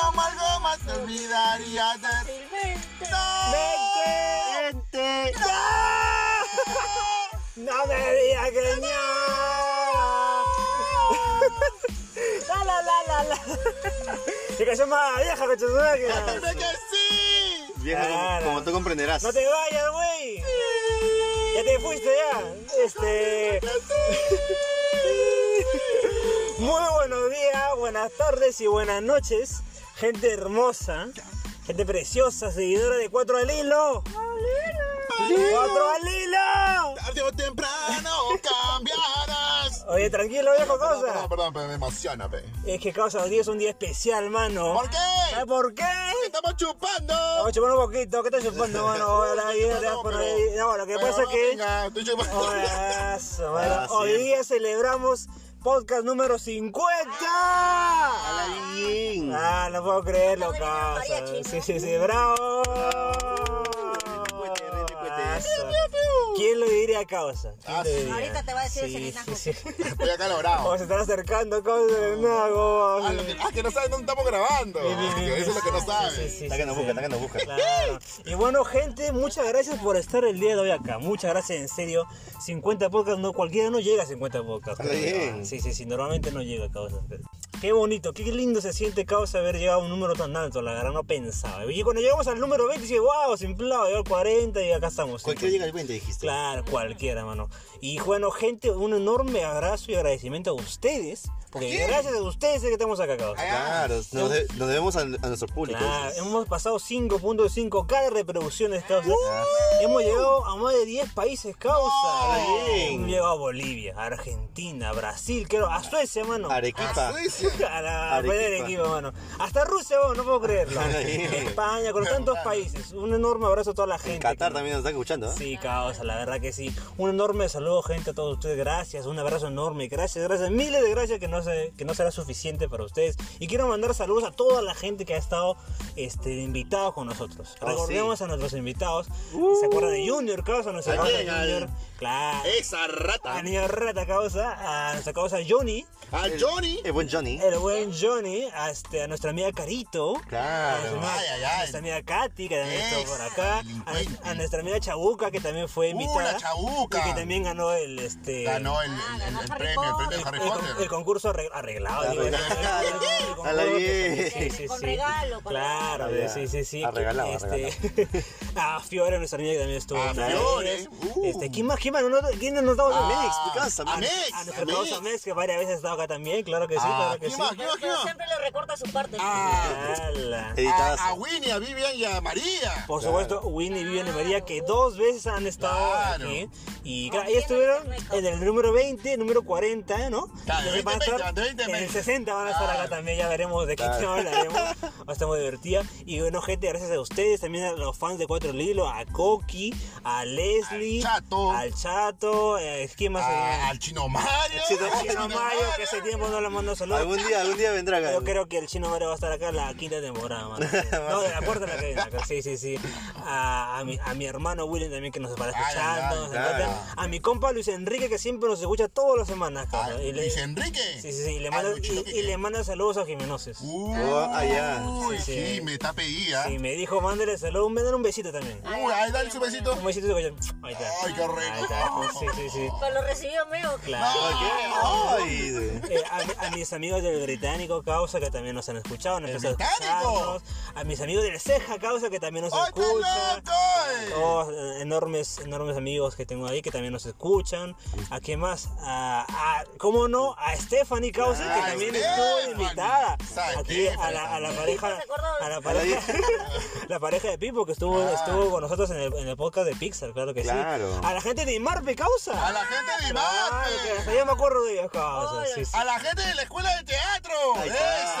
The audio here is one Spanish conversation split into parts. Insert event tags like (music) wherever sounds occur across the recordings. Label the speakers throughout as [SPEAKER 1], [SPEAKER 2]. [SPEAKER 1] jamás te olvidaría de
[SPEAKER 2] Fácilmente.
[SPEAKER 1] ¡No!
[SPEAKER 3] ¡Vente!
[SPEAKER 1] ¡No!
[SPEAKER 3] ¡No me digas que no! ¡La, la, la, la, la! ¡Qué canción más vieja, cochosura!
[SPEAKER 1] ¡Dime que sí!
[SPEAKER 4] Vieja,
[SPEAKER 3] Claro.
[SPEAKER 4] como, como tú comprenderás.
[SPEAKER 3] ¡No te vayas, güey! ¡Ya te fuiste ya! Este... Muy buenos días, buenas tardes y buenas noches, gente hermosa, gente preciosa, seguidora de Cuatro al Hilo. ¡Cuatro al Hilo!
[SPEAKER 1] Tarde o temprano cambiarás.
[SPEAKER 3] Oye, tranquilo, viejo, cosa.
[SPEAKER 1] Perdón, perdón, pero me emociona, pe.
[SPEAKER 3] Es que, causa, hoy día es un día especial, mano.
[SPEAKER 1] ¿Por qué?
[SPEAKER 3] ¿Sabes por qué?
[SPEAKER 1] ¡Estamos chupando!
[SPEAKER 3] Vamos a chupar un poquito, ¿qué estás chupando, mano? Ahora, ahí, ahora, por ahí. No, lo que
[SPEAKER 1] pero
[SPEAKER 3] pasa es
[SPEAKER 1] no,
[SPEAKER 3] que...
[SPEAKER 1] venga, estoy chupando.
[SPEAKER 3] Ahora, eso, bueno,
[SPEAKER 4] Ah, sí.
[SPEAKER 3] hoy día celebramos podcast número 50.
[SPEAKER 4] Alain.
[SPEAKER 3] Ah, no puedo creerlo,
[SPEAKER 2] Estamos
[SPEAKER 3] casa.
[SPEAKER 2] viniendo mariachi,
[SPEAKER 3] Sí,
[SPEAKER 2] ¿no?
[SPEAKER 3] sí, sí, bravo.
[SPEAKER 4] Cuete, rete, cuete.
[SPEAKER 3] Eso. ¿Quién lo diría, causa? ¿Quién
[SPEAKER 1] Ah,
[SPEAKER 3] lo
[SPEAKER 1] sí.
[SPEAKER 3] diría?
[SPEAKER 2] Ahorita te va a decir
[SPEAKER 3] Sí,
[SPEAKER 2] Selena
[SPEAKER 3] sí,
[SPEAKER 2] José.
[SPEAKER 3] sí. (laughs)
[SPEAKER 1] Estoy acalorado.
[SPEAKER 3] O se están acercando, causa. No, como-
[SPEAKER 1] Ah, lo que, ah, que no saben dónde estamos grabando. Eso es lo que no saben.
[SPEAKER 3] Sí,
[SPEAKER 4] Está
[SPEAKER 3] sí,
[SPEAKER 4] que nos
[SPEAKER 3] sí.
[SPEAKER 4] busca, está que nos busca.
[SPEAKER 3] Claro. Y bueno, gente, muchas gracias por estar el día de hoy acá. Muchas gracias, en serio. 50 podcasts, no, cualquiera no llega a 50 podcasts.
[SPEAKER 4] Está bien.
[SPEAKER 3] Sí, sí, sí, normalmente no llega, causa. Qué bonito, qué lindo se siente, causa, haber llegado a un número tan alto. La verdad, no pensaba. Y cuando llegamos al número 20, dije, wow, sin plavo, llegó al 40 y acá estamos.
[SPEAKER 4] Cualquiera llega al 20, dijiste.
[SPEAKER 3] Claro, cualquiera, mano. Y bueno, gente, un enorme abrazo y agradecimiento a ustedes. Porque
[SPEAKER 1] ¿Por qué?
[SPEAKER 3] gracias a ustedes es que estamos acá, causa.
[SPEAKER 4] Claro, nos, de- nos debemos a, a nuestro público.
[SPEAKER 3] Claro, hemos pasado 5.5k de reproducciones, causa.
[SPEAKER 4] ¡Uh!
[SPEAKER 3] Hemos llegado a más de 10 países,
[SPEAKER 4] ¡Oh!
[SPEAKER 3] causa.
[SPEAKER 1] No.
[SPEAKER 3] Hemos llegado a Bolivia, a Argentina, a Brasil, creo, a Suecia, mano.
[SPEAKER 1] A
[SPEAKER 4] Arequipa.
[SPEAKER 1] Suecia.
[SPEAKER 3] A la a
[SPEAKER 4] Arequipa.
[SPEAKER 3] perder Arequipa, mano. Hasta Rusia, vos, no puedo
[SPEAKER 4] (laughs)
[SPEAKER 3] creerlo.
[SPEAKER 4] Bien.
[SPEAKER 3] España, con tantos países. Un enorme abrazo a toda la gente.
[SPEAKER 4] Qatar
[SPEAKER 3] que-
[SPEAKER 4] también nos está escuchando. ¿eh?
[SPEAKER 3] Sí, causa, la verdad que sí. Un enorme saludo, gente, a todos ustedes. Gracias, un abrazo enorme. Gracias, gracias. Miles de gracias que no, se, que no será suficiente para ustedes. Y quiero mandar saludos a toda la gente que ha estado este, invitado con nosotros.
[SPEAKER 4] Oh,
[SPEAKER 3] Recordemos a nuestros invitados. ¿Se acuerdan de Junior, causa? Nuestra
[SPEAKER 4] ¿A
[SPEAKER 3] causa
[SPEAKER 4] quién?
[SPEAKER 3] Junior. Claro.
[SPEAKER 1] Esa rata.
[SPEAKER 3] A Niño Rata, causa. A nuestra causa Johnny.
[SPEAKER 1] A Johnny.
[SPEAKER 4] El buen Johnny.
[SPEAKER 3] El buen Johnny. A, este, a nuestra amiga Carito. A
[SPEAKER 4] Claro.
[SPEAKER 3] nuestra-
[SPEAKER 1] Ay, ay,
[SPEAKER 3] a
[SPEAKER 1] ay.
[SPEAKER 3] nuestra amiga Katy, que también
[SPEAKER 1] Esa,
[SPEAKER 3] estuvo por acá. A,
[SPEAKER 1] delincuente.
[SPEAKER 3] a nuestra amiga Chabuca, que también fue
[SPEAKER 1] Uh,
[SPEAKER 3] invitada.
[SPEAKER 1] la Chabuca.
[SPEAKER 3] Y que también ganó el, este,
[SPEAKER 1] eh, Ganó el, el, el, el premio, el premio de Harry
[SPEAKER 3] el con- el
[SPEAKER 1] Potter.
[SPEAKER 3] concurso arre- arreglado. digo,
[SPEAKER 4] Arreglado.
[SPEAKER 1] (laughs)
[SPEAKER 3] el concurso-
[SPEAKER 4] A la bien.
[SPEAKER 2] Con regalo, con
[SPEAKER 3] Claro,
[SPEAKER 4] regalo.
[SPEAKER 3] sí, sí, sí.
[SPEAKER 4] Arreglado,
[SPEAKER 3] (laughs) a Fiore, nuestra niña que también estuvo.
[SPEAKER 1] A
[SPEAKER 3] acá.
[SPEAKER 1] Ah, Fiore, uh.
[SPEAKER 3] Este, ¿Quién más? ¿Quién más? No, no, ¿Quién nos damos
[SPEAKER 4] A
[SPEAKER 3] a
[SPEAKER 4] Mex,
[SPEAKER 3] Mex?
[SPEAKER 1] Ah,
[SPEAKER 4] tu casa,
[SPEAKER 1] A
[SPEAKER 4] Mex.
[SPEAKER 1] Mex,
[SPEAKER 3] A
[SPEAKER 1] a
[SPEAKER 3] Ah, nuestro famoso
[SPEAKER 1] Mex.
[SPEAKER 3] Mex, que varias veces ha estado acá también, claro que sí,
[SPEAKER 1] Ah,
[SPEAKER 3] claro que
[SPEAKER 1] ¿quién
[SPEAKER 3] sí.
[SPEAKER 1] más? ¿Quién más? ¿Quién
[SPEAKER 2] Pero
[SPEAKER 1] más?
[SPEAKER 2] siempre le recorta su parte.
[SPEAKER 1] Ah,
[SPEAKER 3] Ala.
[SPEAKER 4] Editadas.
[SPEAKER 1] a, a Winnie, a Vivian y a María.
[SPEAKER 3] Por supuesto, Winnie, Vivian y María, que dos veces han estado
[SPEAKER 1] Claro.
[SPEAKER 3] aquí. Y
[SPEAKER 2] Con
[SPEAKER 3] claro, ellas estuvieron
[SPEAKER 2] Vivian es el
[SPEAKER 3] en el número 20, número 40, ¿no?
[SPEAKER 1] Claro,
[SPEAKER 3] Y
[SPEAKER 1] 20,
[SPEAKER 3] van a estar
[SPEAKER 1] 20, 20,
[SPEAKER 3] en el
[SPEAKER 1] 20.
[SPEAKER 3] 60 van a estar acá
[SPEAKER 1] Claro.
[SPEAKER 3] también, ya veremos de qué
[SPEAKER 4] Claro.
[SPEAKER 3] tema hablaremos. Va a estar muy divertida. Y bueno, gente, gracias a ustedes, también a los fans de Cuatro Lilo, a Coqui, a
[SPEAKER 1] Al
[SPEAKER 3] Leslie,
[SPEAKER 1] Chato.
[SPEAKER 3] al Chato, eh, ¿quién más?
[SPEAKER 1] A- Ah, al Chino Mario.
[SPEAKER 3] Chino, Chino Mayo, que hace tiempo no le mando saludos.
[SPEAKER 4] Algún día, algún día vendrá acá.
[SPEAKER 3] Yo creo que el chino Mario va a estar acá la quinta
[SPEAKER 1] (laughs)
[SPEAKER 3] temporada, mano. No, de la cuarta a la quinta, acá. sí, sí, sí. A, a mi, a mi hermano William también que nos para
[SPEAKER 1] Ay,
[SPEAKER 3] escuchando.
[SPEAKER 1] ay, ay,
[SPEAKER 3] etcétera. A mi compa Luis Enrique que siempre nos escucha todas las semanas,
[SPEAKER 1] A
[SPEAKER 3] cara. Y le-
[SPEAKER 1] Ah, Luis Enrique.
[SPEAKER 3] Sí, sí, sí. Y le
[SPEAKER 1] A
[SPEAKER 3] manda,
[SPEAKER 1] Luchito
[SPEAKER 3] y- y
[SPEAKER 1] Quique.
[SPEAKER 3] le manda saludos a Jimenosis.
[SPEAKER 1] Uy, ah.
[SPEAKER 4] Oh, allá.
[SPEAKER 1] Uy,
[SPEAKER 3] Sí, sí.
[SPEAKER 1] sí, me está pedida.
[SPEAKER 3] Y me dijo, mándale saludos, me dan un besito también.
[SPEAKER 1] Uy, ahí dale su besito.
[SPEAKER 3] Un besito de coche. Ahí está.
[SPEAKER 1] Ay, qué rico.
[SPEAKER 3] Ahí está. Sí, sí, sí.
[SPEAKER 2] Pero lo recibió meo.
[SPEAKER 3] Claro.
[SPEAKER 4] Ah, ¿Por qué? Ay, güey.
[SPEAKER 3] Eh, a, a mis amigos del británico causa que también nos han escuchado, han
[SPEAKER 1] ¿El
[SPEAKER 3] empezado a
[SPEAKER 1] británico?
[SPEAKER 3] escucharnos. A mis amigos del ceja causa que también nos
[SPEAKER 1] ¡Ay, qué
[SPEAKER 3] escuchan.
[SPEAKER 1] loco! eh!
[SPEAKER 3] Todos, eh, enormes, enormes amigos que tengo ahí que también nos escuchan. ¿A quién más? A, a- ¿Cómo no? A Stephanie Causa
[SPEAKER 1] Ah,
[SPEAKER 3] que también
[SPEAKER 1] Stephanie.
[SPEAKER 3] estuvo invitada.
[SPEAKER 1] Sa-
[SPEAKER 3] Aquí a la, a la
[SPEAKER 1] Stephanie.
[SPEAKER 3] pareja.
[SPEAKER 2] ¿Se acuerdan?
[SPEAKER 3] A la pareja, (laughs) la pareja de Pipo que estuvo,
[SPEAKER 1] Ah.
[SPEAKER 3] estuvo con nosotros en el, en el podcast de Pixar, claro que
[SPEAKER 4] Claro.
[SPEAKER 3] sí. A la gente de Marpe Causa.
[SPEAKER 1] A la gente de
[SPEAKER 3] Claro, que
[SPEAKER 1] Marte.
[SPEAKER 3] hasta yo me acuerdo de ellos, causa. Sí, sí.
[SPEAKER 1] A la gente de la escuela de teatro.
[SPEAKER 4] Ahí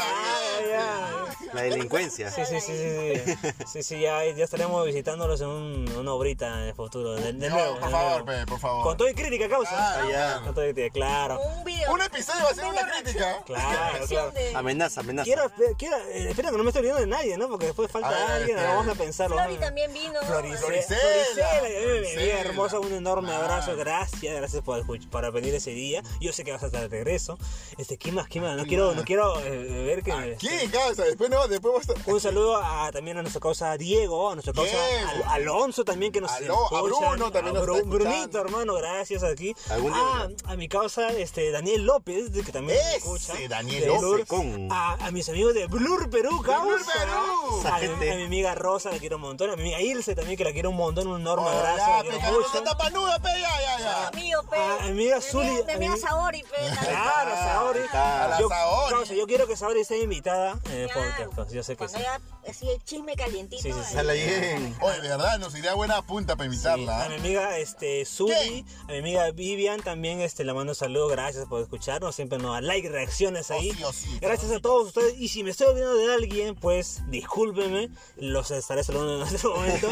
[SPEAKER 1] Esa.
[SPEAKER 3] Ay,
[SPEAKER 1] eh.
[SPEAKER 3] ay.
[SPEAKER 4] La delincuencia.
[SPEAKER 3] Sí, sí, sí, sí, sí. Sí, sí, ya, ya estaremos visitándolos en un- una obrita en el futuro. De, de
[SPEAKER 1] No,
[SPEAKER 3] nuevo.
[SPEAKER 1] por
[SPEAKER 3] de
[SPEAKER 1] favor,
[SPEAKER 3] nuevo.
[SPEAKER 1] pe, por
[SPEAKER 3] Con
[SPEAKER 1] favor.
[SPEAKER 3] todo y crítica, causa.
[SPEAKER 1] Ah,
[SPEAKER 4] ya.
[SPEAKER 3] Con todo y crítica, claro.
[SPEAKER 2] Un video.
[SPEAKER 1] Un episodio va a ser una crítica.
[SPEAKER 3] Claro, claro.
[SPEAKER 4] Amenaza, amenaza.
[SPEAKER 3] Quiero, quiero, eh, espera que no me estoy olvidando de nadie, ¿no? Porque después falta
[SPEAKER 1] Ah,
[SPEAKER 3] alguien,
[SPEAKER 1] este.
[SPEAKER 3] ahora vamos a pensarlo.
[SPEAKER 2] Flori
[SPEAKER 3] vamos a-
[SPEAKER 2] también vino. Eh,
[SPEAKER 3] Floricela.
[SPEAKER 1] Floricela.
[SPEAKER 3] Floricela, y a mí me- me- me-
[SPEAKER 1] Floricela. Ah.
[SPEAKER 3] hermosa, un enorme
[SPEAKER 1] Claro.
[SPEAKER 3] abrazo, gracias, gracias por, escuch- para venir ese día. Yo sé que vas a estar de regreso. Este, ¿qué más? ¿Qué más? No quiero, no quiero eh, ver que.
[SPEAKER 1] ¿Quién, causa? Después no no, después vamos a estar.
[SPEAKER 3] Un saludo a, también a nuestra causa Diego, a nuestra causa
[SPEAKER 1] Diego.
[SPEAKER 3] Al- Alonso también que nos
[SPEAKER 1] Aló, a
[SPEAKER 3] escuchan,
[SPEAKER 1] Bruno también
[SPEAKER 3] a
[SPEAKER 1] nos está escuchando.
[SPEAKER 3] Brunito, hermano, gracias aquí.
[SPEAKER 4] Algún día
[SPEAKER 3] Ah, a mi causa este, Daniel López, de que también nos
[SPEAKER 1] Ese
[SPEAKER 3] escucha.
[SPEAKER 1] Daniel
[SPEAKER 3] de
[SPEAKER 1] López,
[SPEAKER 3] Blur.
[SPEAKER 4] con-
[SPEAKER 3] A, a mis amigos de Blur Perú, causa.
[SPEAKER 1] Perú.
[SPEAKER 3] A, mi-
[SPEAKER 4] Gente.
[SPEAKER 3] a mi amiga Rosa, la quiero un montón. A mi amiga Ilse también, que la quiero un montón. Un enorme
[SPEAKER 1] Hola,
[SPEAKER 3] abrazo. la
[SPEAKER 1] pe,
[SPEAKER 3] quiero
[SPEAKER 1] cabrón,
[SPEAKER 3] mucho.
[SPEAKER 1] está panuda, pe, ya, ya, ya.
[SPEAKER 2] eh, Mío, pe.
[SPEAKER 3] Ah, amiga
[SPEAKER 2] De
[SPEAKER 3] Zuli,
[SPEAKER 2] mí- De mí a
[SPEAKER 3] amiga-
[SPEAKER 2] Saori, Ah, pe.
[SPEAKER 3] Claro, Saori.
[SPEAKER 4] está.
[SPEAKER 1] A la
[SPEAKER 3] Yo,
[SPEAKER 1] Saori.
[SPEAKER 3] causa, yo quiero que Saori sea invitada en el podcast. causa, Yo sé que sí.
[SPEAKER 2] Cuando haya así el chisme calientito.
[SPEAKER 3] Sí, sí, sí.
[SPEAKER 2] ahí.
[SPEAKER 4] Sale bien.
[SPEAKER 1] Oye, de verdad, nos iría buena punta para
[SPEAKER 3] Sí,
[SPEAKER 1] invitarla. ¿eh?
[SPEAKER 3] a mi amiga este, Suli,
[SPEAKER 1] ¿Quién?
[SPEAKER 3] a mi amiga Vivian también este, le mando un saludo, gracias por escucharnos, siempre nos da like, reacciones ahí.
[SPEAKER 1] Oh, sí, oh, sí.
[SPEAKER 3] gracias a todos ustedes y si me estoy olvidando de alguien, pues discúlpeme, los estaré saludando en
[SPEAKER 1] (laughs)
[SPEAKER 3] otro momento.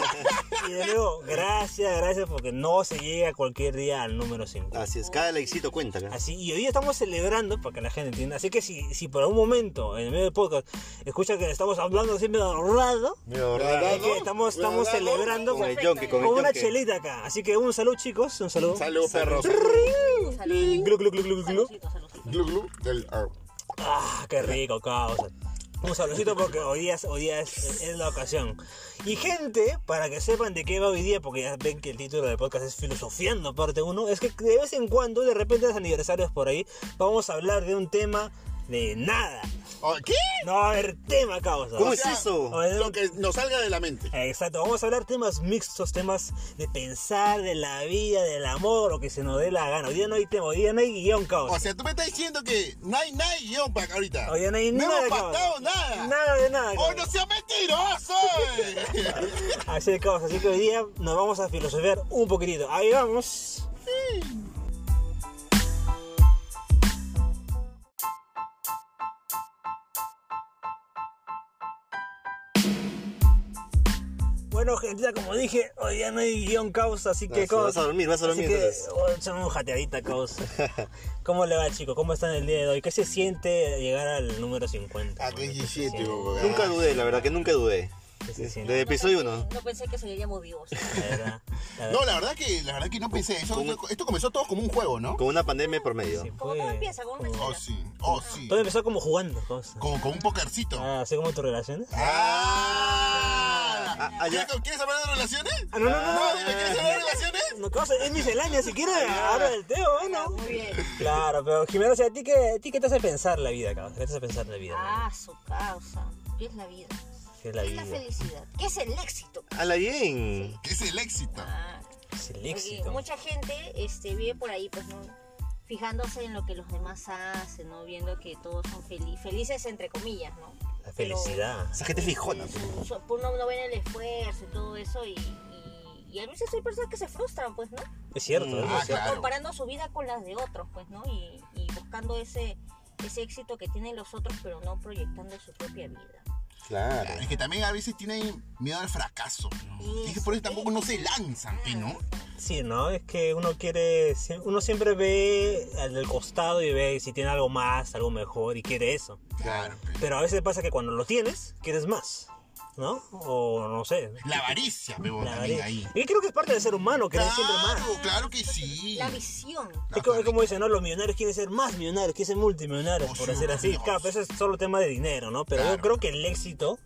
[SPEAKER 3] y de nuevo, gracias, gracias porque no se llega cualquier día al número 5.
[SPEAKER 4] Así es, cada likecito cuenta. ¿no?
[SPEAKER 3] Así, y hoy día estamos celebrando, para que la gente entienda, así que si, si por algún momento en el medio del podcast escucha que estamos hablando siempre ahorrado,
[SPEAKER 4] Medio
[SPEAKER 1] ¿Verdad?
[SPEAKER 4] raro.
[SPEAKER 3] es que estamos, estamos
[SPEAKER 1] ¿Verdad?
[SPEAKER 3] celebrando
[SPEAKER 4] Con
[SPEAKER 3] con-
[SPEAKER 4] el yonke, con el
[SPEAKER 3] con una
[SPEAKER 4] yonke.
[SPEAKER 3] chelita acá. Así que un salud, chicos. Un saludo.
[SPEAKER 4] Salud, perros.
[SPEAKER 2] Saludcito,
[SPEAKER 3] Glu, glu, glu, glu, glu.
[SPEAKER 2] saludcito, saludcito.
[SPEAKER 1] Glu, glu, del ar.
[SPEAKER 3] Ah, qué rico, causa. Un saludcito porque hoy día, es- hoy día es, es la ocasión. Y gente, para que sepan de qué va hoy día, porque ya ven que el título del podcast es Filosofiando parte 1, es que de vez en cuando, de repente en los aniversarios por ahí, vamos a hablar de un tema de nada.
[SPEAKER 1] Oh, ¿Qué?
[SPEAKER 3] No va a haber tema, causa.
[SPEAKER 4] ¿Cómo es
[SPEAKER 1] sea,
[SPEAKER 4] eso?
[SPEAKER 3] Va a haber
[SPEAKER 1] Lo que nos salga de la mente.
[SPEAKER 3] Exacto, vamos a hablar temas mixtos, temas de pensar, de la vida, del amor, o que se nos dé la gana. Hoy día no hay tema, hoy día no hay guión, caos.
[SPEAKER 1] O sea, tú me estás diciendo que no hay nadie guión para acá ahorita.
[SPEAKER 3] hoy día no hay
[SPEAKER 1] no
[SPEAKER 3] nada,
[SPEAKER 1] hemos
[SPEAKER 3] caos.
[SPEAKER 1] pactado nada.
[SPEAKER 3] Nada de nada,
[SPEAKER 1] ¡Oh,
[SPEAKER 3] caos.
[SPEAKER 1] no seas mentiroso!
[SPEAKER 4] (laughs)
[SPEAKER 1] eh!
[SPEAKER 3] Así es, caos. Así que hoy día nos vamos a filosofiar un poquitito. Ahí vamos. Bueno, gente, ya como dije, hoy día no hay guión caos, así que
[SPEAKER 4] Vas a-
[SPEAKER 3] caos.
[SPEAKER 4] vas a dormir, vas a dormir,
[SPEAKER 3] Así que,
[SPEAKER 4] entonces.
[SPEAKER 3] oh, échame un jateadita, caos.
[SPEAKER 4] (laughs)
[SPEAKER 3] ¿Cómo le va, chico? ¿Cómo están el día de hoy? ¿Qué se siente llegar al número 50?
[SPEAKER 4] Ah,
[SPEAKER 1] A 17, bobo.
[SPEAKER 4] Nunca dudé, la verdad que nunca dudé.
[SPEAKER 3] ¿Qué se siente?
[SPEAKER 4] Desde episodio 1.
[SPEAKER 2] No pensé que seguiríamos vivos.
[SPEAKER 3] La verdad, la verdad.
[SPEAKER 1] No, la verdad que, la verdad que no pensé. Eso, esto comenzó todo como un juego, ¿no?
[SPEAKER 4] Con una pandemia por medio.
[SPEAKER 3] Sí,
[SPEAKER 2] ¿Cómo
[SPEAKER 3] fue-
[SPEAKER 2] todo empieza? ¿Cómo empieza?
[SPEAKER 1] Oh, sí. Oh, sí.
[SPEAKER 3] Todo empezó como jugando, cosas.
[SPEAKER 1] Como con un pokercito.
[SPEAKER 3] Ah, así como tus relaciones.
[SPEAKER 1] Ah.
[SPEAKER 4] Ah, ah, ya.
[SPEAKER 1] ¿Quieres, quieres hablar de relaciones?
[SPEAKER 3] Ah, no, no, no, no.
[SPEAKER 1] dime, ¿quieres hablar de relaciones?
[SPEAKER 3] No, cosa, es miscelánea, si quieres habla del tema, bueno.
[SPEAKER 2] Muy bien.
[SPEAKER 3] Claro, pero Jimena, o sea, ¿a ti qué, a ti qué te hace pensar la vida, cabrón? ¿Qué te hace pensar la vida?
[SPEAKER 2] Ah, su causa. ¿Qué es la vida?
[SPEAKER 3] ¿no? ¿Qué es la
[SPEAKER 2] ¿Qué es la
[SPEAKER 3] vida?
[SPEAKER 2] felicidad? ¿Qué es el éxito?
[SPEAKER 4] Ala bien.
[SPEAKER 1] ¿Qué es el éxito?
[SPEAKER 2] Ah,
[SPEAKER 3] Es el
[SPEAKER 2] porque
[SPEAKER 3] éxito.
[SPEAKER 2] mucha gente este, vive por ahí, pues, ¿no? fijándose en lo que los demás hacen, ¿no? Viendo que todos son felices, felices entre comillas, ¿no?
[SPEAKER 3] La felicidad.
[SPEAKER 4] Esa gente es fijona. pues.
[SPEAKER 2] Pero, eh, su- su- uno no ve el esfuerzo y todo eso y, y, y a veces hay personas que se frustran, pues, ¿no?
[SPEAKER 3] Es cierto,
[SPEAKER 4] Mm.
[SPEAKER 3] es
[SPEAKER 1] Ah,
[SPEAKER 3] cierto.
[SPEAKER 1] Claro.
[SPEAKER 2] Comparando su vida con las de otros, pues, ¿no? Y, y buscando ese, ese éxito que tienen los otros, pero no proyectando su propia vida.
[SPEAKER 4] Claro.
[SPEAKER 1] Es que también a veces tienen miedo al fracaso. ¿no? Y es que
[SPEAKER 2] Este,
[SPEAKER 1] por eso tampoco no se lanzan, ¿qué, ¿no?
[SPEAKER 3] Sí, ¿no? Es que uno quiere, sie- uno siempre ve al del costado y ve si tiene algo más, algo mejor y quiere eso.
[SPEAKER 1] Claro. pe.
[SPEAKER 3] Pero a veces pasa que cuando lo tienes, quieres más, ¿no? O no sé.
[SPEAKER 1] La avaricia, pero
[SPEAKER 3] La
[SPEAKER 1] también
[SPEAKER 3] verdad.
[SPEAKER 1] ahí.
[SPEAKER 3] Y creo que es parte del ser humano, querer siempre más.
[SPEAKER 1] Claro, claro que sí.
[SPEAKER 2] La visión.
[SPEAKER 3] Es como, es como dicen, ¿no? Los millonarios quieren ser más millonarios, quieren ser multimillonarios,
[SPEAKER 1] Oh,
[SPEAKER 3] por
[SPEAKER 1] sí,
[SPEAKER 3] decir así.
[SPEAKER 1] Dios.
[SPEAKER 3] Claro, pero eso es solo tema de dinero, ¿no? Pero yo
[SPEAKER 1] Claro.
[SPEAKER 3] creo que el éxito.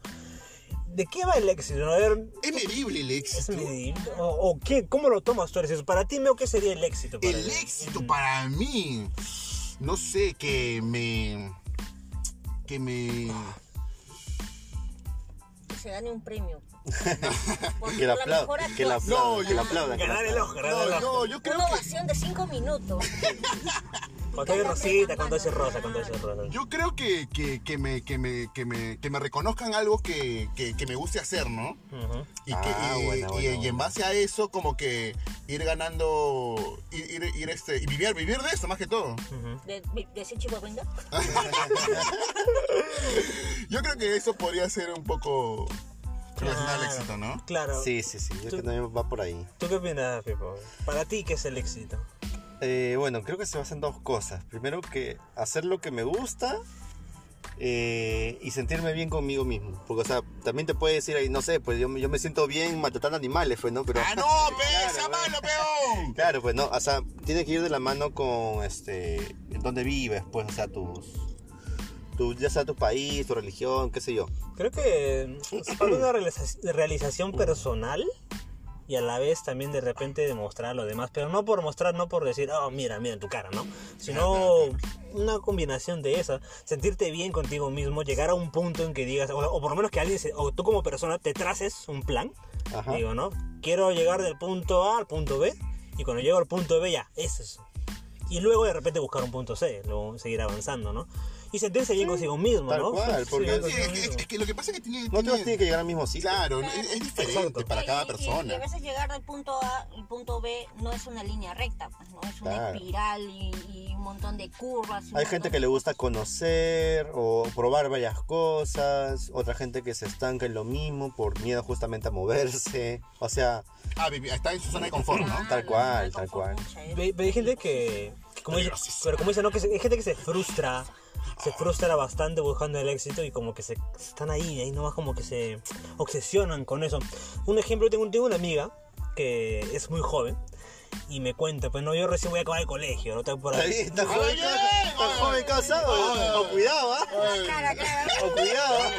[SPEAKER 3] ¿De qué va el éxito? ¿No? A ver,
[SPEAKER 1] Es medible el
[SPEAKER 3] ¿es
[SPEAKER 1] éxito.
[SPEAKER 3] medible? ¿O, o qué? ¿Cómo lo tomas tú? Eres eso? Para ti, Meo, ¿qué sería el éxito? para
[SPEAKER 1] El
[SPEAKER 3] ti?
[SPEAKER 1] éxito para mí, no sé, que me. que me.
[SPEAKER 2] que se gane un
[SPEAKER 4] (laughs)
[SPEAKER 2] premio. Porque
[SPEAKER 4] Que la
[SPEAKER 2] por la mejor
[SPEAKER 4] aplaudan. Que la
[SPEAKER 2] actuación,
[SPEAKER 4] aplaudan. Que la
[SPEAKER 2] ah,
[SPEAKER 4] aplaudan. que la
[SPEAKER 3] Ganar el ojo,
[SPEAKER 4] aplaudan.
[SPEAKER 3] ganar el
[SPEAKER 1] No,
[SPEAKER 3] ojo.
[SPEAKER 1] yo, yo creo
[SPEAKER 2] Una
[SPEAKER 1] que.
[SPEAKER 2] ovación de 5 minutos.
[SPEAKER 3] Con todo y rosita, con todo ese rosa, con todo ese rosa.
[SPEAKER 1] Yo creo que, que, que me, que, me, que, me, que me reconozcan algo que, que, que me guste hacer, ¿no?
[SPEAKER 3] Ujú.
[SPEAKER 1] Y,
[SPEAKER 4] Ah,
[SPEAKER 1] que, y,
[SPEAKER 4] buena,
[SPEAKER 1] y-
[SPEAKER 4] buena,
[SPEAKER 1] y en
[SPEAKER 4] buena.
[SPEAKER 1] base a eso, como que ir ganando, ir, ir, ir, este, y vivir, vivir de esto más que todo.
[SPEAKER 2] De, de ese chico, venga.
[SPEAKER 1] Yo creo que eso podría ser un poco relacionado al
[SPEAKER 3] Claro.
[SPEAKER 1] éxito,
[SPEAKER 3] (laughs)
[SPEAKER 1] ¿no?
[SPEAKER 3] Claro.
[SPEAKER 4] Sí, sí, sí. Yo creo que también va por ahí.
[SPEAKER 3] ¿Tú qué opinas, Pipo? Para ti, ¿qué es el éxito?
[SPEAKER 4] Eh, bueno, creo que se basan dos cosas. Primero que hacer lo que me gusta eh, y sentirme bien conmigo mismo. Porque, o sea, también te puede decir ahí, no sé, pues yo, me- yo me siento bien matando animales, pues, ¿no? Pero,
[SPEAKER 1] ¡Ah, no, pe!
[SPEAKER 4] Claro,
[SPEAKER 1] ¡Esa
[SPEAKER 4] bueno.
[SPEAKER 1] mano, peón!
[SPEAKER 4] Claro, pues no, o sea, tiene que ir de la mano con este en dónde vives, pues, o sea, tus tus tu, ya sea tu país, tu religión, qué sé yo.
[SPEAKER 3] Creo que es para
[SPEAKER 4] (clears throat)
[SPEAKER 3] una realiza- realización personal y a la vez también de repente demostrar a los demás, pero no por mostrar, no por decir, oh, mira, mira en tu cara, ¿no?
[SPEAKER 4] (laughs)
[SPEAKER 3] Sino una combinación de esa, sentirte bien contigo mismo, llegar a un punto en que digas, o, o por lo menos que alguien, se- o tú como persona te traces un plan,
[SPEAKER 4] Ajá.
[SPEAKER 3] digo, ¿no? Quiero llegar del punto A al punto B y cuando llego al punto B ya, eso es. Y luego de repente buscar un punto C, luego seguir avanzando, ¿no? Y sentirse bien consigo mismo,
[SPEAKER 4] tal
[SPEAKER 3] ¿no? (laughs)
[SPEAKER 4] cual, porque-
[SPEAKER 3] bien
[SPEAKER 4] Sí,
[SPEAKER 1] Es,
[SPEAKER 3] consigo
[SPEAKER 1] que-
[SPEAKER 3] mismo.
[SPEAKER 1] es que lo que pasa es que tiene.
[SPEAKER 4] No
[SPEAKER 1] tiene-
[SPEAKER 4] todos tienen que llegar al mismo sitio.
[SPEAKER 1] Claro, es, es diferente
[SPEAKER 3] Exacto.
[SPEAKER 1] para
[SPEAKER 2] Y-
[SPEAKER 1] cada
[SPEAKER 2] y- Y, a
[SPEAKER 1] persona.
[SPEAKER 2] veces llegar del punto A al punto B no es una línea recta, pues, ¿no? Es una
[SPEAKER 4] Claro.
[SPEAKER 2] espiral y, y un montón de curvas. un
[SPEAKER 4] Hay gente
[SPEAKER 2] montón
[SPEAKER 4] que
[SPEAKER 2] de
[SPEAKER 4] le gusta
[SPEAKER 2] cosas.
[SPEAKER 4] conocer o probar varias cosas, otra gente que se estanca en lo mismo por miedo justamente a moverse. O sea,
[SPEAKER 1] Ah, vivi- está en su zona de confort,
[SPEAKER 2] Ah,
[SPEAKER 1] ¿no?
[SPEAKER 4] Tal cual, tal cual.
[SPEAKER 2] ¿eh?
[SPEAKER 3] Ve- ve, Hay
[SPEAKER 2] (laughs)
[SPEAKER 3] gente que, que como dice, pero como dice, ¿no? Que se- hay gente que se frustra, se frustra bastante buscando el éxito y como que se están ahí, ahí nomás como que se obsesionan con eso. Un ejemplo, tengo, tengo una amiga que es muy joven y me cuenta, pues no, yo recién voy a acabar el colegio, no tengo por
[SPEAKER 4] está
[SPEAKER 3] ahí.
[SPEAKER 4] (laughs) bien, está joven,
[SPEAKER 1] bien,
[SPEAKER 4] está joven casado, o cuidado, ¿ah?
[SPEAKER 2] Claro, claro.
[SPEAKER 4] o cuidado. ¿ah?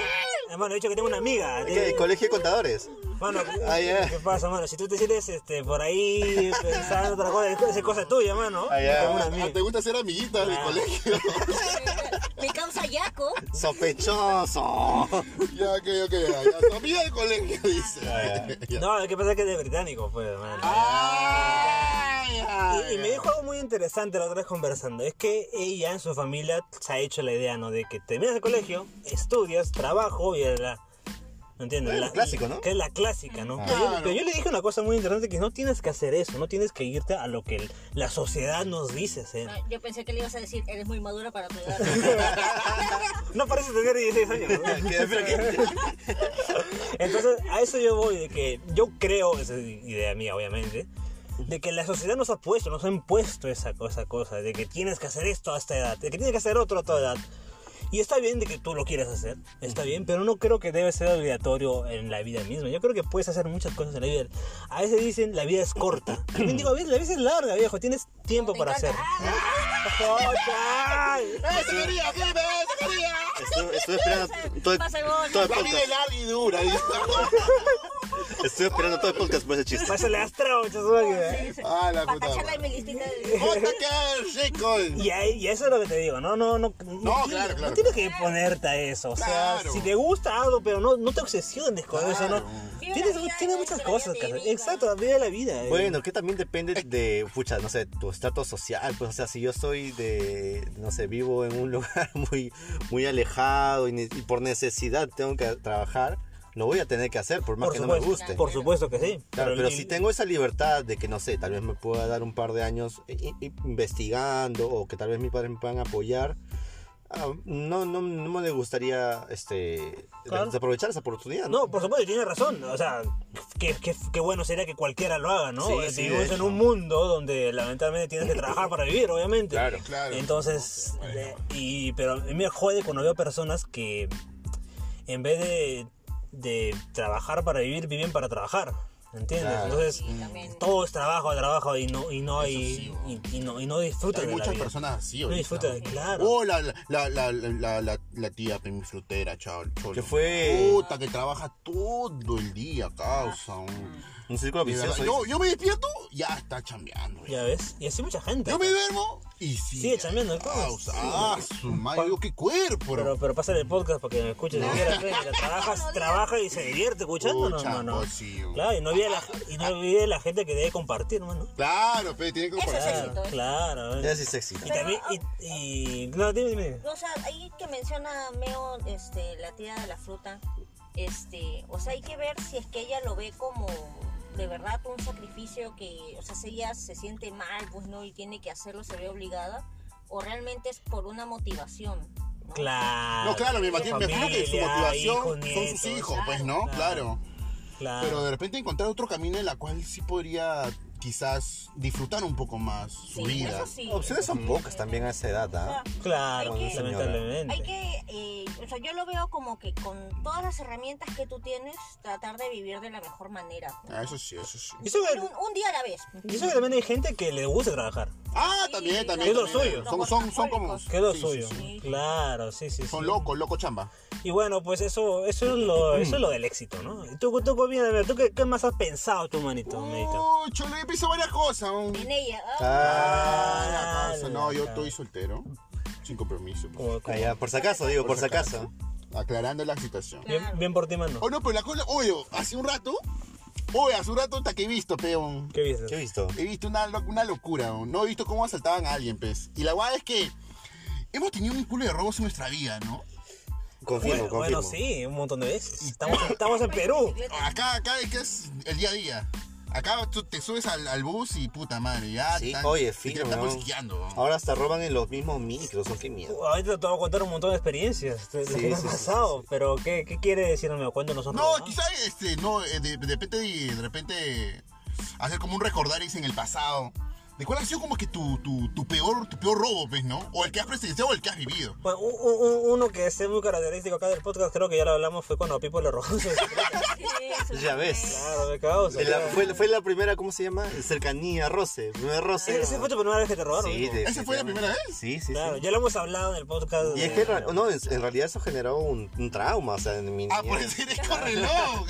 [SPEAKER 3] Hermano, he dicho que tengo una amiga.
[SPEAKER 4] ¿Qué?
[SPEAKER 3] de-
[SPEAKER 4] Colegio de contadores.
[SPEAKER 3] Mano,
[SPEAKER 4] Ah, ya.
[SPEAKER 3] ¿qué pasa, mano? Si tú te sientes este, por ahí pensando otra cosa, esa es cosa tuya, mano.
[SPEAKER 4] Ah, ya.
[SPEAKER 3] Tengo una
[SPEAKER 1] Ah,
[SPEAKER 3] amiga.
[SPEAKER 1] ¿Te gusta ser amiguita del
[SPEAKER 3] Ah.
[SPEAKER 1] colegio? (laughs)
[SPEAKER 2] Mi causa Yaco.
[SPEAKER 4] Sospechoso.
[SPEAKER 1] ya, ok, ok. ya, ya. Tu amiga del colegio, dice. (laughs) Ya. Ah,
[SPEAKER 3] No, lo que pasa es que es de británico, pues, mano.
[SPEAKER 1] Ay, ay,
[SPEAKER 3] Y, y me dijo algo muy interesante la otra vez conversando. Es que ella en su familia se ha hecho la idea, ¿no? De que terminas el colegio, estudias, trabajo y la... ¿No entiendes?
[SPEAKER 4] Es
[SPEAKER 3] La-
[SPEAKER 4] el clásico, ¿no? Ah.
[SPEAKER 3] Que es la clásica, ¿no? Pero,
[SPEAKER 1] Claro.
[SPEAKER 3] yo, pero yo le dije una cosa muy interesante que no tienes que hacer eso, no tienes que irte a lo que el- la sociedad nos dice, ¿eh?
[SPEAKER 2] No, Yo pensé que le ibas a decir, eres muy madura para tu
[SPEAKER 3] (laughs)
[SPEAKER 2] edad.
[SPEAKER 3] No parece tener 16 años. ¿no?
[SPEAKER 4] ¿Qué? ¿Pero qué?
[SPEAKER 3] Entonces, a eso yo voy, de que yo creo, esa es idea mía, obviamente, de que la sociedad nos ha puesto, nos ha impuesto esa cosa, esa cosa, de que tienes que hacer esto a esta edad, de que tienes que hacer otro a tu edad. Y está bien de que tú lo quieras hacer, está bien, pero no creo que debe ser obligatorio en la vida misma. Yo creo que puedes hacer muchas cosas en la vida. A veces dicen la vida es corta. También digo, a veces la vida es larga, viejo, tienes tiempo
[SPEAKER 2] Te
[SPEAKER 3] para hacer.
[SPEAKER 2] encanta. Ah,
[SPEAKER 3] ¡Ay!
[SPEAKER 1] ¡Eh, señoría! ¡Dime, señoría!
[SPEAKER 4] Estuve, estuve esperando todo el,
[SPEAKER 2] Pasa el gol.
[SPEAKER 4] todo el
[SPEAKER 1] La vida es
[SPEAKER 4] podcast.
[SPEAKER 1] larga y dura. dice.
[SPEAKER 4] Estuve esperando todo el podcast por ese chiste.
[SPEAKER 3] Pásale a Astrao, chaval.
[SPEAKER 2] sí, sí.
[SPEAKER 1] Ah, la
[SPEAKER 2] Para
[SPEAKER 1] puta
[SPEAKER 2] tacharla
[SPEAKER 1] madre.
[SPEAKER 2] en mi listita de...
[SPEAKER 1] ¡Puta que rico!
[SPEAKER 3] Y, ahí- y eso es lo que te digo, no, no, no. No,
[SPEAKER 1] claro,
[SPEAKER 3] tienes,
[SPEAKER 1] claro,
[SPEAKER 3] no tienes que ponerte a eso. O sea,
[SPEAKER 1] Claro.
[SPEAKER 3] si te gusta algo, pero no, no te obsesiones con eso,
[SPEAKER 1] Claro.
[SPEAKER 3] ¿no?
[SPEAKER 2] Vive
[SPEAKER 3] Tienes,
[SPEAKER 2] la vida,
[SPEAKER 3] tienes
[SPEAKER 2] vive
[SPEAKER 3] muchas
[SPEAKER 2] la
[SPEAKER 3] cosas
[SPEAKER 2] vida
[SPEAKER 3] que hacer.
[SPEAKER 2] divina.
[SPEAKER 3] Exacto, la vida de la vida. eh.
[SPEAKER 4] Bueno, que también depende de, pucha, no sé, tu estatus social, pues, o sea, si yo soy de, no sé, vivo en un (laughs) lugar muy, muy alejado y, ne- y por necesidad tengo que trabajar, lo voy a tener que hacer, por más
[SPEAKER 3] por
[SPEAKER 4] que
[SPEAKER 3] supuesto,
[SPEAKER 4] no me guste.
[SPEAKER 3] Por supuesto que sí.
[SPEAKER 4] Claro, pero
[SPEAKER 3] el-
[SPEAKER 4] si tengo esa libertad de que, no sé, tal vez me pueda dar un par de años i- i- investigando o que tal vez mis padres me puedan apoyar, ah, no, no, no me gustaría, este,
[SPEAKER 3] Claro.
[SPEAKER 4] desaprovechar esa oportunidad, ¿no?
[SPEAKER 3] No, por supuesto, tienes razón. O sea, qué, qué- qué bueno sería que cualquiera lo haga, ¿no?
[SPEAKER 4] Sí,
[SPEAKER 3] Eh,
[SPEAKER 4] sí,
[SPEAKER 3] Vivimos
[SPEAKER 4] de
[SPEAKER 3] en
[SPEAKER 4] hecho.
[SPEAKER 3] un mundo donde lamentablemente tienes que trabajar para vivir, obviamente.
[SPEAKER 4] Claro.
[SPEAKER 1] Claro.
[SPEAKER 3] Entonces, eh, y, pero a mí me jode cuando veo personas que en vez de, de trabajar para vivir, viven para trabajar. ¿Entiendes?
[SPEAKER 4] Claro.
[SPEAKER 3] Entonces,
[SPEAKER 2] Sí, también.
[SPEAKER 3] todo es trabajo, trabajo y no, y no,
[SPEAKER 1] Mm. Eso
[SPEAKER 3] hay,
[SPEAKER 1] sí,
[SPEAKER 3] y, y no, y no disfrutan
[SPEAKER 1] Hay
[SPEAKER 3] de la
[SPEAKER 1] muchas
[SPEAKER 3] vida.
[SPEAKER 1] personas así,
[SPEAKER 3] No
[SPEAKER 1] ahorita.
[SPEAKER 3] disfrutan, claro.
[SPEAKER 1] Oh, la, la, la, la, la, la, la tía Pemiflutera, chao, cholo.
[SPEAKER 4] Que fue-
[SPEAKER 1] Puta, que trabaja todo el día,
[SPEAKER 3] Ah.
[SPEAKER 1] causa. un-
[SPEAKER 4] Un círculo
[SPEAKER 1] De verdad,
[SPEAKER 4] vicioso.
[SPEAKER 1] Yo, yo me despierto, ya está chambeando.
[SPEAKER 3] Ya ves. Y así mucha gente.
[SPEAKER 1] Yo me duermo y sigue.
[SPEAKER 3] Sigue chambeando, ¿cómo?
[SPEAKER 1] Causa. Ah, su madre, digo, qué cuerpo.
[SPEAKER 3] Pero, pero pasa el podcast para que me escuchen si quieres, venga,
[SPEAKER 2] (laughs)
[SPEAKER 3] Trabajas, trabaja y se divierte escuchando, no,
[SPEAKER 1] Escucha,
[SPEAKER 3] no, no.
[SPEAKER 1] pues sí, güey.
[SPEAKER 3] Claro, y no olvide la, y no olvide la gente que debe compartir, mano.
[SPEAKER 1] Claro, pero tiene que
[SPEAKER 2] Eso es
[SPEAKER 1] comparar.
[SPEAKER 3] Claro,
[SPEAKER 2] éxito, ¿eh?
[SPEAKER 3] claro.
[SPEAKER 4] Ya sí se excita.
[SPEAKER 3] Y también, y, y- no, dime, dime.
[SPEAKER 2] No, o sea, ahí que menciona Meo, este, la tía de la fruta, este, o sea, hay que ver si es que ella lo ve como de verdad un sacrificio que, o sea, si ella se siente mal, pues no, y tiene que hacerlo, se ve obligada, o realmente es por una motivación. ¿no?
[SPEAKER 3] Claro.
[SPEAKER 1] No, claro, me imagino, me imagino que su
[SPEAKER 3] Familia,
[SPEAKER 1] motivación
[SPEAKER 3] hijos,
[SPEAKER 1] son sus
[SPEAKER 3] nietos,
[SPEAKER 1] hijos, pues, ¿no? Claro.
[SPEAKER 3] Claro.
[SPEAKER 1] Pero de repente encontrar otro camino en la cual sí podría quizás disfrutar un poco más
[SPEAKER 2] Sí,
[SPEAKER 1] su vida.
[SPEAKER 2] eso sí.
[SPEAKER 4] Opciones pues son pocas también a esa edad, ¿ah?
[SPEAKER 3] claro,
[SPEAKER 2] Hay que-
[SPEAKER 3] lamentablemente.
[SPEAKER 2] Hay que, eh, o sea, yo lo veo como que con todas las herramientas que tú tienes, tratar de vivir de la mejor manera.
[SPEAKER 1] Ah, eso sí, eso sí.
[SPEAKER 3] Yo sé que-
[SPEAKER 2] Un, un día a la vez.
[SPEAKER 3] yo sé que también hay gente que le gusta trabajar.
[SPEAKER 1] Ah, también,
[SPEAKER 2] Sí,
[SPEAKER 1] también.
[SPEAKER 3] Es lo
[SPEAKER 1] también.
[SPEAKER 3] suyo.
[SPEAKER 1] Son, son, son como.
[SPEAKER 2] Los
[SPEAKER 3] Que es lo
[SPEAKER 1] sí, sí,
[SPEAKER 3] suyo.
[SPEAKER 1] sí.
[SPEAKER 2] sí.
[SPEAKER 3] Claro, sí, sí.
[SPEAKER 1] Son
[SPEAKER 3] sí.
[SPEAKER 1] locos, loco chamba.
[SPEAKER 3] Y bueno, pues eso, eso, es,
[SPEAKER 4] Mm.
[SPEAKER 3] lo, eso es lo del éxito, ¿no? Y tú, tú, bien, a ver, ¿tú qué, qué más has pensado tú, manito? manito?
[SPEAKER 1] Oh, chulo, yo pienso varias cosas. un-
[SPEAKER 2] En ella. ah,
[SPEAKER 1] Ah, la causa. No, yo
[SPEAKER 3] la
[SPEAKER 1] estoy soltero. Sin compromiso. pues.
[SPEAKER 3] Como- como-
[SPEAKER 4] Ah, ya, por si acaso, digo, por si acaso.
[SPEAKER 1] Aclarando la situación.
[SPEAKER 3] bien, bien por ti, mano.
[SPEAKER 1] Oh, no, pero la cosa. Oye, hace un rato. Oye, hace un rato hasta que he visto, peón.
[SPEAKER 3] ¿Qué
[SPEAKER 4] ¿Qué he
[SPEAKER 3] viste?
[SPEAKER 4] visto?
[SPEAKER 1] He visto una, lo- una locura. ¿no? No he visto cómo asaltaban a alguien, pues. Y la guada es que. Hemos tenido un culo de robos en nuestra vida, ¿no?
[SPEAKER 4] Confirmo,
[SPEAKER 3] Bueno, bueno,
[SPEAKER 4] confirmo.
[SPEAKER 3] sí, un montón de veces. Estamos, estamos en Perú.
[SPEAKER 1] Acá, acá es que es el día a día. Acá tú te subes al, al bus y puta madre, ya.
[SPEAKER 4] Sí,
[SPEAKER 1] están-
[SPEAKER 4] oye,
[SPEAKER 1] y te
[SPEAKER 4] fino,
[SPEAKER 1] están
[SPEAKER 4] ¿no?
[SPEAKER 1] forcejeando, ¿no?
[SPEAKER 4] Ahora hasta roban en los mismos micros, ¿o qué mierda?
[SPEAKER 3] Ahorita Uh, te voy a contar un montón de experiencias de lo
[SPEAKER 4] Sí,
[SPEAKER 3] que me
[SPEAKER 4] sí,
[SPEAKER 3] ha
[SPEAKER 4] sí,
[SPEAKER 3] pasado, pero ¿qué, qué quiere decir? No me cuento, no son
[SPEAKER 1] No,
[SPEAKER 3] robados?
[SPEAKER 1] quizás este, no, eh, de, de repente, y de repente, hacer como un recordar y dice, en el pasado. ¿De cuál ha sido como que tu, tu, tu peor, tu peor robo, pues, no? O el que has presenciado o el que has vivido.
[SPEAKER 3] Bueno, u- u- u- uno que es muy característico acá del podcast, creo que ya lo hablamos, fue cuando a Pipo le robó su
[SPEAKER 4] (laughs)
[SPEAKER 3] bicicleta.
[SPEAKER 2] sí, eso
[SPEAKER 4] Ya
[SPEAKER 2] sí.
[SPEAKER 4] ves.
[SPEAKER 3] Claro, me cago. o sea,
[SPEAKER 4] De la- fue, fue la primera, ¿cómo se llama? Cercanía, roce. Primer roce.
[SPEAKER 3] ¿Esa fue tu primera vez que te robaron?
[SPEAKER 4] Sí,
[SPEAKER 3] ¿no?
[SPEAKER 4] de-
[SPEAKER 1] ¿Esa
[SPEAKER 4] sí,
[SPEAKER 1] fue la
[SPEAKER 4] de-
[SPEAKER 1] primera vez?
[SPEAKER 4] Sí, sí,
[SPEAKER 3] Claro,
[SPEAKER 4] sí.
[SPEAKER 3] ya lo hemos hablado en el podcast.
[SPEAKER 4] Y
[SPEAKER 3] de-
[SPEAKER 4] es que en ra- no, en, en realidad eso generó un, un trauma, o sea, en mi
[SPEAKER 1] Ah, por
[SPEAKER 4] niñez.
[SPEAKER 1] eso (laughs) eres correloj.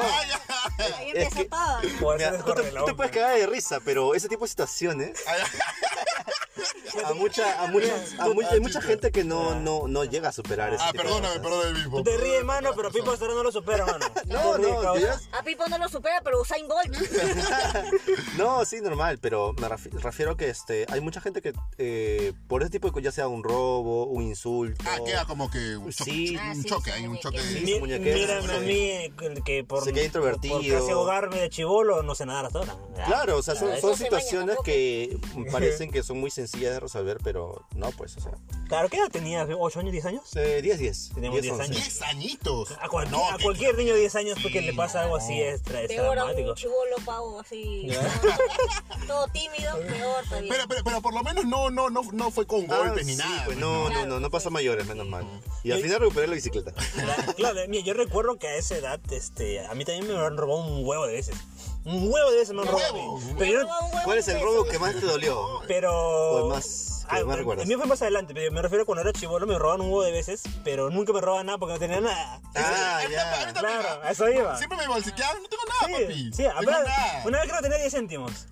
[SPEAKER 1] (laughs) Ay, ay,
[SPEAKER 2] Ahí
[SPEAKER 4] Es
[SPEAKER 2] empezó
[SPEAKER 4] que-
[SPEAKER 2] todo.
[SPEAKER 3] Por
[SPEAKER 4] Mira,
[SPEAKER 3] (laughs) eso es
[SPEAKER 4] tú, te- tú
[SPEAKER 3] correloj,
[SPEAKER 4] te puedes
[SPEAKER 3] ¿no?
[SPEAKER 4] quedar de risa, pero ese tipo de situaciones
[SPEAKER 1] (laughs) ay.
[SPEAKER 4] a mucha, a mucha, a mucha, hay mucha gente que no, no, no llega a superar ese
[SPEAKER 1] Ah,
[SPEAKER 4] tipo de
[SPEAKER 1] perdóname,
[SPEAKER 4] cosas.
[SPEAKER 1] perdóname, mismo.
[SPEAKER 3] Tú te ríes, mano, pero Pipo hasta ahora no lo supera, mano.
[SPEAKER 4] (laughs) No,
[SPEAKER 3] Te ríes,
[SPEAKER 4] no,
[SPEAKER 3] causa.
[SPEAKER 4] yo-
[SPEAKER 2] A Pipo no lo supera, pero Usain Bolt.
[SPEAKER 4] (laughs) No, sí, normal, pero me refi- refiero que este, hay mucha gente que eh, por ese tipo de cosas, ya sea un robo, un insulto.
[SPEAKER 1] Ah, queda como que un choque,
[SPEAKER 4] Sí.
[SPEAKER 1] un choque, hay un choque.
[SPEAKER 4] Sí.
[SPEAKER 1] de-
[SPEAKER 4] Mi-
[SPEAKER 3] Mi-
[SPEAKER 4] muñequera,
[SPEAKER 3] Mírame a
[SPEAKER 4] sí.
[SPEAKER 3] mí, eh, que- que por,
[SPEAKER 4] Se queda introvertido.
[SPEAKER 3] por casi ahogarme de chivolo, no sé nadar hasta ahora.
[SPEAKER 4] Claro, o sea, son,
[SPEAKER 2] Claro,
[SPEAKER 4] son
[SPEAKER 2] eso se baña
[SPEAKER 4] situaciones
[SPEAKER 2] tampoco.
[SPEAKER 4] que parecen que son muy sencillas de resolver, pero no, pues, o sea,
[SPEAKER 3] Claro, ¿qué edad tenías? ¿8 años, 10 años?
[SPEAKER 4] eh, 10-10.
[SPEAKER 3] Teníamos 10
[SPEAKER 4] 11.
[SPEAKER 3] años.
[SPEAKER 1] Diez añitos.
[SPEAKER 3] A, cual-
[SPEAKER 1] No,
[SPEAKER 3] a
[SPEAKER 1] que-
[SPEAKER 3] cualquier niño de 10 años porque
[SPEAKER 1] Sí,
[SPEAKER 3] le pasa algo así es, tra-
[SPEAKER 2] (laughs)
[SPEAKER 3] es
[SPEAKER 2] Peor a
[SPEAKER 3] traumático.
[SPEAKER 2] un chivolo pavo así. Todo, todo tímido, peor todavía.
[SPEAKER 1] Pero, pero, pero por lo menos no, no, no, no fue con
[SPEAKER 4] Ah,
[SPEAKER 1] golpes ni
[SPEAKER 4] sí,
[SPEAKER 1] nada.
[SPEAKER 4] pues,
[SPEAKER 1] pues,
[SPEAKER 4] no, no,
[SPEAKER 2] Claro,
[SPEAKER 4] no, no
[SPEAKER 2] pues,
[SPEAKER 4] pasa
[SPEAKER 2] sí.
[SPEAKER 4] mayores, menos mal. Y al final recuperé la bicicleta.
[SPEAKER 3] Claro, claro, mira, yo recuerdo que a esa edad, este, a mí también me han robado un huevo de veces. Un huevo de veces me han
[SPEAKER 1] ¿Un
[SPEAKER 3] robado.
[SPEAKER 1] huevo?
[SPEAKER 3] a mí. Pero yo-
[SPEAKER 4] ¿Cuál es el robo que más
[SPEAKER 3] (laughs)
[SPEAKER 4] te dolió?
[SPEAKER 3] Pero. Ah,
[SPEAKER 4] O el más- que más
[SPEAKER 3] bueno,
[SPEAKER 4] recuerdas.
[SPEAKER 3] A mí fue más adelante, pero me refiero cuando era chivolo, me robaban un huevo de veces, pero nunca me robaban nada porque no tenía nada.
[SPEAKER 4] Ah,
[SPEAKER 3] (laughs)
[SPEAKER 4] ya.
[SPEAKER 1] Ahorita
[SPEAKER 3] Claro,
[SPEAKER 1] mira,
[SPEAKER 3] a eso iba.
[SPEAKER 1] Siempre me bolsiqueaban, no tengo nada,
[SPEAKER 3] Sí,
[SPEAKER 1] papi.
[SPEAKER 3] sí,
[SPEAKER 1] No tengo
[SPEAKER 3] apenas-
[SPEAKER 1] nada.
[SPEAKER 3] una vez creo que tenía 10 céntimos.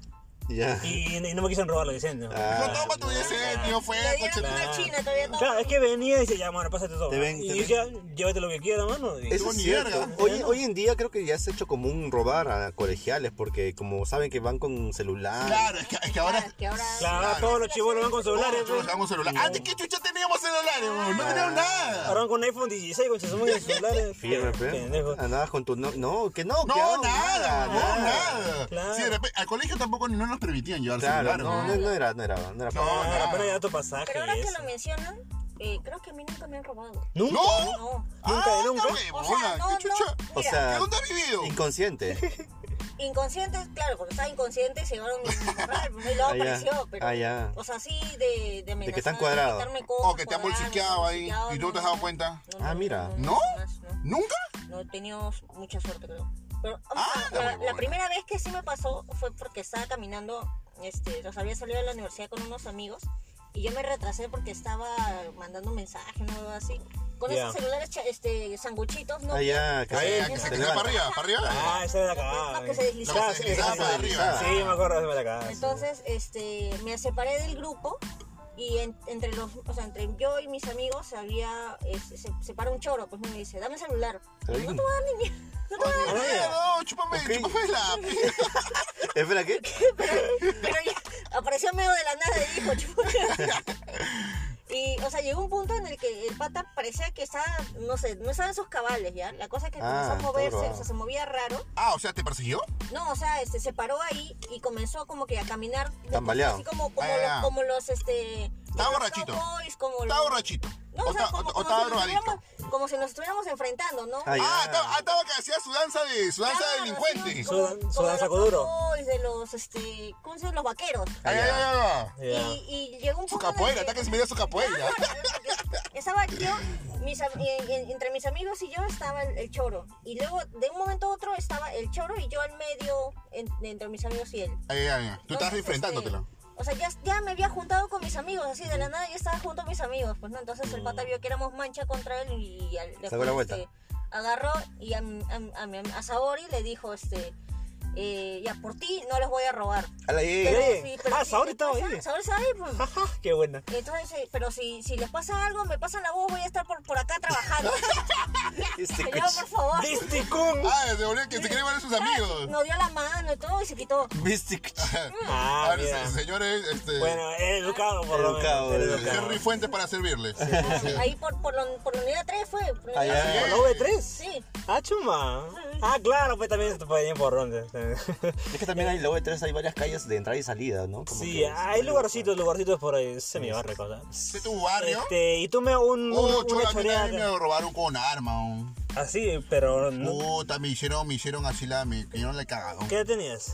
[SPEAKER 4] Ya.
[SPEAKER 3] Y, y no me quisieron robar los 10 céntimos.
[SPEAKER 4] Ah,
[SPEAKER 1] No, toma tu ese, tío, fue,
[SPEAKER 2] Le
[SPEAKER 1] coche.
[SPEAKER 2] dieron una china, todavía no.
[SPEAKER 3] Claro, es que venía y dice, ya, mano, pásate todo.
[SPEAKER 4] Te ven-
[SPEAKER 3] y
[SPEAKER 4] te
[SPEAKER 3] yo decía, llévate lo que quieras, mano. Y-
[SPEAKER 4] Eso
[SPEAKER 1] Tengo
[SPEAKER 4] es
[SPEAKER 1] ni
[SPEAKER 4] cierto.
[SPEAKER 1] verga.
[SPEAKER 4] Hoy, hoy en día creo que ya se ha hecho común robar a colegiales porque como saben que van con celular.
[SPEAKER 1] Claro, es que, es que ahora.
[SPEAKER 2] Ah, que ahora.
[SPEAKER 3] Claro, todos los chivolos van con celulares.
[SPEAKER 1] Nosotros
[SPEAKER 3] pues.
[SPEAKER 1] dejamos celular. Antes, ¿qué chucha teníamos celulares, weón? No teníamos nada.
[SPEAKER 3] Ahora van con iPhone 16, con Samsung y celulares.
[SPEAKER 4] Firme, pe.
[SPEAKER 3] Pendejo.
[SPEAKER 4] Andabas con tu. No, no, que no. que
[SPEAKER 1] No, nada, no,
[SPEAKER 3] Claro.
[SPEAKER 1] nada. Sí, de repente, al colegio tampoco no nos permitían llevar
[SPEAKER 4] Claro,
[SPEAKER 1] celular,
[SPEAKER 4] no,
[SPEAKER 1] weón.
[SPEAKER 4] no, no era, no era, no era
[SPEAKER 1] No,
[SPEAKER 4] para-
[SPEAKER 3] Claro,
[SPEAKER 1] nada.
[SPEAKER 3] apenas Ah, ya tu pasaje.
[SPEAKER 2] Pero ahora
[SPEAKER 3] y
[SPEAKER 2] que
[SPEAKER 3] eso.
[SPEAKER 2] lo mencionan, eh, creo que a mí nunca me han robado.
[SPEAKER 3] Nunca.
[SPEAKER 1] ¡No!
[SPEAKER 2] No.
[SPEAKER 1] Ah,
[SPEAKER 3] nunca. Ah.
[SPEAKER 1] no,
[SPEAKER 2] O sea,
[SPEAKER 1] huevona,
[SPEAKER 2] no,
[SPEAKER 1] ¿Qué chucha?
[SPEAKER 2] no.
[SPEAKER 4] O
[SPEAKER 2] Mira,
[SPEAKER 4] sea,
[SPEAKER 1] ¿Qué dónde has vivido?
[SPEAKER 4] Inconsciente.
[SPEAKER 2] Inconscientes, claro, porque estaba inconsciente, se llevaron mi
[SPEAKER 4] (laughs)
[SPEAKER 2] morral, no y luego
[SPEAKER 4] Ah, ya.
[SPEAKER 2] apareció, pero.
[SPEAKER 4] Ah, ya.
[SPEAKER 2] O sea, sí, de, de amenazar,
[SPEAKER 4] están cuadrados.
[SPEAKER 2] quitarme cosas,
[SPEAKER 1] O Oh, que te han
[SPEAKER 2] cuadrados,
[SPEAKER 1] bolsiqueado ahí y tú no te has dado cuenta.
[SPEAKER 4] Ah, mira.
[SPEAKER 1] ¿No?
[SPEAKER 2] más, no.
[SPEAKER 1] ¿Nunca?
[SPEAKER 2] No he tenido mucha suerte, creo. Pero, o
[SPEAKER 1] Ah,
[SPEAKER 2] sea,
[SPEAKER 1] la
[SPEAKER 2] la, la
[SPEAKER 1] huevona.
[SPEAKER 2] primera vez que sí me pasó fue porque estaba caminando, este, nos había salido de la universidad con unos amigos y yo me retrasé porque estaba mandando un mensaje, no así. Con
[SPEAKER 3] Ya.
[SPEAKER 2] esos celulares, cha- este, sanguchitos, ¿no?
[SPEAKER 4] Ah, ya, que
[SPEAKER 1] Ah,
[SPEAKER 4] se-
[SPEAKER 1] ya,
[SPEAKER 4] que
[SPEAKER 1] que
[SPEAKER 4] se
[SPEAKER 1] se
[SPEAKER 4] levanta.
[SPEAKER 1] queda para arriba, para arriba.
[SPEAKER 3] Ah, esa era la
[SPEAKER 2] La
[SPEAKER 3] cagada.
[SPEAKER 2] que se deslizaba.
[SPEAKER 3] Claro, sí,
[SPEAKER 1] La que se deslizaba
[SPEAKER 3] sí,
[SPEAKER 1] para
[SPEAKER 3] sí,
[SPEAKER 1] arriba. Ah,
[SPEAKER 3] Sí, me acuerdo, esa era la cagada. sí.
[SPEAKER 2] Entonces, este, me separé del grupo y en- entre los, o sea, entre yo y mis amigos había, eh, se, se- se para un choro, pues me dice, dame el celular. No te
[SPEAKER 4] Ay.
[SPEAKER 2] voy a dar ni mierda, (laughs) no te voy a dar
[SPEAKER 1] Ay, no, chúpame,
[SPEAKER 4] Ok.
[SPEAKER 1] chúpame la.
[SPEAKER 3] (laughs)
[SPEAKER 4] Espera, ¿qué?
[SPEAKER 2] Pero ya apareció medio de la nada y dijo, "Chuta". (laughs) Y, o sea, llegó un punto en el que el pata parecía que estaba, no sé, no estaba en sus cabales, ¿ya? La cosa es que
[SPEAKER 4] Ah,
[SPEAKER 2] comenzó a moverse,
[SPEAKER 4] todo.
[SPEAKER 2] o sea, se movía raro.
[SPEAKER 1] Ah, o sea, ¿te persiguió?
[SPEAKER 2] No, o sea, este, se paró ahí y comenzó como que a caminar. de-
[SPEAKER 4] Tambaleado.
[SPEAKER 2] Así como, como,
[SPEAKER 1] Ah, ya.
[SPEAKER 2] los, como los, este...
[SPEAKER 1] Estaba
[SPEAKER 2] los
[SPEAKER 1] borrachito.
[SPEAKER 2] cowboys, como
[SPEAKER 1] Estaba
[SPEAKER 2] los-
[SPEAKER 1] borrachito.
[SPEAKER 2] No,
[SPEAKER 1] o
[SPEAKER 2] o sea,
[SPEAKER 1] ta-
[SPEAKER 2] como,
[SPEAKER 1] o- o
[SPEAKER 2] como
[SPEAKER 1] estaba
[SPEAKER 2] si nos
[SPEAKER 1] drogadicto.
[SPEAKER 2] estuviéramos- como si nos estuviéramos enfrentando, ¿no?
[SPEAKER 4] Ah,
[SPEAKER 1] Ah,
[SPEAKER 4] ya.
[SPEAKER 1] estaba, estaba que hacía su danza de su danza de
[SPEAKER 2] Claro,
[SPEAKER 1] delincuente.
[SPEAKER 2] así, como-
[SPEAKER 3] Su-
[SPEAKER 2] como
[SPEAKER 3] su
[SPEAKER 2] los
[SPEAKER 3] danza Kuduro.
[SPEAKER 2] cowboys, de los, este, ¿cómo se llama? Los vaqueros.
[SPEAKER 4] Ah,
[SPEAKER 1] Ay, ay, ay, ay, ay.
[SPEAKER 3] Ya.
[SPEAKER 2] Y, y llegó un
[SPEAKER 1] Su
[SPEAKER 2] punto en el
[SPEAKER 1] capoeira,
[SPEAKER 2] que-
[SPEAKER 1] ataque se media su capoeira.
[SPEAKER 2] Estaba yo, mis am- en- en- entre mis amigos y yo estaba el, el choro. Y luego, de un momento a otro, estaba el choro y yo al medio, en- entre mis amigos y él.
[SPEAKER 1] (laughs) Ay, ay, ay. Tú
[SPEAKER 2] Entonces,
[SPEAKER 1] estás enfrentándotelo.
[SPEAKER 2] este, O sea, ya, ya me había juntado con mis amigos, así de la nada ya estaba junto a mis amigos. Pues no, entonces el
[SPEAKER 3] Mm.
[SPEAKER 2] pata vio que éramos mancha contra él y, y al-
[SPEAKER 4] la
[SPEAKER 2] después,
[SPEAKER 4] vuelta.
[SPEAKER 2] este, agarró y a, mi- a, mi- a, mi- a Saori le dijo, este, eh, ya por ti no les voy a robar.
[SPEAKER 4] A la
[SPEAKER 3] Pero-
[SPEAKER 4] eh,
[SPEAKER 3] Oye, ah,
[SPEAKER 2] si
[SPEAKER 3] Saori
[SPEAKER 2] les
[SPEAKER 3] estaba
[SPEAKER 2] pasa-
[SPEAKER 3] ahí.
[SPEAKER 2] Saori estaba ahí, pues.
[SPEAKER 3] Jaja, (laughs) qué buena.
[SPEAKER 2] Entonces, eh, pero si, si les pasa algo, me pasan la voz, voy a estar por, por acá trabajando.
[SPEAKER 4] este
[SPEAKER 2] Señor, por favor.
[SPEAKER 3] Disney Kun.
[SPEAKER 1] Ah, se volvió que se quiere ver a sus amigos.
[SPEAKER 2] Nos dio la mano y todo y se quitó.
[SPEAKER 4] Viste,
[SPEAKER 3] Ah,
[SPEAKER 1] Ahora,
[SPEAKER 3] mira.
[SPEAKER 1] señores, este,
[SPEAKER 3] Bueno, eres educado por lo
[SPEAKER 4] Educado,
[SPEAKER 3] menos. eres
[SPEAKER 4] educado.
[SPEAKER 1] Henry Fuentes para
[SPEAKER 3] (laughs)
[SPEAKER 1] servirle.
[SPEAKER 3] Este,
[SPEAKER 2] Ahí por, por, la- por la unidad 3 fue. por la
[SPEAKER 4] Ahí,
[SPEAKER 2] unidad
[SPEAKER 4] ahí.
[SPEAKER 2] tres.
[SPEAKER 3] ¿Por la V3?
[SPEAKER 2] Sí.
[SPEAKER 3] Ah, chuma. Ah, claro, pues también se te puede ir por donde.
[SPEAKER 4] Es que también hay luego de tres, hay varias calles de entrada y salida, ¿no? Como
[SPEAKER 3] Sí, ah,
[SPEAKER 4] que-
[SPEAKER 3] hay lugarcitos, lugarcitos por ahí. Se me va a recordar.
[SPEAKER 1] ¿De tu barrio?
[SPEAKER 3] Este, y tú me un, un,
[SPEAKER 1] Oh,
[SPEAKER 3] una
[SPEAKER 1] chula, a mí
[SPEAKER 3] choreada
[SPEAKER 1] también me robaron con arma. un.
[SPEAKER 3] así, pero no.
[SPEAKER 1] Puta, me hicieron, me hicieron así la, me dieron la cagadón.
[SPEAKER 3] ¿Qué edad tenías?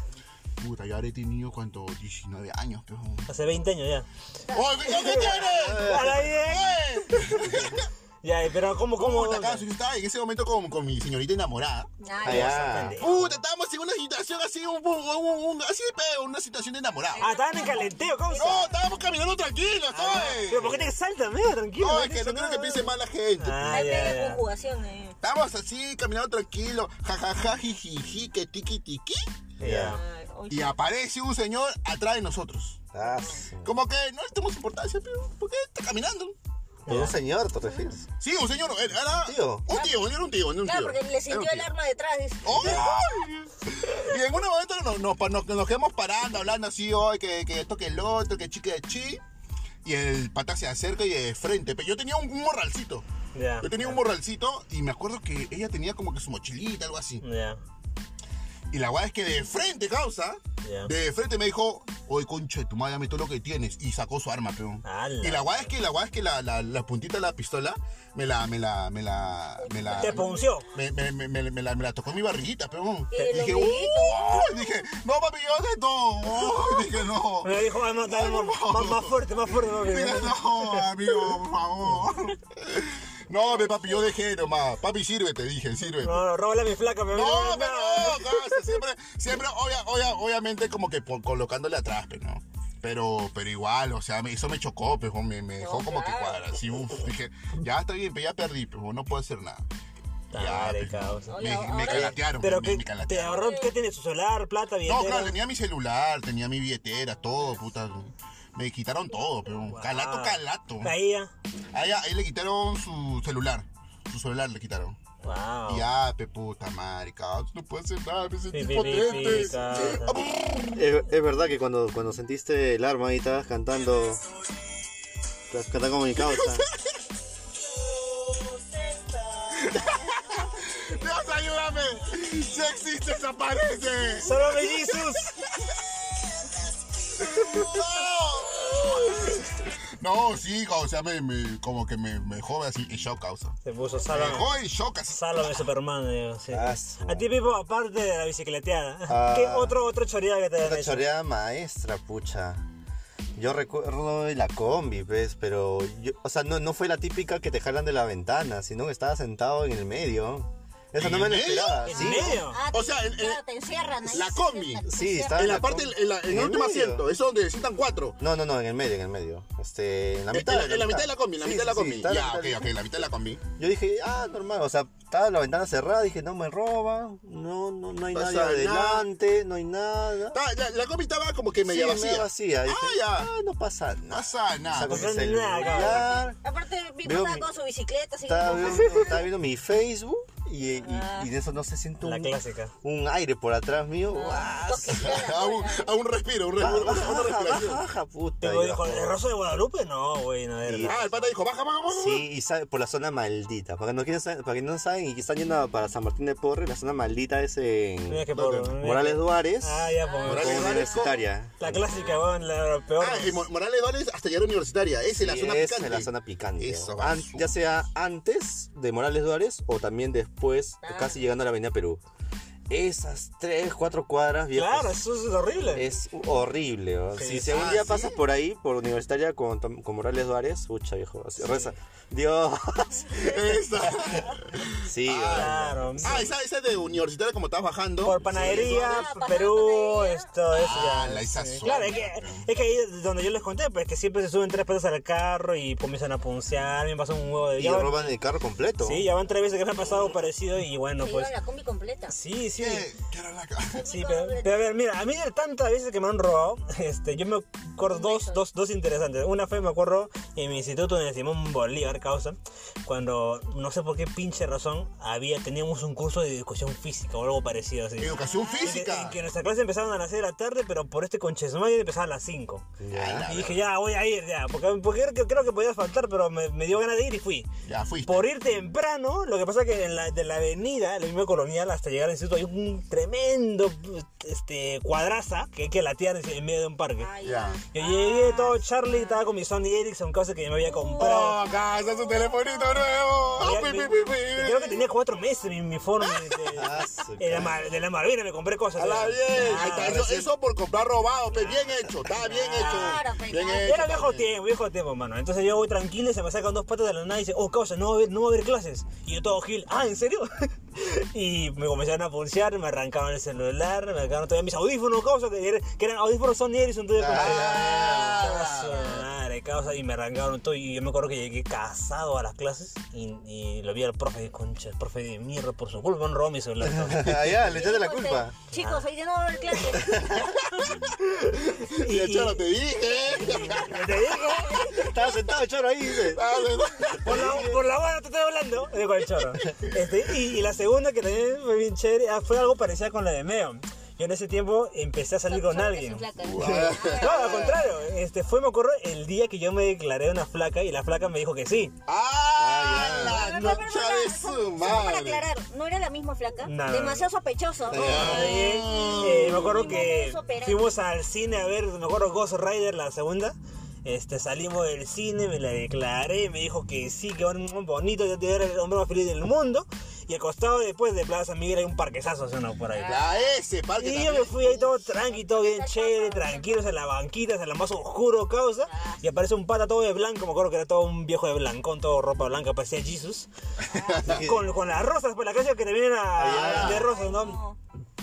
[SPEAKER 1] Puta, yo habré tenido cuánto, 19 años,
[SPEAKER 3] (laughs)
[SPEAKER 1] pero.
[SPEAKER 3] Hace 20 años ya.
[SPEAKER 1] ¡Oh, qué qué tienes!
[SPEAKER 3] A la bien. Ya, pero ¿cómo, cómo?
[SPEAKER 1] Puta, caso, yo estaba en ese momento con, con mi señorita enamorada.
[SPEAKER 2] Ay,
[SPEAKER 4] Allá.
[SPEAKER 1] Puta, estábamos en una situación así, un, un- un- un- así de pedo, una situación de enamorado.
[SPEAKER 3] Ah, estaban en calenteo, ¿cómo se-
[SPEAKER 1] No, estábamos caminando tranquilos,
[SPEAKER 3] Pero ¿por
[SPEAKER 1] ¿sabes?
[SPEAKER 3] qué te exaltas, mira? Tranquilo.
[SPEAKER 1] No,
[SPEAKER 3] te
[SPEAKER 1] es que no creo
[SPEAKER 3] dice
[SPEAKER 1] que
[SPEAKER 3] nada.
[SPEAKER 1] piense mal la gente.
[SPEAKER 3] Ah,
[SPEAKER 2] Hay
[SPEAKER 3] ya,
[SPEAKER 2] media
[SPEAKER 3] ya.
[SPEAKER 2] conjugación. eh.
[SPEAKER 1] Estábamos así, caminando tranquilos, jajaja, jijiji, que tiqui tiqui.
[SPEAKER 3] Ya.
[SPEAKER 2] Ay, oye.
[SPEAKER 1] Y aparece un señor atrás de nosotros.
[SPEAKER 4] Ah, sí.
[SPEAKER 1] Como que no le tenemos importancia, pero ¿por qué está caminando?
[SPEAKER 4] Por un señor, ¿te refieres?
[SPEAKER 1] Sí, un señor, era- era
[SPEAKER 4] Un tío.
[SPEAKER 1] Un tío, era un tío, era un tío.
[SPEAKER 2] Claro, porque
[SPEAKER 1] Era
[SPEAKER 2] le
[SPEAKER 1] un
[SPEAKER 2] sintió
[SPEAKER 1] tío.
[SPEAKER 2] el arma detrás. dice.
[SPEAKER 1] Oh, ¡Ay! Y en un momento nos, nos, pa- nos- nos quedamos parando, hablando así, hoy que, que esto, que el otro, que chique de chi. Y el pata se acerca y de frente. Pero yo tenía un, un morralcito.
[SPEAKER 3] Ya.
[SPEAKER 1] Yo tenía un morralcito y me acuerdo que ella tenía como que su mochilita, algo así.
[SPEAKER 3] Ya.
[SPEAKER 1] Y la guay es que de frente, causa,
[SPEAKER 3] Ya.
[SPEAKER 1] de frente me dijo, oye, conche, tu madre, dame todo lo que tienes. Y sacó su arma, peón.
[SPEAKER 3] ¡Hala!
[SPEAKER 1] Y la guay es que la guay es que la, la, la puntita de la pistola me la, me la, me la, me la.
[SPEAKER 3] Te punció.
[SPEAKER 1] Me, me, me, me, me la, me la tocó en mi barriguita, peón.
[SPEAKER 2] Y el
[SPEAKER 1] dije,
[SPEAKER 2] ombliguito.
[SPEAKER 1] "Uy", dije, no, papi, yo de todo. Uy, dije, no.
[SPEAKER 3] Me dijo, ah, no, dale,
[SPEAKER 1] No,
[SPEAKER 3] más,
[SPEAKER 1] no.
[SPEAKER 3] más- más fuerte, más fuerte, más
[SPEAKER 1] Dije,
[SPEAKER 3] fuerte.
[SPEAKER 1] no, amigo, por favor. (laughs) No, ve, papi, yo dejé nomás. Papi, sírvete, dije, sírvete.
[SPEAKER 3] No, no, róbale a mi flaca, pero
[SPEAKER 1] No, pero no, (laughs) casa, siempre, siempre obvia- obvia- obviamente como que por- colocándole atrás, pero no. Pero, pero igual, o sea, me- eso me chocó, pues, me, me dejó
[SPEAKER 2] No,
[SPEAKER 1] como que
[SPEAKER 2] claro.
[SPEAKER 1] cuadra. Así, uf, dije, ya está bien, pero ya perdí, pero no puedo hacer nada. Ya,
[SPEAKER 3] Dale,
[SPEAKER 1] pues,
[SPEAKER 3] causa.
[SPEAKER 2] Oye,
[SPEAKER 1] me, me
[SPEAKER 2] ahora-
[SPEAKER 1] calatearon,
[SPEAKER 3] Pero
[SPEAKER 1] me-
[SPEAKER 3] que
[SPEAKER 1] me
[SPEAKER 3] te
[SPEAKER 1] calatearon.
[SPEAKER 3] ahorró, ¿qué tiene? ¿Su celular, plata, billetera?
[SPEAKER 1] No, claro, tenía mi celular, tenía mi billetera, todo, puta. Me quitaron todo, pero calato, calato.
[SPEAKER 3] Ahí ya.
[SPEAKER 1] Ahí, ahí le quitaron su celular. Su celular le quitaron.
[SPEAKER 3] Wow.
[SPEAKER 1] Ya, ah, pe puta madre, cabrón, no puedo hacer nada, me sentí
[SPEAKER 3] Pi, pi, pi,
[SPEAKER 1] potente.
[SPEAKER 3] pi, causa.
[SPEAKER 4] Es, es verdad que cuando, cuando sentiste el arma ahí estabas cantando. Estabas cantando como mi causa.
[SPEAKER 1] (laughs) Dios, ayúdame. Si existes, aparece.
[SPEAKER 3] ¡Sálvame, Jesús!
[SPEAKER 1] No, sí, o sea, me, me- como que me, me jode así en shock, causa.
[SPEAKER 3] Se puso
[SPEAKER 1] Me
[SPEAKER 3] sálvame.
[SPEAKER 1] jode en shock, así.
[SPEAKER 3] Sálvame, Superman. digo, sí.
[SPEAKER 4] Ah, su-
[SPEAKER 3] A ti, Pipo, aparte de la bicicleteada,
[SPEAKER 4] Ah.
[SPEAKER 3] ¿qué otro, otro choreada que te han
[SPEAKER 4] Una
[SPEAKER 3] hecho?
[SPEAKER 4] choreada maestra, pucha. Yo recuerdo la combi, ¿ves? Pero, yo- o sea, no, no fue la típica que te jalan de la ventana, sino que estaba sentado en el medio. Eso
[SPEAKER 1] ¿En
[SPEAKER 4] no me
[SPEAKER 1] el
[SPEAKER 4] lo
[SPEAKER 1] medio?
[SPEAKER 4] esperaba.
[SPEAKER 3] ¿En
[SPEAKER 4] sí.
[SPEAKER 3] medio?
[SPEAKER 2] Ah,
[SPEAKER 1] O sea, el-
[SPEAKER 2] claro,
[SPEAKER 1] el-
[SPEAKER 2] te encierran. ahí
[SPEAKER 1] la
[SPEAKER 2] te
[SPEAKER 1] combi.
[SPEAKER 2] encierran, te
[SPEAKER 4] Sí,
[SPEAKER 2] encierran.
[SPEAKER 4] está-
[SPEAKER 1] En la parte, en, la- en el último
[SPEAKER 4] medio.
[SPEAKER 1] asiento, es donde se sientan cuatro.
[SPEAKER 4] No, no, no, en el medio, en el medio. Este, en la
[SPEAKER 1] En
[SPEAKER 4] mitad.
[SPEAKER 1] la, Eh, en la mitad de la combi, en la
[SPEAKER 4] Sí,
[SPEAKER 1] mitad de la
[SPEAKER 4] sí, sí,
[SPEAKER 1] combi.
[SPEAKER 4] estaba en la
[SPEAKER 1] ya, ok,
[SPEAKER 4] mitad.
[SPEAKER 1] ok, la mitad de la combi.
[SPEAKER 4] Yo dije, ah, normal, o sea, estaba la ventana cerrada, dije, no me roba, no, no, no hay
[SPEAKER 1] Pasa
[SPEAKER 4] nadie
[SPEAKER 1] nada.
[SPEAKER 4] adelante, no hay nada.
[SPEAKER 1] Ta- La, la combi estaba como que media
[SPEAKER 4] Sí,
[SPEAKER 1] vacía.
[SPEAKER 4] medio vacía. Dije,
[SPEAKER 1] Ah, ya.
[SPEAKER 4] "Ah, no pasa nada.
[SPEAKER 1] Pasa nada.
[SPEAKER 4] Saco mi
[SPEAKER 3] pasa nada,
[SPEAKER 4] celular,
[SPEAKER 2] Aparte, Pipo
[SPEAKER 4] Veo
[SPEAKER 2] estaba
[SPEAKER 4] mi-
[SPEAKER 2] con su bicicleta, así (laughs)
[SPEAKER 4] estaba
[SPEAKER 2] como-
[SPEAKER 4] viendo, estaba viendo mi Facebook y, y, y de eso no se siente
[SPEAKER 3] La
[SPEAKER 4] un,
[SPEAKER 3] clásica.
[SPEAKER 4] un aire por atrás mío. Guau,
[SPEAKER 1] (laughs) a, un, a un respiro, un respiro, una, una
[SPEAKER 4] baja, baja,
[SPEAKER 1] respiración.
[SPEAKER 4] baja, puta.
[SPEAKER 3] Pipo
[SPEAKER 4] Y
[SPEAKER 3] dijo,
[SPEAKER 4] bajó.
[SPEAKER 3] ¿el Rosa de Guadalupe? No, güey, no
[SPEAKER 4] Y-
[SPEAKER 3] era.
[SPEAKER 1] Ah, el pata dijo, baja, baja, baja.
[SPEAKER 4] Sí, y sale por la zona maldita. Para que no, quieran saber- para que no saben y que están yendo para San Martín de Porres, la zona maldita es en
[SPEAKER 3] Mira que por...
[SPEAKER 4] Morales Duárez.
[SPEAKER 3] Ah, ya, por...
[SPEAKER 1] Morales
[SPEAKER 4] como
[SPEAKER 1] Duárez.
[SPEAKER 4] universitaria.
[SPEAKER 3] La clásica, weón, la la peor.
[SPEAKER 1] Ah, y
[SPEAKER 4] pues.
[SPEAKER 1] Mo- Morales Vales hasta llegar a universitaria. Esa es la
[SPEAKER 4] Sí,
[SPEAKER 1] zona
[SPEAKER 4] es
[SPEAKER 1] picante.
[SPEAKER 4] en la zona picante.
[SPEAKER 1] Eso,
[SPEAKER 4] An-
[SPEAKER 1] basura.
[SPEAKER 4] ya sea antes de Morales Duárez o también después,
[SPEAKER 2] Ah.
[SPEAKER 4] casi llegando a la Avenida Perú. esas tres, cuatro cuadras, viejo,
[SPEAKER 3] Claro, eso es horrible.
[SPEAKER 4] es horrible. ¿no?
[SPEAKER 3] Sí.
[SPEAKER 4] Si, si algún
[SPEAKER 1] Ah,
[SPEAKER 4] día
[SPEAKER 1] ¿sí?
[SPEAKER 4] pasas por ahí, por Universitaria con, Tom- con Morales Duárez, ucha, viejo, así, reza. Dios.
[SPEAKER 1] (laughs)
[SPEAKER 4] (laughs)
[SPEAKER 3] (laughs)
[SPEAKER 1] Esa.
[SPEAKER 4] Sí,
[SPEAKER 3] Claro.
[SPEAKER 1] Ah, esa, esa de universitaria como estás bajando.
[SPEAKER 3] Por panadería,
[SPEAKER 2] Ah,
[SPEAKER 3] Perú,
[SPEAKER 2] panadería.
[SPEAKER 3] esto, eso
[SPEAKER 1] Ah,
[SPEAKER 3] ya.
[SPEAKER 1] la esa
[SPEAKER 3] Sí.
[SPEAKER 1] sola.
[SPEAKER 3] Claro, es que, es que ahí es donde yo les conté, pues que siempre se suben tres personas al carro y comienzan a puncear, me pasa un huevo de
[SPEAKER 4] y
[SPEAKER 3] ya van-
[SPEAKER 4] roban el carro completo.
[SPEAKER 3] Sí, ya van tres veces que me ha pasado algo parecido y bueno,
[SPEAKER 2] Se
[SPEAKER 3] pues.
[SPEAKER 2] llevan la combi completa.
[SPEAKER 3] Sí, sí.
[SPEAKER 1] ¿Qué? Eh, ¿Qué era la ca- (laughs)
[SPEAKER 3] Sí, pero, pero a ver, mira, a mí de tantas veces que me han robado, (laughs) este, yo me acuerdo dos, dos, dos interesantes. Una fue, me acuerdo, en mi instituto de Simón Bolívar, causa, cuando, no sé por qué pinche razón, había, teníamos un curso de educación física o algo parecido así.
[SPEAKER 1] Educación
[SPEAKER 3] En
[SPEAKER 1] física.
[SPEAKER 3] que nuestra clase empezaban a las 6 de la tarde, pero por este conchesmayo empezaba a las 5.
[SPEAKER 4] Ya.
[SPEAKER 3] Y dije, ya, voy a ir, ya, porque, porque creo, que- creo que podía faltar, pero me, me dio ganas de ir y fui.
[SPEAKER 1] Ya fuiste.
[SPEAKER 3] Por ir temprano, lo que pasa que en la, de la avenida, en la misma colonial, hasta llegar al instituto, hay un tremendo este, cuadraza que hay que latear en en medio de un parque.
[SPEAKER 2] Ay, ah,
[SPEAKER 1] Ya.
[SPEAKER 3] Yo llegué todo Charlie, estaba con mi Sony Ericsson, cosa que me había comprado.
[SPEAKER 1] Oh, acá está su telefonito nuevo.
[SPEAKER 3] Había-
[SPEAKER 1] Ah, pi,
[SPEAKER 3] me-
[SPEAKER 1] pi, pi, pi.
[SPEAKER 3] creo que tenía cuatro meses mi uniforme
[SPEAKER 1] (laughs)
[SPEAKER 3] de,
[SPEAKER 4] Ah, su
[SPEAKER 3] de la,
[SPEAKER 4] cara.
[SPEAKER 3] Mar- de la Malvina, me compré cosas.
[SPEAKER 1] A la bien.
[SPEAKER 3] Ah,
[SPEAKER 1] Ahí está, eso,
[SPEAKER 3] recién-
[SPEAKER 1] eso por comprar robado. Pues bien hecho. Está bien
[SPEAKER 2] Claro,
[SPEAKER 1] hecho.
[SPEAKER 2] pues,
[SPEAKER 1] Bien
[SPEAKER 2] claro.
[SPEAKER 1] hecho.
[SPEAKER 3] Era viejo
[SPEAKER 1] también.
[SPEAKER 3] tiempo, viejo tiempo, mano. Entonces yo voy tranquilo y se me sacan dos patas de la nada y dice, oh, causa, no va a haber, no va a haber clases. Y yo todo gil, ah, ¿en serio? (laughs) y me comenzaron a pulsear, me arrancaban el celular, me arrancaban todavía mis audífonos, causa, que, er- que eran audífonos Sony Ericsson, todavía con
[SPEAKER 1] Ah.
[SPEAKER 3] Causa, madre, causa, y me arrancaron todo. Y yo me acuerdo que llegué casado a las clases y, y lo vi al profe de concha, el profe de mierda, por su culpa, me han robado mi celular. causa.
[SPEAKER 4] (laughs) Ah, ya, le echaste la
[SPEAKER 2] Chicos,
[SPEAKER 4] culpa.
[SPEAKER 2] eh, Chicos, hoy de nuevo el clase.
[SPEAKER 1] Y el
[SPEAKER 3] (laughs)
[SPEAKER 1] cholo te dije.
[SPEAKER 3] Te dije,
[SPEAKER 4] Estaba sentado, choro, ahí, dice.
[SPEAKER 1] Ah,
[SPEAKER 3] Por la, por la buena te estoy hablando. De cual choro. Este, y, y la segunda que también fue bien chévere, ah, fue algo parecido con la de Meo. Yo en ese tiempo empecé a salir con alguien. (laughs)
[SPEAKER 2] Ah,
[SPEAKER 3] No, al contrario. Este, fue, me acuerdo, el día que yo me declaré una flaca y la flaca me dijo que sí.
[SPEAKER 1] ¡Ah!
[SPEAKER 2] No, no,
[SPEAKER 1] La
[SPEAKER 2] no,
[SPEAKER 1] noche de su
[SPEAKER 2] Para
[SPEAKER 1] madre.
[SPEAKER 2] aclarar, no era la misma flaca.
[SPEAKER 3] No, no,
[SPEAKER 2] Demasiado sospechoso.
[SPEAKER 3] Ahí, eh, me acuerdo que
[SPEAKER 2] Modus operandi.
[SPEAKER 3] fuimos al cine a ver, me acuerdo Ghost Rider, la segunda. Este, salimos del cine, me la declaré, me dijo que sí, que bon- bonito, yo te era el hombre más feliz del mundo. Y al costado después de Plaza Miguel hay un parquezazo, ¿sí o no? Por ahí.
[SPEAKER 1] La S, parque
[SPEAKER 3] Y yo
[SPEAKER 1] también.
[SPEAKER 3] me fui ahí todo tranqui, todo bien chévere, tranquilos en la banquita, en la más oscuro causa. Y aparece un pata todo de blanco, me acuerdo que era todo un viejo de blancón, todo ropa blanca, parecía Jesus. Con, con las rosas, pues la casa que te vienen a, a vender rosas, ¿no?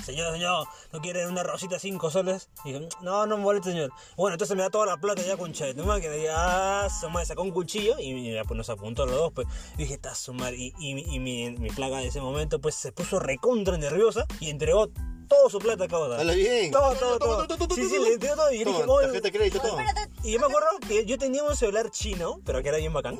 [SPEAKER 3] Señor, señor, ¿no quiere una rosita cinco soles? Y dije, no, no me moleste, señor. Bueno, entonces me da toda la plata ya con chévere. que le dije, ah, su madre, sacó un cuchillo y mira, pues, nos apuntó a los dos. Pues Y dije, está su madre. Y, y- y mi, mi plaga de ese momento, pues se puso recontra nerviosa y entregó toda su plata a causa.
[SPEAKER 4] Dale bien.
[SPEAKER 3] Todo, todo, todo. Sí, sí, le entregó todo. Y yo dije,
[SPEAKER 4] Toma,
[SPEAKER 3] "Oye".
[SPEAKER 4] tarjeta de crédito, todo.
[SPEAKER 3] Y yo me acuerdo que yo tenía un celular chino, pero que era bien bacán.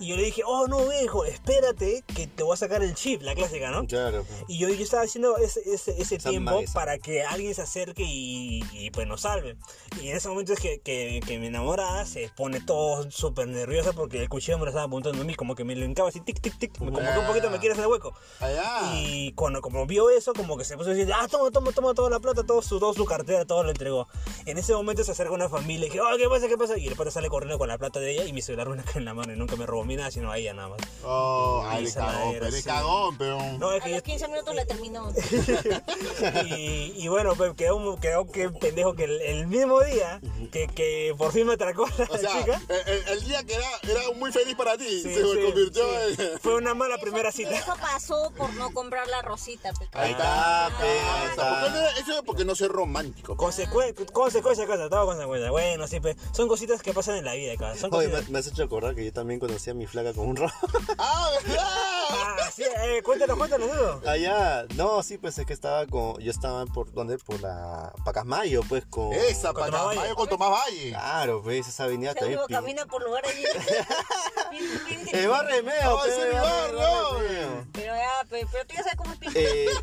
[SPEAKER 3] Y yo le dije, oh, no, viejo, espérate que te voy a sacar el chip, la clásica, ¿no?
[SPEAKER 4] Claro.
[SPEAKER 3] Y yo, yo estaba haciendo ese, ese, ese
[SPEAKER 4] Esa
[SPEAKER 3] tiempo
[SPEAKER 4] madre, esa.
[SPEAKER 3] para que alguien se acerque y, y, pues nos salve. Y en ese momento es que, que, que mi enamorada se pone todo súper nerviosa porque el cuchillo me lo estaba apuntando a mí, como que me lo hincaba así, tic, tic, tic, como que un
[SPEAKER 4] Ah.
[SPEAKER 3] poquito me quiere hacer hueco.
[SPEAKER 1] Allá.
[SPEAKER 3] Y cuando como vio eso, como que se puso a decir, ah, toma, toma, toma toda la plata, todo su, toda su cartera, todo lo entregó. En ese momento se acerca una familia y dije, oh, ¿qué pasa? ¿Qué pasa? Y el padre sale corriendo con la plata de ella y mi celular una en la mano y nunca me (laughs) robó ni nada, sino a ella nada más.
[SPEAKER 1] Oh, ay, le
[SPEAKER 3] Esa madera,
[SPEAKER 1] cagón, pero le
[SPEAKER 3] sí.
[SPEAKER 1] cagón, pero.
[SPEAKER 3] No, es
[SPEAKER 2] A
[SPEAKER 3] que yo-
[SPEAKER 2] los 15 minutos la terminó.
[SPEAKER 3] (laughs) y, y bueno, pues quedó, un- quedó que pendejo que el, el mismo día que, que por fin me atracó la
[SPEAKER 1] O sea,
[SPEAKER 3] chica.
[SPEAKER 1] el, el- el día que era, era muy feliz para ti, se
[SPEAKER 3] sí, sí,
[SPEAKER 1] convirtió
[SPEAKER 3] sí.
[SPEAKER 1] en.
[SPEAKER 3] Fue una mala primera cita.
[SPEAKER 2] Eso pasó por no comprar la rosita. pues, pe.
[SPEAKER 1] Ahí
[SPEAKER 4] está, pe, ahí
[SPEAKER 1] O sea,
[SPEAKER 4] está.
[SPEAKER 1] ¿por qué no- eso es porque no soy romántico. pe.
[SPEAKER 3] Consecuencia, consecuencia, cosa, todo consecuencia. Bueno, sí, pues, son cositas que pasan en la vida, cabrón. Son
[SPEAKER 4] Oye, me,
[SPEAKER 3] cositas-
[SPEAKER 4] me has hecho acordar que yo también conocí a mi flaca con un rojo. (laughs)
[SPEAKER 1] ¡Ah, verdad!
[SPEAKER 3] Ah, sí, eh, cuéntanos, cuéntanos, Dudo.
[SPEAKER 4] Allá, no, sí, pues es que estaba con. Yo estaba por. ¿Dónde? Por la. Pacasmayo, pues
[SPEAKER 3] Oh,
[SPEAKER 4] con.
[SPEAKER 1] Esa,
[SPEAKER 3] Con
[SPEAKER 1] para
[SPEAKER 3] Tomás Valle.
[SPEAKER 1] Mayo con Tomás Valle.
[SPEAKER 3] Ah,
[SPEAKER 4] Claro, pues esa avenida
[SPEAKER 2] Ese
[SPEAKER 4] también.
[SPEAKER 2] huevo
[SPEAKER 4] pin-
[SPEAKER 2] camina por lugares bien- bien- bien-
[SPEAKER 4] El barrio de Meo,
[SPEAKER 1] No,
[SPEAKER 4] pues,
[SPEAKER 1] Ah, ese es mi
[SPEAKER 4] barrio,
[SPEAKER 1] barrio.
[SPEAKER 4] barrio.
[SPEAKER 2] Pero ya, pe- pero tú ya sabes cómo es pinche.
[SPEAKER 4] Eh,
[SPEAKER 2] Está
[SPEAKER 4] sí,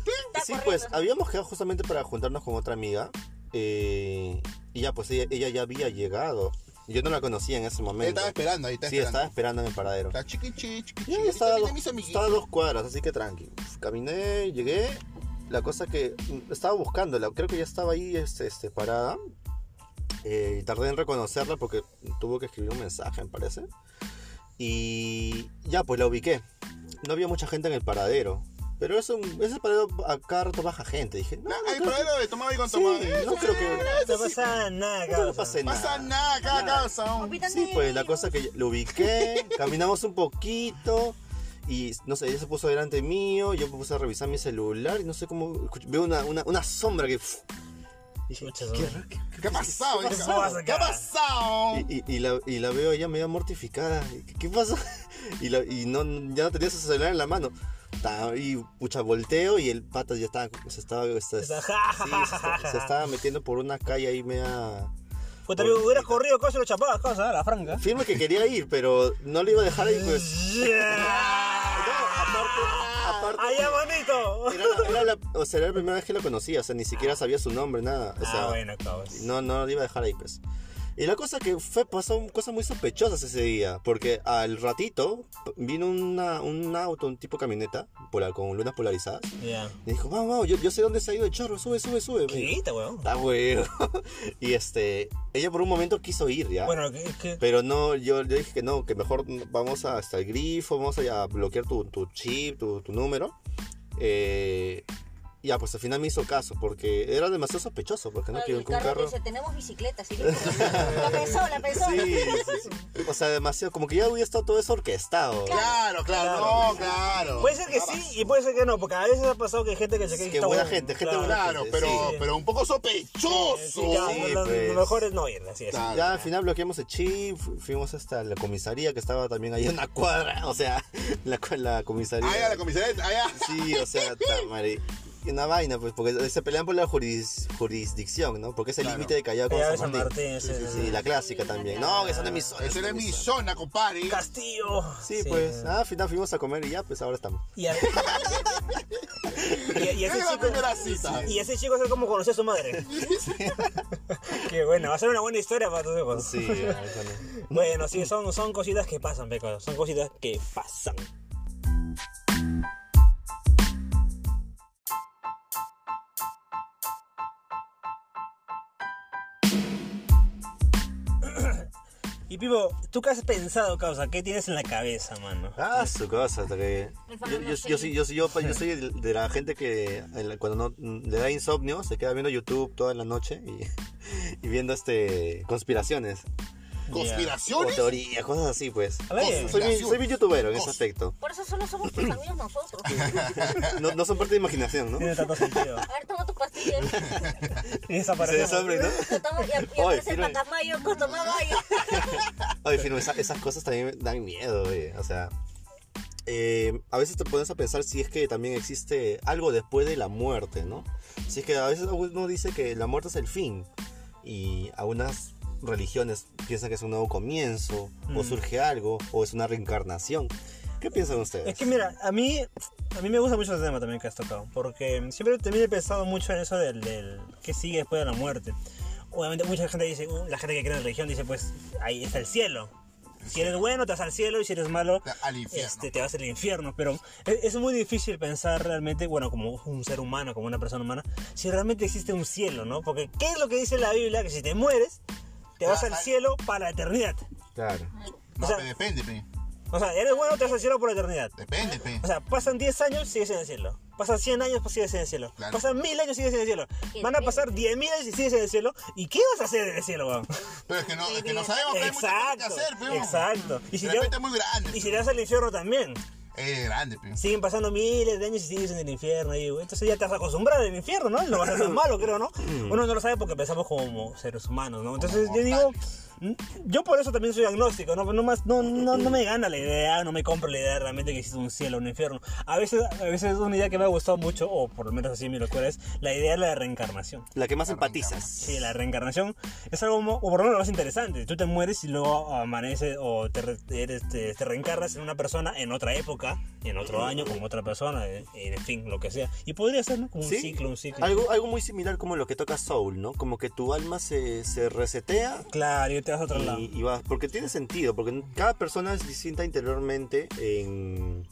[SPEAKER 2] corriendo.
[SPEAKER 4] pues habíamos quedado justamente para juntarnos con otra amiga. eh, y ya, pues ella, ella ya había llegado. Yo no la conocía en ese
[SPEAKER 1] Él
[SPEAKER 4] momento.
[SPEAKER 1] estaba esperando, ahí está
[SPEAKER 4] sí, estaba
[SPEAKER 1] esperando.
[SPEAKER 4] esperando en el paradero.
[SPEAKER 1] Está chiquichi, chiquichi.
[SPEAKER 4] Ya, ya
[SPEAKER 1] Ahí
[SPEAKER 4] estaba,
[SPEAKER 1] vienen
[SPEAKER 4] a
[SPEAKER 1] mis
[SPEAKER 4] dos-
[SPEAKER 1] amiguitos.
[SPEAKER 4] estaba a dos cuadras, así que tranqui. Pues, Caminé, llegué. La cosa que mm, estaba buscándola, creo que ya estaba ahí este, este, parada. Eh, y tardé en reconocerla porque tuvo que escribir un mensaje, me parece. Y ya, pues la ubiqué. No había mucha gente en el paradero. Pero eso, ese paradero a cada rato baja gente. Dije, no, no,
[SPEAKER 1] Hay
[SPEAKER 4] creo que-
[SPEAKER 1] problema de tomar y con
[SPEAKER 4] Sí,
[SPEAKER 1] tomar.
[SPEAKER 4] no creo que...
[SPEAKER 3] No pasa nada,
[SPEAKER 4] No
[SPEAKER 3] causa.
[SPEAKER 4] pasa nada.
[SPEAKER 1] Pasa nada, cada calzón.
[SPEAKER 4] Sí, pues la cosa que yo- lo (laughs) ubiqué, caminamos un poquito y no sé, ella se puso delante mío, yo me puse a revisar mi celular y no sé cómo, escuch- veo una, una, una sombra que... pf, Dije,
[SPEAKER 3] Mucha
[SPEAKER 4] qué
[SPEAKER 3] sombra.
[SPEAKER 4] raro, qué- qué-
[SPEAKER 1] ¿Qué ha pasado?
[SPEAKER 3] ¿Qué pasó
[SPEAKER 1] ¿Qué ha
[SPEAKER 3] acá?
[SPEAKER 1] pasado?
[SPEAKER 4] y, y- y la, y la veo ella medio mortificada. ¿Qué, qué pasó? (laughs) Y, la- y no, ya no tenía su celular en la mano. Ta- Y pucha, volteo y el pata ya estaba. Se estaba, se-
[SPEAKER 3] Está-
[SPEAKER 4] sí, se, está- se estaba metiendo por una calle ahí media.
[SPEAKER 3] Pues también hubiera corrido cosas y lo chapabas, causa, a la franca.
[SPEAKER 4] Firme que quería ir, pero no le iba a dejar ahí, (laughs) pues.
[SPEAKER 3] Yeah.
[SPEAKER 4] No, aparte, aparte,
[SPEAKER 3] (laughs) ¡Allá, bonito!
[SPEAKER 4] era, la- era la, o sea, era la primera vez que lo conocía, o sea, ni siquiera sabía su nombre, nada. O sea,
[SPEAKER 3] Ah, bueno, causa.
[SPEAKER 4] no, no lo iba a dejar ahí, pues. Y la cosa que fue, pasaron cosas muy sospechosas ese día, porque al ratito p- vino una, un auto, un tipo camioneta, polar- con lunas polarizadas,
[SPEAKER 3] Ya.
[SPEAKER 4] y dijo, vamos, vamos, yo, yo sé dónde se ha ido el chorro, sube, sube, sube. Me dijo,
[SPEAKER 3] Quita, weón.
[SPEAKER 4] Está bueno. (laughs) y este, ella por un momento quiso ir, ¿ya?
[SPEAKER 3] Bueno, que, que-
[SPEAKER 4] Pero no, yo le dije que no, que mejor vamos a- hasta el grifo, vamos a, a bloquear tu, tu chip, tu, tu número. Eh, ya, pues al final me hizo caso, porque era demasiado sospechoso, porque no
[SPEAKER 2] Ay,
[SPEAKER 4] quiero
[SPEAKER 2] el
[SPEAKER 4] que un
[SPEAKER 2] carro
[SPEAKER 4] carro...
[SPEAKER 2] dice, tenemos bicicletas. y listo. la pensó, la pensó.
[SPEAKER 4] Sí, sí, sí. O sea, demasiado, como que ya hubiera estado todo eso orquestado.
[SPEAKER 1] Claro, claro, no, claro.
[SPEAKER 3] puede ser que sí y puede ser que no, porque a veces ha pasado que hay gente que se cree que
[SPEAKER 4] Qué
[SPEAKER 3] está
[SPEAKER 4] buena
[SPEAKER 3] bueno.
[SPEAKER 4] gente, gente buena.
[SPEAKER 1] Claro, pero,
[SPEAKER 4] Sí.
[SPEAKER 1] pero un poco
[SPEAKER 3] Sí,
[SPEAKER 1] sospechoso.
[SPEAKER 3] ya,
[SPEAKER 4] Sí,
[SPEAKER 3] lo,
[SPEAKER 4] pues.
[SPEAKER 3] lo mejor es no ir, así es.
[SPEAKER 1] Claro.
[SPEAKER 4] Ya al final bloqueamos el chip, fu- fuimos hasta la comisaría, que estaba también ahí en una cuadra, o sea, (laughs) la, cu- la comisaría...
[SPEAKER 1] Allá Ah, la comisaría, allá.
[SPEAKER 4] Sí, o sea, tamari. Y una vaina, pues, porque se pelean por la juris- jurisdicción, ¿no? Porque es el
[SPEAKER 1] Claro.
[SPEAKER 4] límite de Callao con
[SPEAKER 3] Callao
[SPEAKER 4] San
[SPEAKER 3] y San
[SPEAKER 4] Martín.
[SPEAKER 3] Martín, sí, sí,
[SPEAKER 4] la clásica también. No, que son de mis
[SPEAKER 1] Esa era mi zona, compadre.
[SPEAKER 3] Castillo.
[SPEAKER 4] Sí, pues, ah, al final fuimos a comer y ya, pues ahora estamos.
[SPEAKER 3] Y, a- (laughs) y, y
[SPEAKER 1] Era
[SPEAKER 3] ese
[SPEAKER 1] la
[SPEAKER 3] chico,
[SPEAKER 1] primera cita.
[SPEAKER 3] y ese chico es como conoció a su madre. (laughs) Qué bueno, va a ser una buena historia para tus hijos.
[SPEAKER 4] Sí, eso no.
[SPEAKER 3] Bueno, sí, son, son cositas que pasan, Peco. Son cositas que pasan. Y Pipo, ¿tú qué has pensado, causa? ¿Qué tienes en la cabeza, mano?
[SPEAKER 4] Ah, su cosa, hasta que... Yo, yo, yo, soy- yo, soy- yo, yo soy de- de la gente que el- cuando no, le da insomnio se queda viendo YouTube toda la noche y, y viendo este conspiraciones. O
[SPEAKER 1] Conspiraciones.
[SPEAKER 4] teorías, cosas así, pues.
[SPEAKER 3] A ver,
[SPEAKER 4] Soy bien, soy bien youtubero en ese aspecto.
[SPEAKER 2] Por eso solo somos tus amigos nosotros.
[SPEAKER 4] (laughs) No, no son parte de imaginación, ¿no?
[SPEAKER 3] tiene tanto
[SPEAKER 4] (laughs)
[SPEAKER 3] sentido.
[SPEAKER 2] A ver, toma tu pastilla.
[SPEAKER 3] Y
[SPEAKER 4] Se
[SPEAKER 3] desapareció.
[SPEAKER 4] desabre, ¿no?
[SPEAKER 2] Te tomo- Y
[SPEAKER 4] Oye,
[SPEAKER 2] aparece
[SPEAKER 4] firme.
[SPEAKER 2] Pacamayo,
[SPEAKER 1] (laughs)
[SPEAKER 2] Cotomabayo.
[SPEAKER 4] Oye, Fino, esa- esas cosas también me dan miedo, oye. O sea, eh, a veces te pones a pensar si es que también existe algo después de la muerte, ¿no? Si es que a veces uno dice que la muerte es el fin. Y algunas religiones piensan que es un nuevo comienzo,
[SPEAKER 3] Mm.
[SPEAKER 4] o surge algo, o es una reencarnación. ¿Qué piensan
[SPEAKER 3] Es
[SPEAKER 4] ustedes?
[SPEAKER 3] que mira, a mí, a mí me gusta mucho ese tema también que has tocado, porque siempre también he pensado mucho en eso del, del que sigue después de la muerte. Obviamente mucha gente dice, uh, la gente que cree en religión dice, pues ahí está el cielo. Si eres bueno, te vas al cielo y si eres malo,
[SPEAKER 1] Al infierno.
[SPEAKER 3] este, te vas al infierno. Pero es, es muy difícil pensar realmente, bueno, como un ser humano, como una persona humana, si realmente existe un cielo, ¿no? Porque ¿qué es lo que dice la Biblia? Que si te mueres, te vas al
[SPEAKER 1] al-
[SPEAKER 3] cielo para la eternidad.
[SPEAKER 4] Claro.
[SPEAKER 1] No,
[SPEAKER 3] o sea-
[SPEAKER 1] pe, depende, pe.
[SPEAKER 3] O sea, eres bueno, te vas al cielo por la eternidad.
[SPEAKER 1] Depende, pe.
[SPEAKER 3] O sea, pasan 10 años, sigues en el cielo. Pasan 100 años, pues sigues en el cielo.
[SPEAKER 1] Claro.
[SPEAKER 3] Pasan 1000 años, sigues en el cielo.
[SPEAKER 2] Qué
[SPEAKER 3] Van a pasar 10.000 años y sigues en el cielo. ¿Y qué vas a hacer en el cielo, weón?
[SPEAKER 1] Pero es que no, es que no sabemos que hay mucho que
[SPEAKER 3] Exacto.
[SPEAKER 1] hacer, pe.
[SPEAKER 3] Exacto. Y si,
[SPEAKER 1] De
[SPEAKER 3] te,
[SPEAKER 1] repente es muy grande.
[SPEAKER 3] y si te vas al infierno también.
[SPEAKER 1] Es grande, pe.
[SPEAKER 3] Siguen pasando miles de años y sigues en el infierno. Y, güey, entonces ya te has acostumbrado al infierno, ¿no? No va a ser malo, creo, ¿no? Uno no lo sabe porque pensamos como seres humanos, ¿no? Entonces yo digo, mm, yo por eso también soy agnóstico, ¿no? No, más, no, no, no me gana la idea, no me compro la idea realmente que existe un cielo, un infierno. A veces, a veces una idea que me ha gustado mucho, o por lo menos así me lo locura, es la idea de la reencarnación.
[SPEAKER 4] La que más empatizas.
[SPEAKER 3] Sí, la reencarnación es algo, mo- o por lo menos lo más interesante. Tú te mueres y luego amaneces o te, re- eres- te- te reencarnas en una persona en otra época, en otro año, con otra persona, en, en fin, lo que sea. Y podría ser, ¿no? Como un
[SPEAKER 4] ¿Sí?
[SPEAKER 3] ciclo, un ciclo.
[SPEAKER 4] Algo, algo muy similar como lo que toca Soul, ¿no? Como que tu alma se, se resetea
[SPEAKER 3] Claro, y te vas a otro lado.
[SPEAKER 4] y, y vas, porque tiene sentido, porque cada persona es distinta interiormente, en,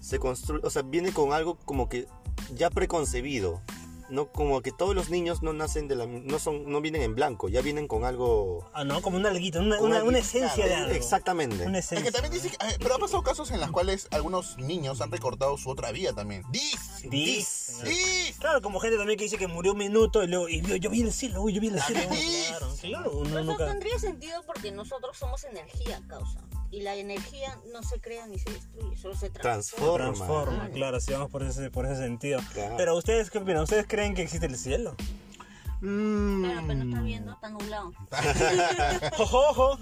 [SPEAKER 4] se construye, o sea, viene con algo como que ya preconcebido, no como que todos los niños no nacen de la no son no vienen en blanco, ya vienen con algo
[SPEAKER 3] Ah, no, como una alguita, una,
[SPEAKER 4] con
[SPEAKER 3] una-
[SPEAKER 4] algo-
[SPEAKER 3] una esencia de
[SPEAKER 4] claro,
[SPEAKER 3] algo.
[SPEAKER 4] Exactamente.
[SPEAKER 3] Una
[SPEAKER 1] Es
[SPEAKER 3] esencia.
[SPEAKER 1] que también dice que- eh, pero ha pasado casos en los cuales algunos niños han recortado su otra vida también. Dice.
[SPEAKER 3] Dice.
[SPEAKER 1] Dice.
[SPEAKER 3] Claro, como gente también que dice que murió un minuto y luego y yo, yo vi el cielo, uy, yo vi el cielo.
[SPEAKER 1] sí.
[SPEAKER 3] Claro, claro, uno
[SPEAKER 2] Pero eso
[SPEAKER 3] nunca.
[SPEAKER 2] tendría sentido porque nosotros somos energía, causa. Y la energía no se crea ni se destruye, solo se transforma.
[SPEAKER 4] Transforma.
[SPEAKER 3] Transforma, claro, si vamos por ese, por ese sentido.
[SPEAKER 4] Claro.
[SPEAKER 3] Pero ustedes, ¿qué opinan? ¿Ustedes creen que existe el cielo?
[SPEAKER 2] Claro, pero no estás viendo, está nublado.
[SPEAKER 3] ¡Ojo, ojo!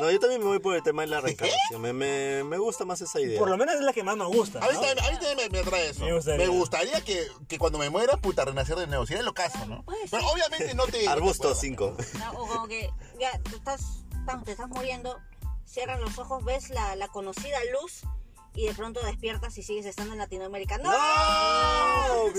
[SPEAKER 4] No, yo también me voy por el tema de la reencarnación. Me, me- me gusta más esa idea.
[SPEAKER 3] Por lo menos es la que más nos gusta.
[SPEAKER 1] A mí
[SPEAKER 3] ¿no?
[SPEAKER 1] también, a mí también me, me atrae eso.
[SPEAKER 3] Me
[SPEAKER 1] Me
[SPEAKER 3] gustaría.
[SPEAKER 1] gustaría, que, que cuando me muera, puta, renacer de nuevo. Sería lo caso, ¿no?
[SPEAKER 2] Puede
[SPEAKER 1] Pero
[SPEAKER 2] ser.
[SPEAKER 1] obviamente no te.
[SPEAKER 4] (laughs) Arbusto 5.
[SPEAKER 2] ¿no? O como que ya tú estás, tam- te estás muriendo, cierras los ojos, ves la, la conocida luz y de pronto despiertas y sigues estando en Latinoamérica. ¡No!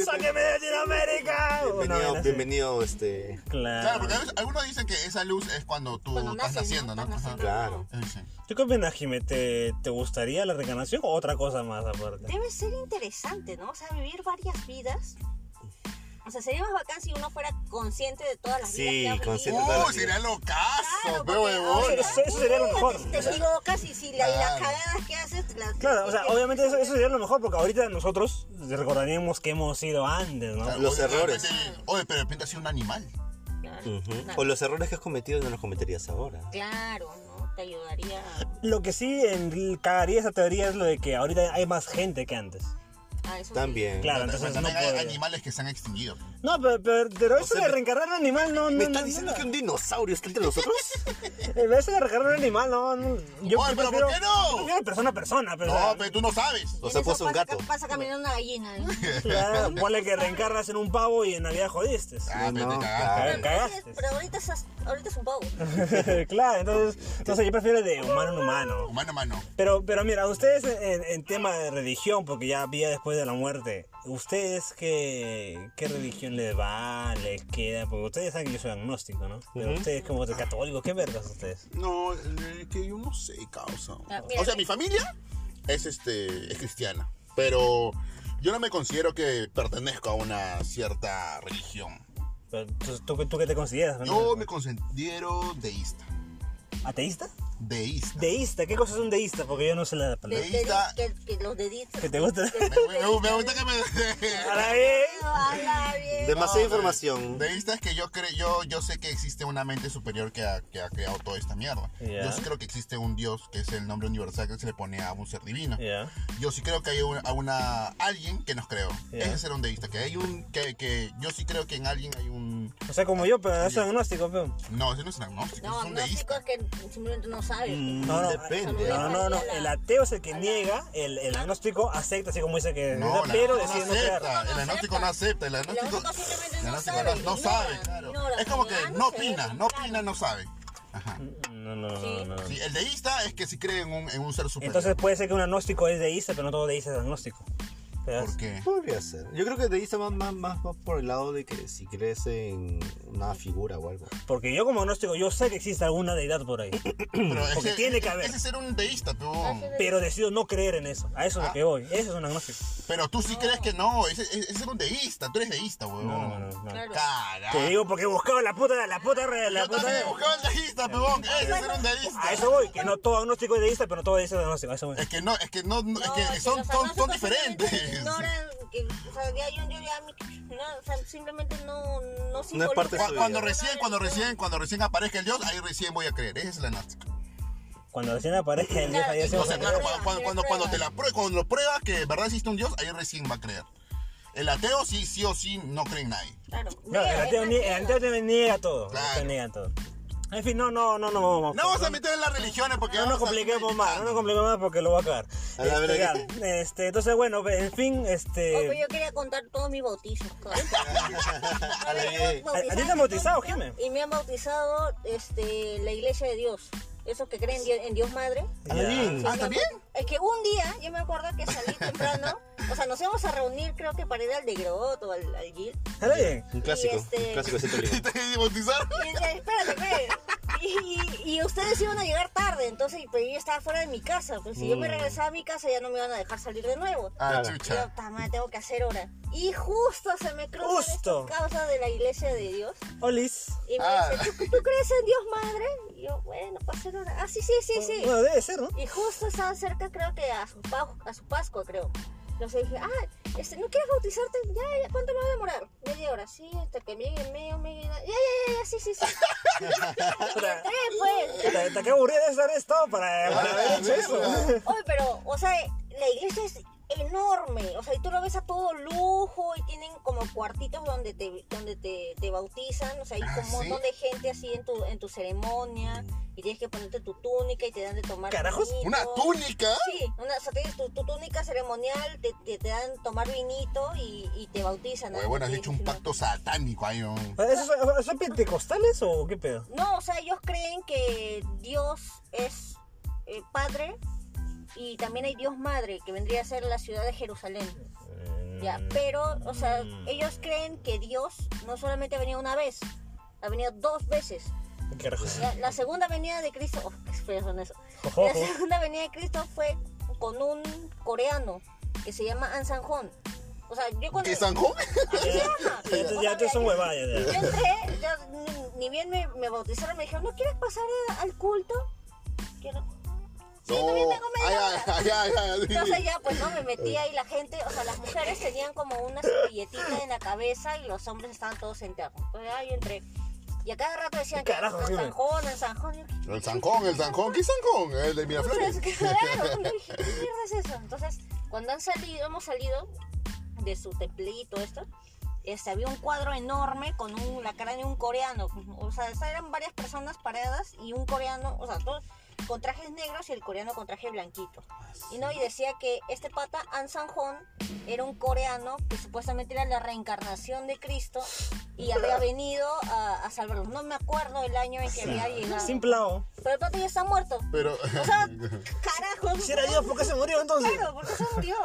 [SPEAKER 3] ¡Sáqueme de Latinoamérica! Una
[SPEAKER 4] Bienvenido,
[SPEAKER 3] vaina así.
[SPEAKER 4] bienvenido, este.
[SPEAKER 1] Claro,
[SPEAKER 3] Claro.
[SPEAKER 1] porque a veces- algunos dicen que esa luz es cuando tú
[SPEAKER 2] Cuando
[SPEAKER 1] estás
[SPEAKER 2] naces,
[SPEAKER 1] naciendo, ¿no?
[SPEAKER 2] Estás
[SPEAKER 1] Ajá.
[SPEAKER 2] naciendo,
[SPEAKER 4] Claro.
[SPEAKER 2] ¿no?
[SPEAKER 1] Sí, sí.
[SPEAKER 3] ¿Tú qué opinas, Jimé? ¿Te, ¿Te gustaría la reencarnación o otra cosa más aparte?
[SPEAKER 2] Debe ser interesante, ¿no? O sea, vivir varias vidas. O sea, sería más bacán si uno fuera consciente de todas las
[SPEAKER 4] Sí,
[SPEAKER 2] vidas que ha vivido.
[SPEAKER 4] consciente.
[SPEAKER 1] Uy, sería lo caso,
[SPEAKER 2] Claro,
[SPEAKER 1] pero
[SPEAKER 2] porque
[SPEAKER 1] huevón.
[SPEAKER 2] ahora-
[SPEAKER 3] Eso- eso sería lo mejor.
[SPEAKER 2] Te equivocas y si la- y las
[SPEAKER 1] Claro.
[SPEAKER 2] cagadas que haces... Las,
[SPEAKER 3] Claro, o sea,
[SPEAKER 2] es que-
[SPEAKER 3] obviamente eso, eso sería lo mejor porque ahorita nosotros recordaríamos que hemos ido antes, ¿no?
[SPEAKER 1] Claro,
[SPEAKER 4] Los
[SPEAKER 1] oye, de
[SPEAKER 4] errores.
[SPEAKER 1] repente- Oye, pero de repente ha sido un animal.
[SPEAKER 3] Ah,
[SPEAKER 2] Claro,
[SPEAKER 4] Ujú.
[SPEAKER 2] claro.
[SPEAKER 4] O los errores que has cometido no los cometerías ahora.
[SPEAKER 2] Claro, ¿no? Te ayudaría...
[SPEAKER 3] Lo que sí en, cagaría esa teoría es lo de que ahorita hay más gente que antes.
[SPEAKER 2] a eso sí.
[SPEAKER 4] También.
[SPEAKER 3] Claro,
[SPEAKER 1] Pero
[SPEAKER 3] entonces no
[SPEAKER 1] también hay
[SPEAKER 3] puede.
[SPEAKER 1] animales que se han extinguido.
[SPEAKER 3] No, pero, pero, pero eso
[SPEAKER 4] sea,
[SPEAKER 3] de
[SPEAKER 4] me-
[SPEAKER 3] reencarnar un animal no... no
[SPEAKER 4] ¿Me estás
[SPEAKER 3] no-
[SPEAKER 4] diciendo
[SPEAKER 3] no-
[SPEAKER 4] que un dinosaurio está entre
[SPEAKER 2] (laughs)
[SPEAKER 4] nosotros?
[SPEAKER 3] Eh, Eso de reencarnar un animal no... no yo
[SPEAKER 1] Oye, pero ¿por
[SPEAKER 3] prefiero-
[SPEAKER 1] qué no?
[SPEAKER 3] yo prefiero persona a persona, pero...
[SPEAKER 1] No, pero tú no sabes.
[SPEAKER 4] O
[SPEAKER 2] En
[SPEAKER 4] sea,
[SPEAKER 2] eso
[SPEAKER 4] puso un
[SPEAKER 2] pasa
[SPEAKER 4] gato.
[SPEAKER 2] ca- Pasa caminando una gallina.
[SPEAKER 3] (laughs)
[SPEAKER 2] ¿no?
[SPEAKER 3] Claro, ponle que reencarnas en un pavo y en Navidad jodiste.
[SPEAKER 1] Ah, pero
[SPEAKER 4] no,
[SPEAKER 1] te cagaste.
[SPEAKER 3] Claro, cagaste.
[SPEAKER 2] Pero ahorita es, ahorita es un pavo.
[SPEAKER 3] (laughs) claro, entonces, entonces yo prefiero de humano en humano.
[SPEAKER 1] Humano, mano.
[SPEAKER 3] Pero, pero mira, ustedes en, en tema de religión, porque ya había después de la muerte, ¿ustedes qué, qué religión les va, les queda? Porque ustedes saben que yo soy agnóstico, ¿no? Pero ustedes como de católicos, ¿qué vergas ustedes?
[SPEAKER 1] No, eh, que yo no sé, causa.
[SPEAKER 2] Ah, mira.
[SPEAKER 1] O sea, mi familia es este es cristiana, pero yo no me considero que pertenezco a una cierta religión.
[SPEAKER 3] Pero ¿Tú, tú, tú qué te consideras?
[SPEAKER 1] Yo me considero deísta.
[SPEAKER 3] ¿Ateísta?
[SPEAKER 2] (laughs)
[SPEAKER 1] Deísta.
[SPEAKER 3] ¿Deísta? ¿Qué cosa es un deísta? Porque yo no sé la
[SPEAKER 2] Te-
[SPEAKER 3] palabra.
[SPEAKER 2] te
[SPEAKER 1] Dedita.
[SPEAKER 2] di- que, que los deditos.
[SPEAKER 3] ¿Qué te gusta?
[SPEAKER 1] Me, me- me gusta que me. (laughs)
[SPEAKER 3] Ahora bien.
[SPEAKER 2] Ala, bien.
[SPEAKER 4] Demasiada información.
[SPEAKER 1] Deísta es que yo creo, yo, yo sé que existe una mente superior que ha, que ha creado toda esta mierda.
[SPEAKER 3] Ya.
[SPEAKER 1] Yo sí creo que existe un Dios que es el nombre universal que se le pone a un ser divino.
[SPEAKER 3] Ya.
[SPEAKER 1] Yo sí creo que hay una, a una- alguien que nos creó.
[SPEAKER 3] Ya.
[SPEAKER 1] Ese será un deísta. Que hay un. Que, que yo sí creo que en alguien hay un.
[SPEAKER 3] O sea, como yo, pero yo soy agnóstico, pero...
[SPEAKER 1] No, ese no es un agnóstico,
[SPEAKER 2] No,
[SPEAKER 1] es un
[SPEAKER 2] agnóstico
[SPEAKER 1] deísta.
[SPEAKER 2] es que simplemente no sabe.
[SPEAKER 4] Mm,
[SPEAKER 1] Mm,
[SPEAKER 3] No, no,
[SPEAKER 4] Depende.
[SPEAKER 3] No, no, no. El ateo es el que niega, el, el agnóstico acepta, así como dice que
[SPEAKER 1] No, el
[SPEAKER 3] pero
[SPEAKER 1] agnóstico
[SPEAKER 3] decide
[SPEAKER 1] no
[SPEAKER 3] no creer.
[SPEAKER 1] acepta. El agnóstico no acepta. El agnóstico,
[SPEAKER 2] agnóstico simplemente
[SPEAKER 1] el
[SPEAKER 2] no
[SPEAKER 1] agnóstico
[SPEAKER 2] sabe,
[SPEAKER 1] no,
[SPEAKER 2] ignora,
[SPEAKER 1] no sabe, claro.
[SPEAKER 2] ignora,
[SPEAKER 1] es como que
[SPEAKER 2] ignorante,
[SPEAKER 1] no opina, no
[SPEAKER 2] claro.
[SPEAKER 1] opina, no sabe. Ajá.
[SPEAKER 3] No, no, no, no.
[SPEAKER 1] Sí, el deísta es que si cree en un, en un ser superior.
[SPEAKER 3] Entonces puede ser que un agnóstico es deísta, pero no todo deísta es agnóstico. ¿Te das?
[SPEAKER 1] ¿Por
[SPEAKER 3] (clears throat)
[SPEAKER 1] qué?
[SPEAKER 4] Podría ser. Yo creo que te dice más, más, más va por el lado de que si crees en una figura o algo.
[SPEAKER 3] Porque yo como agnóstico, yo sé que existe alguna deidad por ahí,
[SPEAKER 1] Pero
[SPEAKER 3] Porque tiene que haber.
[SPEAKER 1] Ese ser un deísta, pero,
[SPEAKER 3] pero decido no creer en eso. A
[SPEAKER 1] Ah.
[SPEAKER 3] eso es lo que voy. Eso es un agnóstico.
[SPEAKER 1] pero tú sí crees que no. Ese, ese es un deísta. Tú eres deísta, weón.
[SPEAKER 3] No, no, no. no.
[SPEAKER 2] Claro.
[SPEAKER 1] Carajo.
[SPEAKER 3] Te digo porque buscaba la puta, la puta, re- la
[SPEAKER 1] Yo
[SPEAKER 3] puta.
[SPEAKER 1] también buscaba el deísta, pebón. Ese era un
[SPEAKER 3] A
[SPEAKER 1] deísta.
[SPEAKER 3] eso voy, que no todo agnóstico es deísta, pero no todo deísta es agnóstico. A eso voy.
[SPEAKER 1] Es que no, es que no,
[SPEAKER 2] No,
[SPEAKER 1] no, es que son,
[SPEAKER 2] los
[SPEAKER 1] son, son
[SPEAKER 2] agnósticos simplemente
[SPEAKER 1] diferentes.
[SPEAKER 2] Ignoran que, o sea, ya yo, yo ya, mi- no, o sea, simplemente no, no se
[SPEAKER 4] No es parte de
[SPEAKER 1] Cu-
[SPEAKER 4] su
[SPEAKER 2] involucran.
[SPEAKER 1] Cuando
[SPEAKER 4] vida.
[SPEAKER 1] recién, cuando recién, cuando recién aparezca el Dios, ahí recién voy a creer. Ese es el agnóstico.
[SPEAKER 3] Cuando recién aparece el dios, ahí
[SPEAKER 2] Claro,
[SPEAKER 3] se
[SPEAKER 1] O
[SPEAKER 3] va
[SPEAKER 1] sea,
[SPEAKER 3] a
[SPEAKER 1] claro,
[SPEAKER 3] creer.
[SPEAKER 1] cuando, cuando, cuando, cuando te la prue- cuando lo pruebas que de verdad existe un Dios, ahí recién va a creer. El ateo sí, sí o sí, no cree en nadie.
[SPEAKER 2] Claro.
[SPEAKER 3] No, el
[SPEAKER 2] Mira,
[SPEAKER 3] ateo,
[SPEAKER 2] es
[SPEAKER 3] nie- el
[SPEAKER 2] ateo.
[SPEAKER 3] ateo también niega todo.
[SPEAKER 1] Claro.
[SPEAKER 3] Te niega todo. En fin, no, no, no, no vamos.
[SPEAKER 1] No vamos a meter en las religiones porque
[SPEAKER 3] No nos
[SPEAKER 1] vamos a-
[SPEAKER 3] compliquemos más, no nos compliquemos más porque lo va a cagar.
[SPEAKER 4] A la
[SPEAKER 3] Este,
[SPEAKER 4] verga.
[SPEAKER 3] ya, este, entonces, bueno, ve, en fin,
[SPEAKER 2] Oh, pero
[SPEAKER 3] este.
[SPEAKER 2] yo quería contar todos mis
[SPEAKER 4] (laughs)
[SPEAKER 2] bautizos. cabrón.
[SPEAKER 4] A eh. la vez.
[SPEAKER 3] ¿A- a ti te han bautizado, Jimé?
[SPEAKER 2] Y me han bautizado este, la iglesia de Dios. Esos que creen en Dios, en Dios Madre.
[SPEAKER 4] A la vez.
[SPEAKER 1] Ah, ¿está bien? (laughs)
[SPEAKER 2] Es que un día, yo me acuerdo que salí temprano. o sea, nos íbamos a reunir, creo que para ir al de Grot o al, al Gil.
[SPEAKER 3] Está bien.
[SPEAKER 4] Un clásico.
[SPEAKER 2] Y este- (laughs)
[SPEAKER 4] Un clásico de Centro Lima.
[SPEAKER 1] ¿Te bautizaron?
[SPEAKER 2] Y dice, espérate, espérate. Y, y ustedes iban a llegar tarde, entonces pues, yo estaba fuera de mi casa. Pues, si yo me
[SPEAKER 4] Mm.
[SPEAKER 2] regresaba a mi casa, ya no me iban a dejar salir de nuevo.
[SPEAKER 1] Ah,
[SPEAKER 2] Y
[SPEAKER 4] Claro.
[SPEAKER 2] Yo,
[SPEAKER 1] chucha.
[SPEAKER 2] "Ta madre, tengo que hacer hora. Y justo se me cruzan
[SPEAKER 3] Justo.
[SPEAKER 2] estas causas de la iglesia de Dios.
[SPEAKER 3] Olis.
[SPEAKER 2] Y me
[SPEAKER 1] Ah.
[SPEAKER 2] dice, ¿Tú, tú crees en Dios madre? Y yo, bueno, para hacer hora. Ah, sí, sí, sí, sí.
[SPEAKER 3] Bueno, debe ser, ¿no?
[SPEAKER 2] Y justo estaba cerca, creo que a su, pa- a su Pascua, creo. Entonces dije, ah, este, ¿no quieres bautizarte? Ya, ya, ¿cuánto me va a demorar? Media hora, sí, hasta que llegue medio, medio. Ya, ya, ya, ya, sí, sí,
[SPEAKER 1] (laughs)
[SPEAKER 2] sí. Y
[SPEAKER 3] Puta,
[SPEAKER 2] entré, pues.
[SPEAKER 3] puta, puta, Qué aburrida debe estar esto para, para haber hecho eso.
[SPEAKER 2] Oye, pero, o sea, la iglesia es enorme. O sea, y tú lo ves a todo lujo y tienen como cuartitos donde te, donde te, te bautizan. O sea, hay
[SPEAKER 1] Ah,
[SPEAKER 2] como un montón
[SPEAKER 1] ¿sí?
[SPEAKER 2] de gente así en tu, en tu ceremonia. Y tienes que ponerte tu túnica y te dan de tomar.
[SPEAKER 3] Carajos,
[SPEAKER 2] vinito.
[SPEAKER 1] ¿Una túnica?
[SPEAKER 2] Sí, una, o sea, tienes tu, tu túnica ceremonial, te, te, te dan tomar vinito y, y te bautizan. ¿no?
[SPEAKER 1] Oye, bueno, has
[SPEAKER 2] Porque
[SPEAKER 1] hecho un
[SPEAKER 2] si no-
[SPEAKER 1] pacto satánico ahí, ¿no?
[SPEAKER 3] ¿Esos son- son pentecostales o qué pedo?
[SPEAKER 2] No, o sea, ellos creen que Dios es eh, Padre y también hay Dios Madre, que vendría a ser la ciudad de Jerusalén. Ya,
[SPEAKER 1] Mm.
[SPEAKER 2] pero, o sea, ellos creen que Dios no solamente ha venido una vez, ha venido dos veces.
[SPEAKER 3] ¿Qué carajos?
[SPEAKER 2] La, la segunda venida de Cristo, oh, qué feos son eso.
[SPEAKER 3] Ojo,
[SPEAKER 2] La
[SPEAKER 3] ojo.
[SPEAKER 2] segunda venida de Cristo fue con un coreano que se llama An Sanjón. O sea, yo cuando...
[SPEAKER 1] ¿Qué, Sanjón?
[SPEAKER 2] Así se llama.
[SPEAKER 3] (laughs) Ya, te- ya te son huevadas. ya,
[SPEAKER 2] Yo
[SPEAKER 3] ya.
[SPEAKER 2] entré, ya ni, ni bien me, me bautizaron, me dijeron, ¿no quieres pasar a- al culto? Quiero... Sí, también tengo
[SPEAKER 1] ay,
[SPEAKER 2] media
[SPEAKER 1] ay,
[SPEAKER 2] hora.
[SPEAKER 1] ay, ay, ay, sí.
[SPEAKER 2] Entonces ya, pues no, me metí ahí la gente, o sea, las mujeres tenían como una servilletita en la cabeza y los hombres estaban todos sentados. Entonces ya yo entré. Y a cada rato decían
[SPEAKER 3] ¿Qué
[SPEAKER 2] que
[SPEAKER 3] carajo,
[SPEAKER 2] en
[SPEAKER 3] Jimmy?
[SPEAKER 2] Sanjón, en Sanjón. Yo, ¿qué
[SPEAKER 1] El Sanjón, el Sanjón. ¿Qué Sanjón? El de Miraflores.
[SPEAKER 2] Entonces, (laughs) claro, yo dije, ¿qué mierda es eso? Entonces, cuando han salido, hemos salido de su templito, esto, este, había un cuadro enorme con un, la cara de un coreano. O sea, esa- eran varias personas paradas y un coreano, o sea, todos con trajes negros y el coreano con traje blanquito. Y no, y decía que este pata, An Sanjón, era un coreano que supuestamente era la reencarnación de Cristo y había venido a, a salvarlos. No me acuerdo el año en que había llegado.
[SPEAKER 3] Sin plao.
[SPEAKER 2] Pero el pata ya está muerto.
[SPEAKER 1] Pero.
[SPEAKER 2] O sea, carajo.
[SPEAKER 3] Si era Dios, ¿por qué se murió entonces?
[SPEAKER 2] Claro, ¿por qué se murió?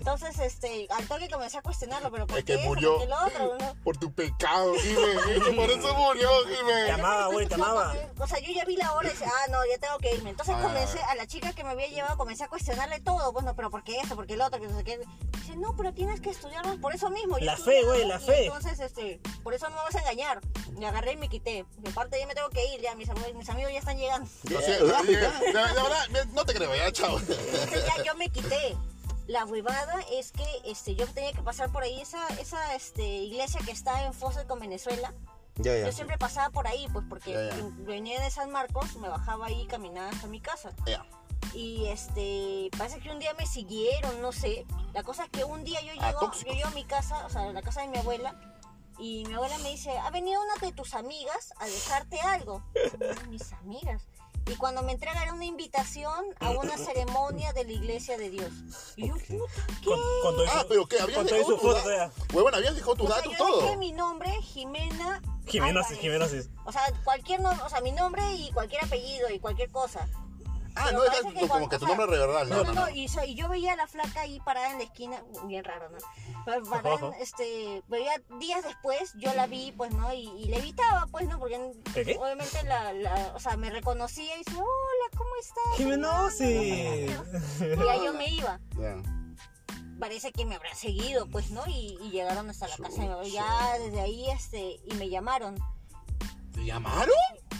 [SPEAKER 2] Entonces, este, al toque comencé a cuestionarlo, pero ¿por
[SPEAKER 1] (laughs) Es
[SPEAKER 2] qué
[SPEAKER 1] que
[SPEAKER 2] eso?
[SPEAKER 1] murió
[SPEAKER 2] ¿Por qué lo otro? ¿No?
[SPEAKER 1] por tu pecado, Jimé. Por eso murió,
[SPEAKER 3] Te
[SPEAKER 1] Jimé.
[SPEAKER 3] amaba, güey, te amaba.
[SPEAKER 2] O sea, yo ya vi la hora y decía, ah, no, ya tengo que irme. Entonces
[SPEAKER 1] Ah.
[SPEAKER 2] comencé, a la chica que me había llevado, comencé a cuestionarle todo. Bueno, pero ¿por qué esto? ¿Por qué el otro? Que no sé qué. Dice, no, pero tienes que estudiarlo por eso mismo. Yo
[SPEAKER 3] La fe,
[SPEAKER 2] estudiaba
[SPEAKER 3] güey, la
[SPEAKER 2] y
[SPEAKER 3] fe.
[SPEAKER 2] Entonces, este, por eso no me vas a engañar. Me agarré y me quité. De parte ya me tengo que ir, ya mis amigos, mis amigos ya están llegando.
[SPEAKER 1] O sea, oye, de- de verdad, no te creo, ya, chao.
[SPEAKER 2] Entonces ya yo me quité. La huevada es que este, yo tenía que pasar por ahí, esa, esa este, iglesia que está en Fosa con Venezuela.
[SPEAKER 4] Ya, ya.
[SPEAKER 2] Yo siempre pasaba por ahí, pues porque
[SPEAKER 1] Ya, ya.
[SPEAKER 2] venía de San Marcos, me bajaba ahí y caminaba hasta mi casa.
[SPEAKER 1] Ya.
[SPEAKER 2] Y este, parece que un día me siguieron, no sé. La cosa es que un día yo
[SPEAKER 1] Ah,
[SPEAKER 2] llego, yo
[SPEAKER 1] tóxicos.
[SPEAKER 2] llego a mi casa, o sea, a la casa de mi abuela, y mi abuela me dice, ha venido una de tus amigas a dejarte algo. Una de Mis amigas. Y cuando me entrega era una invitación a una ceremonia de la iglesia de Dios. Y yo, puta, ¿qué?
[SPEAKER 3] Con, con todo y
[SPEAKER 1] Ah,
[SPEAKER 3] su-
[SPEAKER 1] pero ¿qué? Habías
[SPEAKER 3] con todo y
[SPEAKER 1] dejado
[SPEAKER 3] su
[SPEAKER 1] tus
[SPEAKER 3] foto, ya.
[SPEAKER 1] datos. Huevón, habías dejado tus
[SPEAKER 2] O sea,
[SPEAKER 1] datos,
[SPEAKER 2] yo dejé
[SPEAKER 1] todo.
[SPEAKER 2] mi nombre, Jimena.
[SPEAKER 3] Jimenosis,
[SPEAKER 2] Álvarez.
[SPEAKER 3] Jimenosis.
[SPEAKER 2] O sea, cualquier nombre, o sea, mi nombre y cualquier apellido y cualquier cosa.
[SPEAKER 1] Ah,
[SPEAKER 2] Pero
[SPEAKER 1] no dejas
[SPEAKER 2] parece
[SPEAKER 1] tu- como
[SPEAKER 2] cuando-
[SPEAKER 1] que tu
[SPEAKER 2] o sea,
[SPEAKER 1] nombre revelar.
[SPEAKER 2] No, no, no, y, so- y yo veía a la flaca ahí parada en la esquina, bien raro, ¿no? Pa- parada en, este, veía días después, yo la vi, pues, ¿no? Y, y le evitaba, pues, ¿no? Porque
[SPEAKER 3] ¿Qué, qué?
[SPEAKER 2] obviamente la, la- o sea, me reconocía y dice, hola, ¿cómo estás?
[SPEAKER 3] Jimenosis.
[SPEAKER 2] Y ahí yo me iba.
[SPEAKER 1] Ya.
[SPEAKER 2] Parece que me habrá seguido, pues, ¿no? Y, y llegaron hasta la casa de mi abuela. Ya desde ahí, este, y me llamaron.
[SPEAKER 1] ¿Te llamaron?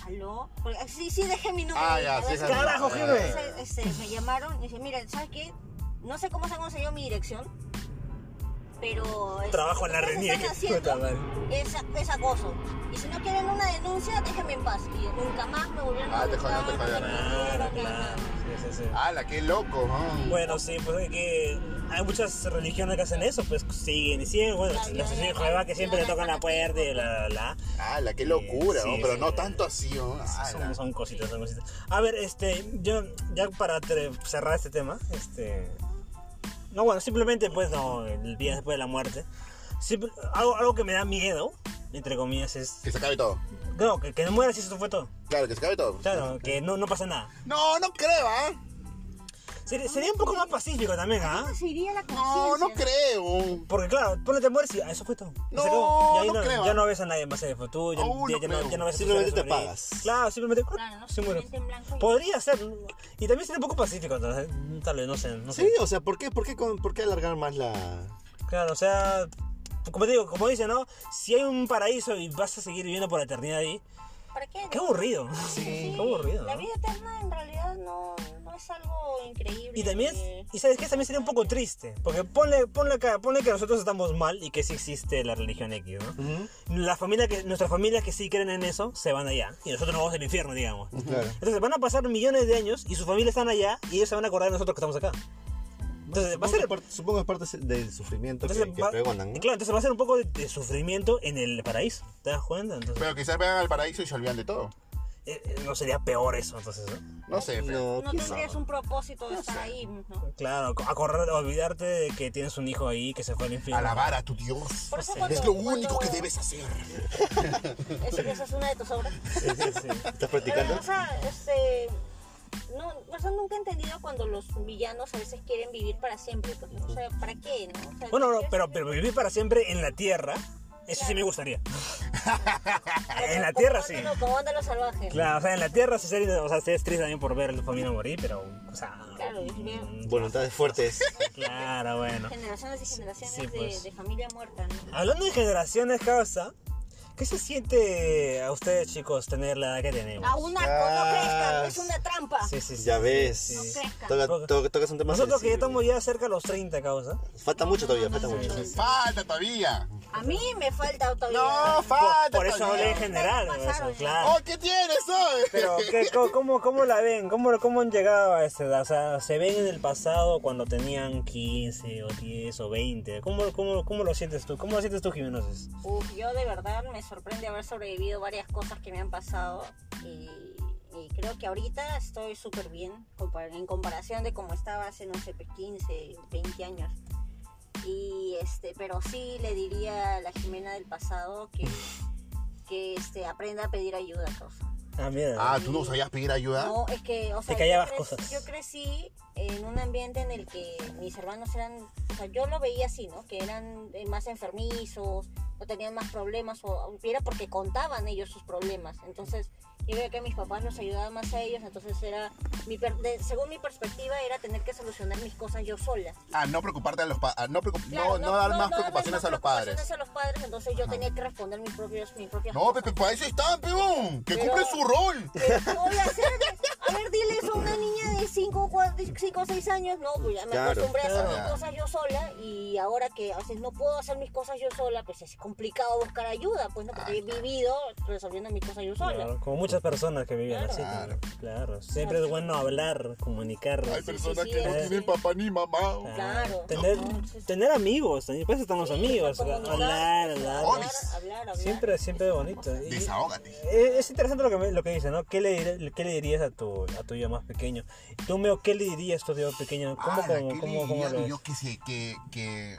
[SPEAKER 2] ¿Aló? Porque- sí, sí, dejé mi número.
[SPEAKER 1] Ah,
[SPEAKER 2] ahí,
[SPEAKER 1] ya,
[SPEAKER 2] a
[SPEAKER 1] sí,
[SPEAKER 2] ver
[SPEAKER 1] esa-
[SPEAKER 2] si-
[SPEAKER 3] Carajo,
[SPEAKER 1] ya,
[SPEAKER 3] Jimé.
[SPEAKER 1] ya, ya.
[SPEAKER 2] Entonces, este, me llamaron y dije, mira, ¿sabes qué? No sé cómo se ha conseguido mi dirección, pero... este, lo
[SPEAKER 3] Trabajo en la
[SPEAKER 2] que ustedes
[SPEAKER 3] reñía,
[SPEAKER 2] están
[SPEAKER 3] qué puta
[SPEAKER 2] haciendo
[SPEAKER 3] madre.
[SPEAKER 2] Es, es acoso. Y si no quieren una denuncia, déjenme en paz. Y nunca más me volvieron a
[SPEAKER 1] Ah, te
[SPEAKER 2] buscar,
[SPEAKER 1] jodieron, te
[SPEAKER 2] que me
[SPEAKER 1] jodieron.
[SPEAKER 2] vieron,
[SPEAKER 3] Claro,
[SPEAKER 2] que nada.
[SPEAKER 3] claro. Sí, sí, sí.
[SPEAKER 1] Ala, qué loco, ¿no?
[SPEAKER 3] Bueno, sí, pues hay que. Hay muchas religiones que hacen eso, pues siguen y siguen. Bueno,
[SPEAKER 2] Ya, ya,
[SPEAKER 3] las
[SPEAKER 2] ya,
[SPEAKER 3] de
[SPEAKER 2] ya.
[SPEAKER 3] Jehová que siempre
[SPEAKER 2] Ya,
[SPEAKER 3] le tocan
[SPEAKER 2] ya,
[SPEAKER 3] la puerta y la, la, la.
[SPEAKER 1] Ala, qué locura,
[SPEAKER 3] Sí,
[SPEAKER 1] ¿no?
[SPEAKER 3] sí,
[SPEAKER 1] Pero
[SPEAKER 3] sí.
[SPEAKER 1] no tanto así, ¿no? Ala.
[SPEAKER 3] Son, son cositas, son cositas. A ver, este, yo, ya para tre- cerrar este tema, este. No, bueno, simplemente, pues, no, el día después de la muerte. Simple- algo, algo que me da miedo, entre comillas, es.
[SPEAKER 1] Que se acabe todo.
[SPEAKER 3] No, que, que no mueras y eso fue todo.
[SPEAKER 1] Claro, que se acabe todo.
[SPEAKER 3] Claro, que no, no pasa nada.
[SPEAKER 1] No, no creo, ¿ah?
[SPEAKER 3] Sería, sería un poco más pacífico también, ¿ah?
[SPEAKER 2] ¿Cómo se iría la
[SPEAKER 1] No, no
[SPEAKER 2] conciencia?
[SPEAKER 1] creo.
[SPEAKER 3] Porque claro, ponete a muerte y ah, eso fue todo.
[SPEAKER 1] No,
[SPEAKER 3] Se acabó. Y ahí
[SPEAKER 1] no creo.
[SPEAKER 3] ya no ves a nadie más ahí, pues tú, ya,
[SPEAKER 1] Aún
[SPEAKER 3] ya-
[SPEAKER 1] no
[SPEAKER 3] ya no,
[SPEAKER 1] creo.
[SPEAKER 3] ya no ves a
[SPEAKER 4] Simplemente
[SPEAKER 3] personas
[SPEAKER 4] te
[SPEAKER 3] sobre ahí.
[SPEAKER 4] apagas.
[SPEAKER 3] Claro, simplemente
[SPEAKER 2] Claro, no,
[SPEAKER 3] se muere.
[SPEAKER 2] simplemente en blanco y-
[SPEAKER 3] Podría ser. Y también sería un poco pacífico, tal vez, tal vez, no sé, no
[SPEAKER 4] Sí,
[SPEAKER 3] sé.
[SPEAKER 4] o sea, ¿por qué, por qué, con- por qué alargar más la...?
[SPEAKER 3] Claro, o sea, como te digo, como dice, ¿no? Si hay un paraíso y vas a seguir viviendo por la eternidad ahí,
[SPEAKER 2] ¿Para qué?
[SPEAKER 3] qué aburrido.
[SPEAKER 2] Sí,
[SPEAKER 3] (laughs) qué aburrido.
[SPEAKER 2] La
[SPEAKER 3] ¿no?
[SPEAKER 2] vida eterna en realidad no, no es algo increíble.
[SPEAKER 3] Y también,
[SPEAKER 2] eh,
[SPEAKER 3] y sabes que también sería un poco triste, porque ponle, ponle, acá, ponle que nosotros estamos mal y que sí existe la religión X, ¿no? La familia que, nuestras familias que sí creen en eso se van allá y nosotros nos vamos al infierno, digamos.
[SPEAKER 4] Claro.
[SPEAKER 3] Entonces van a pasar millones de años y sus familias están allá y ellos se van a acordar de nosotros que estamos acá. Entonces va a
[SPEAKER 4] Supongo,
[SPEAKER 3] ser...
[SPEAKER 4] que parte- supongo que es parte del sufrimiento que,
[SPEAKER 3] entonces
[SPEAKER 4] que
[SPEAKER 3] va-
[SPEAKER 4] pregonan, ¿no?
[SPEAKER 3] Claro, entonces va a ser un poco de, de sufrimiento en el paraíso, ¿te das cuenta? Entonces,
[SPEAKER 1] Pero quizás vean al paraíso y se olvidan de todo.
[SPEAKER 3] eh, eh, no sería peor eso, entonces, ¿no?
[SPEAKER 1] No sé, pero.
[SPEAKER 4] No,
[SPEAKER 2] no
[SPEAKER 4] Eh, quién
[SPEAKER 2] tendrías
[SPEAKER 4] sabe.
[SPEAKER 2] un propósito de estar ahí, ¿no?
[SPEAKER 3] Claro, acordarte, olvidarte de que tienes un hijo ahí que se fue al infierno.
[SPEAKER 1] Alabar a tu Dios.
[SPEAKER 2] Por eso cuando-
[SPEAKER 1] Es lo único que
[SPEAKER 2] cuando-
[SPEAKER 1] debes hacer.
[SPEAKER 2] Eso, esa es una de tus obras.
[SPEAKER 3] (laughs) Sí, sí, sí.
[SPEAKER 4] ¿Estás
[SPEAKER 2] Pero,
[SPEAKER 4] practicando?
[SPEAKER 2] (laughs) o sea, este. No, o sea, nunca he entendido cuando los villanos a veces quieren vivir para siempre. pues, ¿no? O sea, ¿para qué? No? O sea,
[SPEAKER 3] Bueno,
[SPEAKER 2] ¿no
[SPEAKER 3] no,
[SPEAKER 2] quieres
[SPEAKER 3] pero,
[SPEAKER 2] vivir
[SPEAKER 3] pero vivir para siempre en la tierra, eso sí me gustaría. en la
[SPEAKER 2] como
[SPEAKER 3] tierra sí.
[SPEAKER 2] Óndalo- Como onda los salvajes.
[SPEAKER 3] Claro, o sea, en la tierra sí sería, o sea, sí es triste también por ver a tu familia morir, pero, o sea...
[SPEAKER 2] Claro, es
[SPEAKER 3] mm,
[SPEAKER 2] bien.
[SPEAKER 4] Voluntades fuertes.
[SPEAKER 3] Claro, bueno.
[SPEAKER 2] Generaciones y generaciones
[SPEAKER 3] sí, pues.
[SPEAKER 2] de, de familia muerta, ¿no?
[SPEAKER 3] Hablando de generaciones, causa, ¿qué se siente a ustedes, chicos, tener la edad que tenemos?
[SPEAKER 2] A un arco, no crezcan, es una trampa.
[SPEAKER 3] Sí, sí, sí.
[SPEAKER 4] Pues ya ves.
[SPEAKER 2] No crezcan.
[SPEAKER 4] Toca- to- tocas un tema
[SPEAKER 3] Nosotros que ya
[SPEAKER 4] sensible.
[SPEAKER 3] estamos ya cerca de los 30, causa.
[SPEAKER 4] Falta mucho todavía, falta mucho.
[SPEAKER 1] Falta todavía.
[SPEAKER 2] A mí me falta todavía.
[SPEAKER 1] No,
[SPEAKER 2] Ah,
[SPEAKER 1] falta
[SPEAKER 3] Por eso hablé
[SPEAKER 1] todavía.
[SPEAKER 3] en general,
[SPEAKER 2] Pasaron,
[SPEAKER 3] eso,
[SPEAKER 2] ya.
[SPEAKER 3] claro.
[SPEAKER 1] Oh, ¿qué tienes hoy?
[SPEAKER 3] Pero, ¿qué- co- cómo, cómo la ven? ¿Cómo, ¿Cómo han llegado a esa edad? O sea, ¿se ven en el pasado cuando tenían 15 o 10 o 20? ¿Cómo, cómo, cómo lo sientes tú? ¿Cómo lo sientes tú, Jiménez?
[SPEAKER 2] Uf, yo de verdad me sorprende haber sobrevivido varias cosas que me han pasado y, y creo que ahorita estoy súper bien compar- en comparación de cómo estaba hace, no sé, pues, 15, 20 años. Y este, pero sí le diría a la Jimena del pasado que, que este, aprenda a pedir ayuda, causa.
[SPEAKER 3] Ah, mira.
[SPEAKER 1] Ah, ¿tú no sabías pedir ayuda?
[SPEAKER 2] No, es que, o sea,
[SPEAKER 3] callabas
[SPEAKER 2] yo, crec-
[SPEAKER 3] cosas.
[SPEAKER 2] yo crecí en un ambiente en el que mis hermanos eran, o sea, yo lo veía así, ¿no? Que eran eh, más enfermizos, o tenían más problemas, o y era porque contaban ellos sus problemas. Entonces, yo veía que mis papás los ayudaban más a ellos, entonces era, mi per- de- según mi perspectiva, era tener que solucionar mis cosas yo sola.
[SPEAKER 1] Ah, no preocuparte a los pa- ah, no, preocup-
[SPEAKER 2] Claro,
[SPEAKER 1] no, no dar más
[SPEAKER 2] darle
[SPEAKER 1] preocupaciones
[SPEAKER 2] más
[SPEAKER 1] a los
[SPEAKER 2] preocupaciones
[SPEAKER 1] padres.
[SPEAKER 2] a los padres, entonces yo tenía que responder mis propios, mis propias
[SPEAKER 1] No, Pepe, para eso están, peón. Que
[SPEAKER 2] Pero-
[SPEAKER 1] cumplen su rol.
[SPEAKER 2] ¿Qué voy a hacer? A ver, dile eso a una niña de 5 o 6 años. No, pues ya me
[SPEAKER 4] Claro,
[SPEAKER 2] acostumbré a hacer mis
[SPEAKER 1] claro.
[SPEAKER 2] cosas yo sola y ahora que a veces no puedo hacer mis cosas yo sola, pues es complicado buscar ayuda, pues no, porque he vivido resolviendo mis cosas yo sola.
[SPEAKER 3] Claro, como muchas personas que viven
[SPEAKER 2] Claro.
[SPEAKER 3] así. también. Claro. Siempre es bueno hablar, comunicar.
[SPEAKER 1] Hay
[SPEAKER 2] sí,
[SPEAKER 1] personas
[SPEAKER 2] sí,
[SPEAKER 1] que no
[SPEAKER 2] sí.
[SPEAKER 1] tienen papá ni mamá.
[SPEAKER 3] Ah,
[SPEAKER 2] Claro.
[SPEAKER 3] Tener,
[SPEAKER 2] No.
[SPEAKER 3] tener amigos, también para eso están los
[SPEAKER 2] Sí,
[SPEAKER 3] amigos.
[SPEAKER 2] comunicar,
[SPEAKER 3] Hablar, hablar.
[SPEAKER 1] Hobbies.
[SPEAKER 2] hablar, hablar.
[SPEAKER 3] Siempre, siempre es bonito. Y-
[SPEAKER 1] Desahógate.
[SPEAKER 3] Eh, Es interesante lo que, me- lo que dice, ¿no? ¿Qué le, dir- qué le dirías a tu, a tu yo más pequeño? Tú, Meo, ¿qué le dirías a tu yo pequeño? ¿Cómo,
[SPEAKER 1] Ala, ¿qué
[SPEAKER 3] cómo,
[SPEAKER 1] Ah, le
[SPEAKER 3] cómo, cómo
[SPEAKER 1] diría
[SPEAKER 3] lo ves?
[SPEAKER 1] yo que, se- que, que,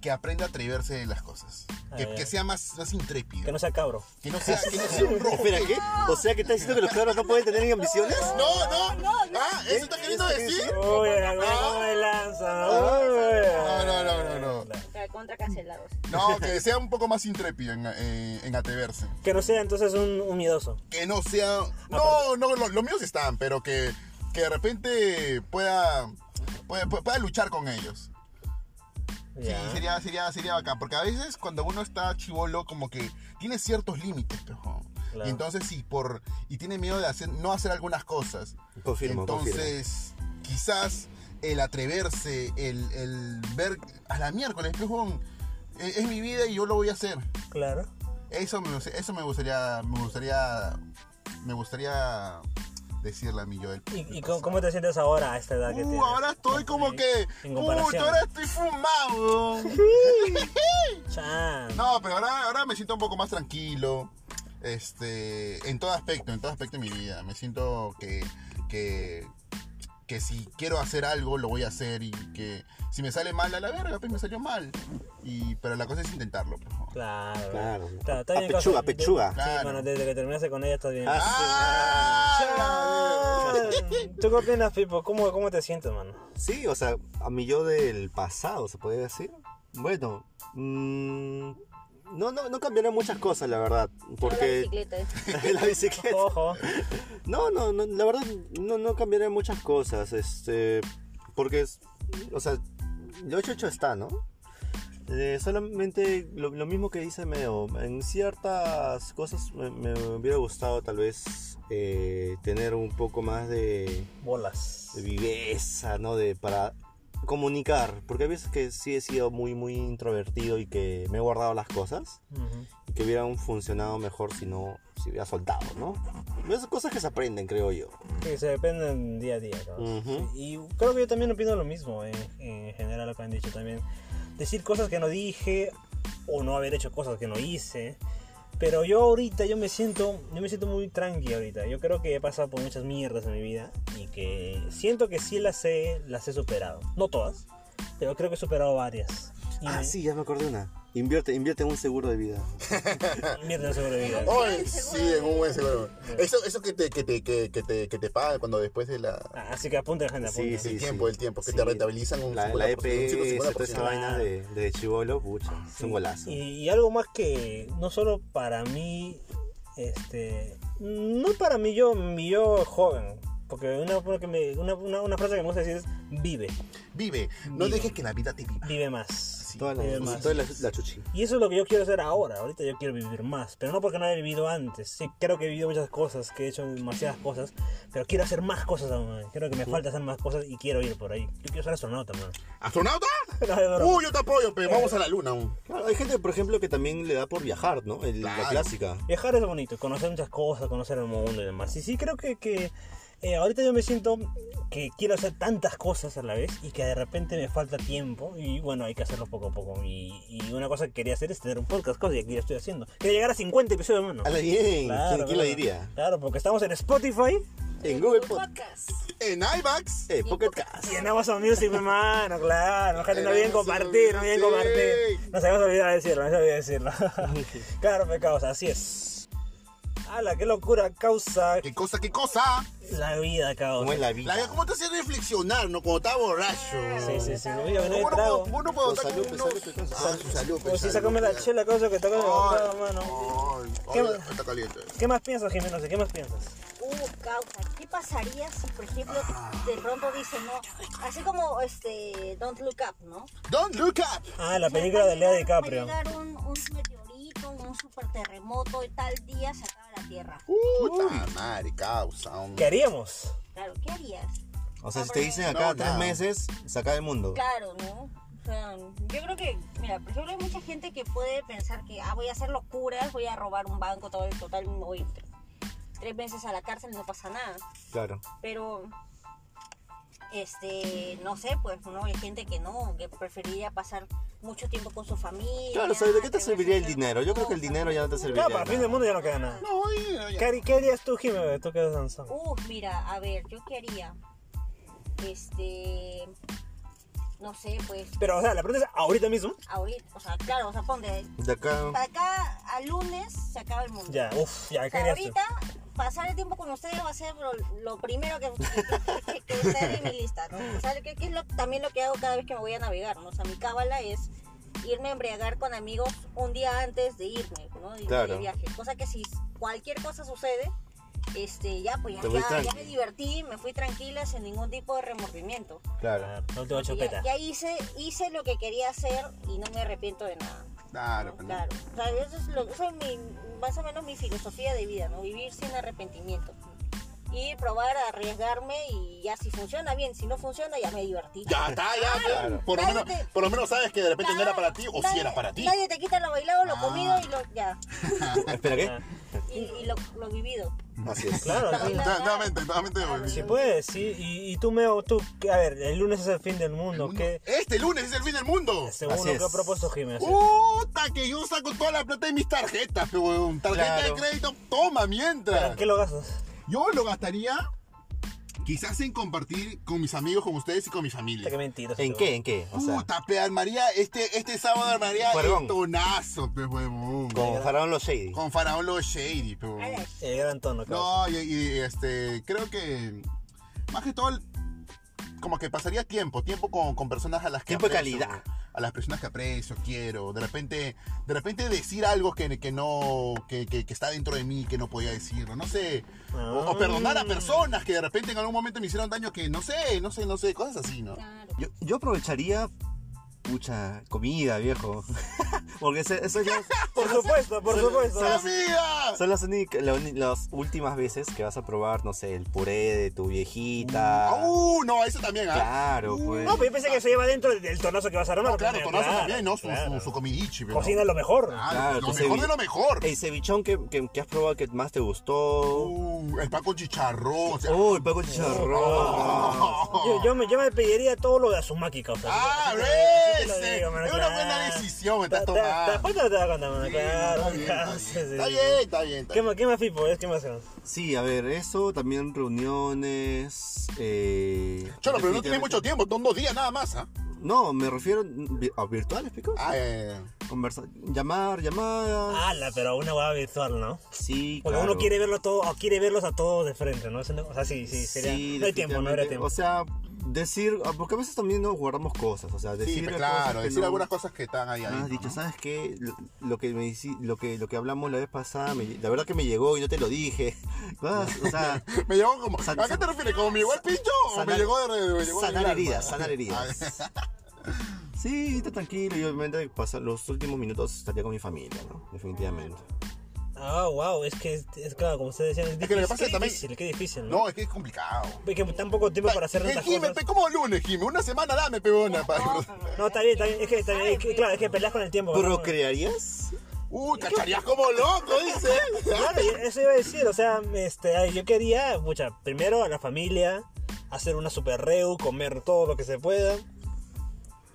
[SPEAKER 1] que aprenda a atreverse de las cosas?
[SPEAKER 3] Ah,
[SPEAKER 1] Que,
[SPEAKER 3] ya.
[SPEAKER 1] que sea más, más intrépido.
[SPEAKER 3] Que no sea cabro.
[SPEAKER 1] Que no sea, que no sea
[SPEAKER 3] (laughs)
[SPEAKER 1] un rojo.
[SPEAKER 4] (laughs) Espera, ¿qué? O sea, que estás diciendo que los cabros no pueden tener ambiciones.
[SPEAKER 1] No, no, Ah, ¿eso está queriendo decir?
[SPEAKER 3] Uy, la broma de lanza.
[SPEAKER 1] No,
[SPEAKER 3] Uy.
[SPEAKER 1] Ah, no, no, no, no.
[SPEAKER 2] Contra- Contra cancelados.
[SPEAKER 1] No, que sea un poco más intrépido en, eh, en atreverse.
[SPEAKER 3] Que no sea entonces un, un miedoso.
[SPEAKER 1] Que no sea. No, no, lo- los míos están, pero que, que de repente pueda, pueda, pueda luchar con ellos. Sí,
[SPEAKER 3] Ya.
[SPEAKER 1] sería, sería, sería bacán. Porque a veces cuando uno está chivolo, como que tiene ciertos límites, pejo.
[SPEAKER 3] Claro.
[SPEAKER 1] Y entonces, sí, por. Y tiene miedo de hacer, no hacer algunas cosas.
[SPEAKER 4] Confirmo, confirmo.
[SPEAKER 1] entonces, quizás el atreverse, el, el ver a la miércoles, pejo, e, es, es mi vida y yo lo voy a hacer.
[SPEAKER 3] Claro.
[SPEAKER 1] Eso me, gust- eso me gustaría. Me gustaría. Me gustaría decirle a mi yo del
[SPEAKER 3] ¿Y, y cómo, cómo te sientes ahora a esta edad que
[SPEAKER 1] Uh,
[SPEAKER 3] tienes?
[SPEAKER 1] ahora estoy como que.
[SPEAKER 3] En
[SPEAKER 1] Uh,
[SPEAKER 3] comparación.
[SPEAKER 1] ahora estoy
[SPEAKER 3] (laughs)
[SPEAKER 1] fumado.
[SPEAKER 3] Chan.
[SPEAKER 1] No, pero ahora, ahora me siento un poco más tranquilo. Este, en todo aspecto, en todo aspecto de mi vida. Me siento que, que, que si quiero hacer algo, lo voy a hacer y que si me sale mal a la verga, pues me salió mal. Y, pero la cosa es intentarlo. pues, ¿no?
[SPEAKER 3] Claro.
[SPEAKER 4] Claro.
[SPEAKER 3] Está, está
[SPEAKER 4] A
[SPEAKER 3] bien,
[SPEAKER 4] pechuga,
[SPEAKER 3] Cosmo. De-
[SPEAKER 4] pechuga.
[SPEAKER 3] Sí,
[SPEAKER 1] Claro.
[SPEAKER 3] mano, desde que terminaste con ella estás bien.
[SPEAKER 1] ¡Ah!
[SPEAKER 3] Chan. ¿Tú qué opinas, Pipo? ¿Cómo, ¿Cómo te sientes,
[SPEAKER 4] (laughs)
[SPEAKER 3] mano?
[SPEAKER 4] Sí, o sea, a mi yo del pasado, se puede decir. Bueno, mm, no, no, no cambiaron muchas cosas, la verdad.
[SPEAKER 2] La
[SPEAKER 4] Porque
[SPEAKER 2] bicicleta.
[SPEAKER 4] (laughs) la bicicleta.
[SPEAKER 3] Ojo.
[SPEAKER 4] No, no, no, la verdad no, no cambiaron muchas cosas. Este, porque, es- o sea, lo hecho hecho está, ¿no? Eh, solamente lo, lo mismo que dice Meo, en ciertas cosas me, me hubiera gustado tal vez eh, tener un poco más de,
[SPEAKER 3] Bolas.
[SPEAKER 4] de viveza, ¿no? De, para comunicar, porque hay veces que sí he sido muy, muy introvertido y que me he guardado las cosas
[SPEAKER 3] Ujú.
[SPEAKER 4] y que hubieran funcionado mejor si no, si hubiera soltado, ¿no? Esas cosas que se aprenden, creo yo.
[SPEAKER 3] Sí, se dependen día a día. ¿no?
[SPEAKER 4] Ujú.
[SPEAKER 3] Y creo que yo también opino lo mismo eh, en general lo que han dicho también. Decir cosas que no dije o no haber hecho cosas que no hice. Pero yo ahorita yo me siento yo me siento muy tranqui ahorita. Yo creo que he pasado por muchas mierdas en mi vida y que siento que sí las he las he superado. No todas, pero creo que he superado varias. Y
[SPEAKER 4] Ah,
[SPEAKER 3] me-
[SPEAKER 4] sí, ya me acordé una. Invierte, invierte en un seguro de vida.
[SPEAKER 3] Mierda sobre vida.
[SPEAKER 4] Oh.
[SPEAKER 2] Oye,
[SPEAKER 1] sí, en un buen seguro. Eso, eso que te, que te, que, que te, que te pagan cuando después de la,
[SPEAKER 3] Ah, Así que apunten, gente,
[SPEAKER 4] Sí,
[SPEAKER 3] apunten.
[SPEAKER 4] sí.
[SPEAKER 1] el tiempo, el tiempo, que te rentabilizan un
[SPEAKER 4] La, la
[SPEAKER 1] 50%, un
[SPEAKER 4] EPS, toda esa
[SPEAKER 1] 50%.
[SPEAKER 4] vaina de, de chivolo, pucha, es un golazo.
[SPEAKER 3] Y, y algo más que no solo para mí, este, no para mí yo, mi yo joven, porque una, una que me- una- una- una frase que me gusta decir es vive,
[SPEAKER 1] Vive, no
[SPEAKER 3] Vive.
[SPEAKER 1] dejes que la vida te viva.
[SPEAKER 3] vive más.
[SPEAKER 4] Toda la,
[SPEAKER 3] Eh, más.
[SPEAKER 4] toda la, la chuchi.
[SPEAKER 3] Y eso es lo que yo quiero hacer ahora, ahorita yo quiero vivir más, pero no porque no haya vivido antes, sí, creo que he vivido muchas cosas, que he hecho demasiadas cosas, pero quiero hacer más cosas aún, creo que me falta hacer más cosas y quiero ir por ahí. Yo quiero ser astronauta,
[SPEAKER 4] (laughs)
[SPEAKER 3] man.
[SPEAKER 1] ¿Astronauta?
[SPEAKER 3] No, de verdad.
[SPEAKER 1] Uy, yo te apoyo, pero vamos a la luna. un-
[SPEAKER 4] Claro, hay gente, por ejemplo, que también le da por viajar, ¿no? El-
[SPEAKER 1] Claro.
[SPEAKER 4] La clásica.
[SPEAKER 3] Viajar es bonito, conocer muchas cosas, conocer el mundo y demás. Y sí creo que, que, eh, ahorita yo me siento que quiero hacer tantas cosas a la vez y que de repente me falta tiempo y bueno, hay que hacerlo poco a poco. Y, y una cosa que quería hacer es tener un podcast, cosa que aquí ya estoy haciendo. Quería llegar a 50 episodios, mano.
[SPEAKER 4] A la bien, ¿quién, quién lo
[SPEAKER 3] claro.
[SPEAKER 4] diría?
[SPEAKER 3] Claro, porque estamos en Spotify
[SPEAKER 4] En Google
[SPEAKER 2] Podcast.
[SPEAKER 4] Podcast.
[SPEAKER 1] En IMAX.
[SPEAKER 4] Eh, Pocket Cast.
[SPEAKER 3] y en Amazon Music, hermano, claro. Gente, no bien
[SPEAKER 1] Amazon
[SPEAKER 3] compartir, no bien
[SPEAKER 1] Music.
[SPEAKER 3] compartir. Nos habíamos olvidado decirlo, nos habíamos olvidado decirlo.
[SPEAKER 4] (laughs)
[SPEAKER 3] claro, pecados, así es. ¡Hala, qué locura causa
[SPEAKER 1] ¿Qué cosa, qué cosa?
[SPEAKER 3] La vida, cabrón.
[SPEAKER 4] ¿Cómo es la
[SPEAKER 1] La vida,
[SPEAKER 4] vida?
[SPEAKER 1] ¿cómo te hace reflexionar, no? Cuando estaba borracho.
[SPEAKER 3] Sí, sí, sí. Oye, no
[SPEAKER 1] ¿Cómo no
[SPEAKER 3] hay
[SPEAKER 1] puedo,
[SPEAKER 3] trago.
[SPEAKER 1] cómo no puedo
[SPEAKER 4] Con
[SPEAKER 1] estar
[SPEAKER 4] salud,
[SPEAKER 1] con
[SPEAKER 4] pues,
[SPEAKER 1] unos-
[SPEAKER 4] salud, pues,
[SPEAKER 1] Ah, su salud,
[SPEAKER 3] Pues
[SPEAKER 1] pues,
[SPEAKER 3] sí,
[SPEAKER 1] salud,
[SPEAKER 3] sacame la
[SPEAKER 1] pues.
[SPEAKER 3] chela, cosa que está con el bocado,
[SPEAKER 1] Ay,
[SPEAKER 3] mano.
[SPEAKER 1] ay,
[SPEAKER 3] ¿Qué-
[SPEAKER 1] hola, Está caliente.
[SPEAKER 3] ¿Qué más piensas, Jimeno? ¿Qué más piensas?
[SPEAKER 2] Uh, causa, ¿qué pasaría si, por ejemplo, de pronto dice, no, así como este, Don't Look Up, ¿no?
[SPEAKER 1] Don't look up.
[SPEAKER 3] Ah, la película de Leo DiCaprio.
[SPEAKER 2] Va a llegar un, un meteorito, un super terremoto y tal día se acaba la Tierra.
[SPEAKER 1] Puta madre, causa. un-
[SPEAKER 3] ¿Qué haríamos?
[SPEAKER 2] Claro, ¿qué harías?
[SPEAKER 4] O sea, si te dicen acá
[SPEAKER 1] No,
[SPEAKER 4] tres
[SPEAKER 1] nada.
[SPEAKER 4] meses, se acaba el mundo.
[SPEAKER 2] Claro, ¿no? O sea, yo creo que, mira, por ejemplo, hay mucha gente que puede pensar que, ah, voy a hacer locuras, voy a robar un banco, todo el total, me voy tres- tres meses a la cárcel y no pasa nada.
[SPEAKER 4] Claro.
[SPEAKER 2] Pero, este, no sé, pues, ¿no? Hay gente que no, que preferiría pasar mucho tiempo con su familia.
[SPEAKER 4] Claro, o sea, ¿de qué te
[SPEAKER 2] regresar
[SPEAKER 4] serviría el
[SPEAKER 2] a
[SPEAKER 4] dinero? Yo creo que el
[SPEAKER 2] cosas.
[SPEAKER 4] dinero ya no te serviría.
[SPEAKER 3] Ya, para fin del mundo ya no queda nada.
[SPEAKER 1] No, oye, oye.
[SPEAKER 3] ¿Qué harí- qué harías tú, Jimeno? Tú quedas danzando.
[SPEAKER 2] Uf, mira, a ver, ¿yo qué haría? Este, no sé, pues,
[SPEAKER 3] Pero, o sea, la pregunta es ahorita mismo.
[SPEAKER 2] ahorita, o sea, claro, o sea, ponte,
[SPEAKER 4] De acá.
[SPEAKER 2] para acá al lunes se acaba el mundo.
[SPEAKER 3] Ya, uff, ya,
[SPEAKER 2] O
[SPEAKER 3] ¿qué
[SPEAKER 2] sea,
[SPEAKER 3] harías tú?
[SPEAKER 2] ahorita pasar el tiempo con ustedes va a ser lo, lo primero que, (laughs) que, que- que esté en mi lista, ¿no? O sea, que, que es lo- también lo que hago cada vez que me voy a navegar, ¿no? O sea, mi cábala es irme a embriagar con amigos un día antes de irme, ¿no? De, de
[SPEAKER 4] Claro.
[SPEAKER 2] viaje. Cosa que si cualquier cosa sucede, este, ya pues ya,
[SPEAKER 4] Te voy
[SPEAKER 2] ya- ya
[SPEAKER 4] tranqui.
[SPEAKER 2] me divertí, me fui tranquila sin ningún tipo de remordimiento.
[SPEAKER 4] Claro.
[SPEAKER 3] Ah, No tengo
[SPEAKER 2] Ya,
[SPEAKER 3] chupeta.
[SPEAKER 2] ya hice, hice lo que quería hacer y no me arrepiento de nada.
[SPEAKER 1] Claro,
[SPEAKER 2] ¿no?
[SPEAKER 1] pues, no.
[SPEAKER 2] Claro. O sea, eso es, lo- eso es mi, más o menos mi filosofía de vida, ¿no? Vivir sin arrepentimiento. Ir, probar, arriesgarme y ya si funciona bien, si no funciona ya me divertí.
[SPEAKER 1] Ya está, ya. ya. Por lo,
[SPEAKER 2] Nadie
[SPEAKER 1] menos,
[SPEAKER 2] te-
[SPEAKER 1] por lo menos sabes que de repente no era
[SPEAKER 2] Claro,
[SPEAKER 1] para ti o si
[SPEAKER 2] nadie-
[SPEAKER 1] era para ti.
[SPEAKER 2] Nadie te quita lo bailado, lo
[SPEAKER 1] Ah.
[SPEAKER 2] comido y lo, ya,
[SPEAKER 4] Espera,
[SPEAKER 3] Ah,
[SPEAKER 4] ¿qué?
[SPEAKER 2] y, y lo, lo vivido.
[SPEAKER 4] Así es.
[SPEAKER 3] Claro,
[SPEAKER 2] Ya,
[SPEAKER 3] sí.
[SPEAKER 2] ya.
[SPEAKER 1] Ya, Nuevamente, nuevamente.
[SPEAKER 3] Sí, puedes, sí. Y, y tú, Meo, tú, a ver, el lunes es el fin del mundo. ¿Qué,
[SPEAKER 1] Este lunes Uh, es el fin del mundo.
[SPEAKER 3] según
[SPEAKER 4] Así
[SPEAKER 3] lo que
[SPEAKER 4] es.
[SPEAKER 3] ha propuesto Jimeno?
[SPEAKER 1] Puta, que yo saco toda la plata de mis tarjetas, pe, huevón. Tarjeta de
[SPEAKER 4] Claro.
[SPEAKER 1] crédito, toma
[SPEAKER 3] ¿En
[SPEAKER 1] mientras.
[SPEAKER 3] qué lo gastas?
[SPEAKER 1] Yo lo gastaría Quizás en compartir con mis amigos, con ustedes y con mi familia.
[SPEAKER 3] Puta, qué mentiroso.
[SPEAKER 4] ¿En
[SPEAKER 3] este
[SPEAKER 4] qué?
[SPEAKER 3] huevón.
[SPEAKER 4] ¿En qué? O sea,
[SPEAKER 1] Puta, pe, armaría este, este sábado armaría
[SPEAKER 4] Perdón.
[SPEAKER 1] el tonazo, pe, huevón. Con,
[SPEAKER 4] con Faraón Los Shady.
[SPEAKER 1] Faraón Los Shady, pe, huevón.
[SPEAKER 2] Ala,
[SPEAKER 3] El Eh, gran tono, claro.
[SPEAKER 1] No, y, y, este, creo que más que todo, como que pasaría tiempo, tiempo con, con personas a las que
[SPEAKER 4] Tiempo de
[SPEAKER 1] aprecio,
[SPEAKER 4] calidad.
[SPEAKER 1] A las personas que aprecio, quiero. De repente, de repente decir algo que, que no, que, que- que está dentro de mí, que no podía decirlo, no sé. O,
[SPEAKER 3] Ah.
[SPEAKER 1] o perdonar a personas que de repente en algún momento me hicieron daño que no sé, no sé, no sé, cosas así, ¿no?
[SPEAKER 2] claro.
[SPEAKER 4] Yo, yo aprovecharía. Pucha, comida, viejo. (laughs) Porque ese- eso ya.
[SPEAKER 3] Por supuesto, por supuesto.
[SPEAKER 1] ¡Amiga!
[SPEAKER 4] Son las, únicas- la uni- las últimas veces que vas a probar, no sé, el puré de tu viejita.
[SPEAKER 1] ¡Uh! No, eso también, ¿ah?
[SPEAKER 4] Claro, pues.
[SPEAKER 3] No, pero yo pensé que eso lleva dentro del tonazo que vas a armar.
[SPEAKER 1] No, claro,
[SPEAKER 3] pero-
[SPEAKER 1] tonazo también, ¿no? Su,
[SPEAKER 3] claro.
[SPEAKER 1] su, su comidichi, pero-
[SPEAKER 3] Cocina lo mejor.
[SPEAKER 1] Claro,
[SPEAKER 4] Claro,
[SPEAKER 1] lo
[SPEAKER 4] tu
[SPEAKER 1] mejor
[SPEAKER 4] cevi-
[SPEAKER 1] de lo mejor.
[SPEAKER 4] El cevichón que, que- que has probado que más te gustó.
[SPEAKER 1] Uh, el pan con chicharrón. o sea, uh,
[SPEAKER 4] Oh, el paco chicharrón.
[SPEAKER 3] Yo, yo me, yo me pediría todo lo de Azumaki, causa.
[SPEAKER 1] (laughs) ¡Ah,
[SPEAKER 3] Así te- así
[SPEAKER 1] ves! eh,
[SPEAKER 3] te lo
[SPEAKER 1] Es
[SPEAKER 3] digo, mano,
[SPEAKER 1] una
[SPEAKER 3] claro.
[SPEAKER 1] buena decisión, me
[SPEAKER 3] Ta-
[SPEAKER 1] estás
[SPEAKER 3] ta-
[SPEAKER 1] tomando.
[SPEAKER 3] Después te lo te voy a contar, mano,
[SPEAKER 1] Sí, Está bien, está
[SPEAKER 3] claro. Sí, sí,
[SPEAKER 1] bien,
[SPEAKER 3] sí.
[SPEAKER 1] está bien, está bien, está
[SPEAKER 3] ¿Qué
[SPEAKER 1] bien.
[SPEAKER 3] más, qué más Pipo? ¿Es ¿Qué más hacemos?
[SPEAKER 4] Sí, a ver, eso, también reuniones. Eh,
[SPEAKER 1] Cholo, pero no tienes
[SPEAKER 4] definitivamente-
[SPEAKER 1] mucho tiempo, son dos días nada más, ¿ah?
[SPEAKER 4] No, me refiero vi- a virtuales, pico.
[SPEAKER 1] Ah, eh,
[SPEAKER 4] Conversa- llamar, llamadas.
[SPEAKER 3] Ala, pero una hueá virtual, ¿no?
[SPEAKER 4] Sí,
[SPEAKER 3] Porque
[SPEAKER 4] claro.
[SPEAKER 3] uno quiere verlo todo, o quiere verlos a todos de frente, ¿no? O sea, sí, sí, sería. no hay tiempo, no habrá
[SPEAKER 4] definitivamente.
[SPEAKER 3] tiempo.
[SPEAKER 4] O sea, decir, ah, porque a veces también nos guardamos cosas, o sea,
[SPEAKER 1] sí,
[SPEAKER 4] decir
[SPEAKER 1] pues,
[SPEAKER 4] cosas
[SPEAKER 1] claro,
[SPEAKER 4] que
[SPEAKER 1] decir
[SPEAKER 4] no-
[SPEAKER 1] algunas cosas que están ahí.
[SPEAKER 4] no
[SPEAKER 3] Ah,
[SPEAKER 1] adentro,
[SPEAKER 4] has dicho,
[SPEAKER 1] ¿no?
[SPEAKER 4] ¿sabes qué? Lo, lo que me hici- lo que lo que hablamos la vez pasada, me- la verdad que me llegó y no te lo dije. (laughs) Cosas, o sea,
[SPEAKER 1] (laughs) Me llegó como.
[SPEAKER 4] San-
[SPEAKER 1] ¿A qué te refieres? ¿Como me llegó el pincho o me
[SPEAKER 4] sanar-
[SPEAKER 1] llegó de. me llegó
[SPEAKER 4] sanar
[SPEAKER 1] del alma?
[SPEAKER 4] heridas, sanar
[SPEAKER 1] Ah,
[SPEAKER 4] heridas. (laughs) Sí, está tranquilo y obviamente pasar los últimos minutos estaría con mi familia, ¿no? Definitivamente.
[SPEAKER 3] Ah, wow, es que es, es claro, como ustedes decían, es,
[SPEAKER 1] Es que lo que
[SPEAKER 3] difícil,
[SPEAKER 1] pasa es
[SPEAKER 3] qué
[SPEAKER 1] también-
[SPEAKER 3] difícil, qué difícil, ¿no?
[SPEAKER 1] No, es que es complicado.
[SPEAKER 3] Es que tan poco tiempo para hacer
[SPEAKER 1] Eh,
[SPEAKER 3] tantas
[SPEAKER 1] Jime,
[SPEAKER 3] cosas.
[SPEAKER 1] pe, ¿cómo lunes, Jime? Una semana dame, pebona. pa-
[SPEAKER 3] (laughs)
[SPEAKER 1] (laughs)
[SPEAKER 3] No, está bien, está bien, es que, está bien, es que- claro, es que peleas con el tiempo. ¿no?
[SPEAKER 4] ¿Procrearías?
[SPEAKER 1] Uh, cacharías como loco,
[SPEAKER 3] (laughs)
[SPEAKER 1] dice.
[SPEAKER 3] Claro, y eso iba a decir, o sea, este, ay, yo quería, pucha, primero a la familia, hacer una super reu, comer todo lo que se pueda,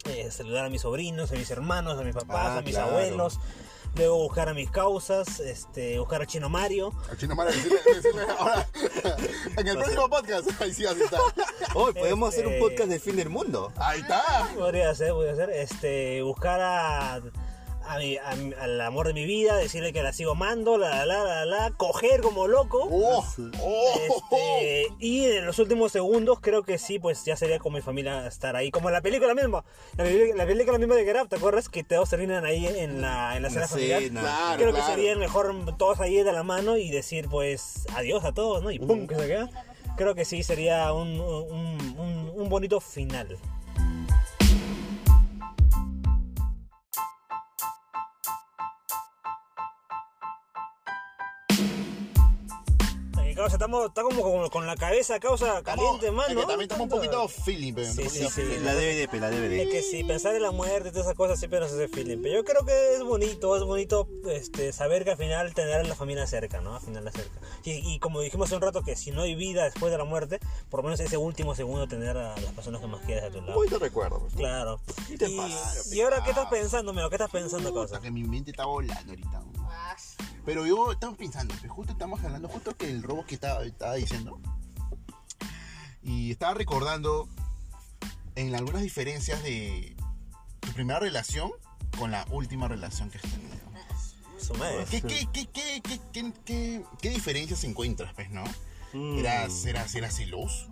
[SPEAKER 3] eh, saludar a mis sobrinos, a mis hermanos, a mis papás,
[SPEAKER 4] Ah,
[SPEAKER 3] a mis
[SPEAKER 4] claro.
[SPEAKER 3] abuelos, luego buscar a mis causas, este, buscar a Chino Mario.
[SPEAKER 1] Al chino Mara, decirle, decirle ahora. (laughs) En el próximo podcast. Ahí sí, así está.
[SPEAKER 4] Hoy podemos hacer un
[SPEAKER 3] Este-
[SPEAKER 4] podcast del fin del mundo.
[SPEAKER 1] Ahí está.
[SPEAKER 3] Podría ser, podría ser, este, buscar a, a mi- a mi- al amor de mi vida, decirle que la sigo amando, la, la, la, la, la, coger como loco.
[SPEAKER 1] Oh, oh, oh.
[SPEAKER 3] Este, y en los últimos segundos creo que sí, pues ya sería con mi familia estar ahí. Como en la película misma. La, peli- la película misma de Get Up, ¿te acuerdas? Que todos terminan ahí en la, en la
[SPEAKER 4] La
[SPEAKER 3] cena familiar.
[SPEAKER 4] cena.
[SPEAKER 1] Claro,
[SPEAKER 3] creo
[SPEAKER 1] claro.
[SPEAKER 3] que sería mejor todos ahí de la mano y decir pues adiós a todos, ¿no? Y pum, que se queda. Creo que sí, sería un, un- un- un bonito final. Eh, Causa, estamos, está como con, con la cabeza, causa caliente,
[SPEAKER 1] Estamos-
[SPEAKER 3] mano.
[SPEAKER 1] es que también estamos un poquito feeling, pero.
[SPEAKER 3] Sí,
[SPEAKER 1] un
[SPEAKER 3] sí,
[SPEAKER 1] poquito
[SPEAKER 3] sí.
[SPEAKER 1] feeling.
[SPEAKER 4] La DVD, pe, la
[SPEAKER 3] Es
[SPEAKER 4] DVD.
[SPEAKER 3] que sí, pensar en la muerte y todas esas cosas siempre nos hace feeling. Pero yo creo que es bonito, es bonito este, saber que al final tener a la familia cerca, ¿no? Al final la cerca. Y, y como dijimos hace un rato, que si no hay vida después de la muerte, por lo menos ese último segundo tener a las personas que más quieres a tu lado.
[SPEAKER 1] Muy te recuerdo, pues.
[SPEAKER 3] Claro. Y,
[SPEAKER 1] te pasa,
[SPEAKER 3] y ahora, ¿qué estás
[SPEAKER 1] pecado?
[SPEAKER 3] pensando, Meo? ¿Qué estás pensando,
[SPEAKER 1] Puta,
[SPEAKER 3] causa?
[SPEAKER 1] que mi mente está volando ahorita.
[SPEAKER 2] Ah,
[SPEAKER 1] Pero yo estaba pensando, pues, justo estamos hablando, justo que el robo que estaba, estaba diciendo. Y estaba recordando en algunas diferencias de tu primera relación con la última relación que has tenido.
[SPEAKER 3] Su madre.
[SPEAKER 1] ¿Qué, qué, qué, qué, qué, qué, qué- qué diferencias encuentras, pues, no?
[SPEAKER 4] Mm.
[SPEAKER 1] ¿Eras, eras, eras celoso?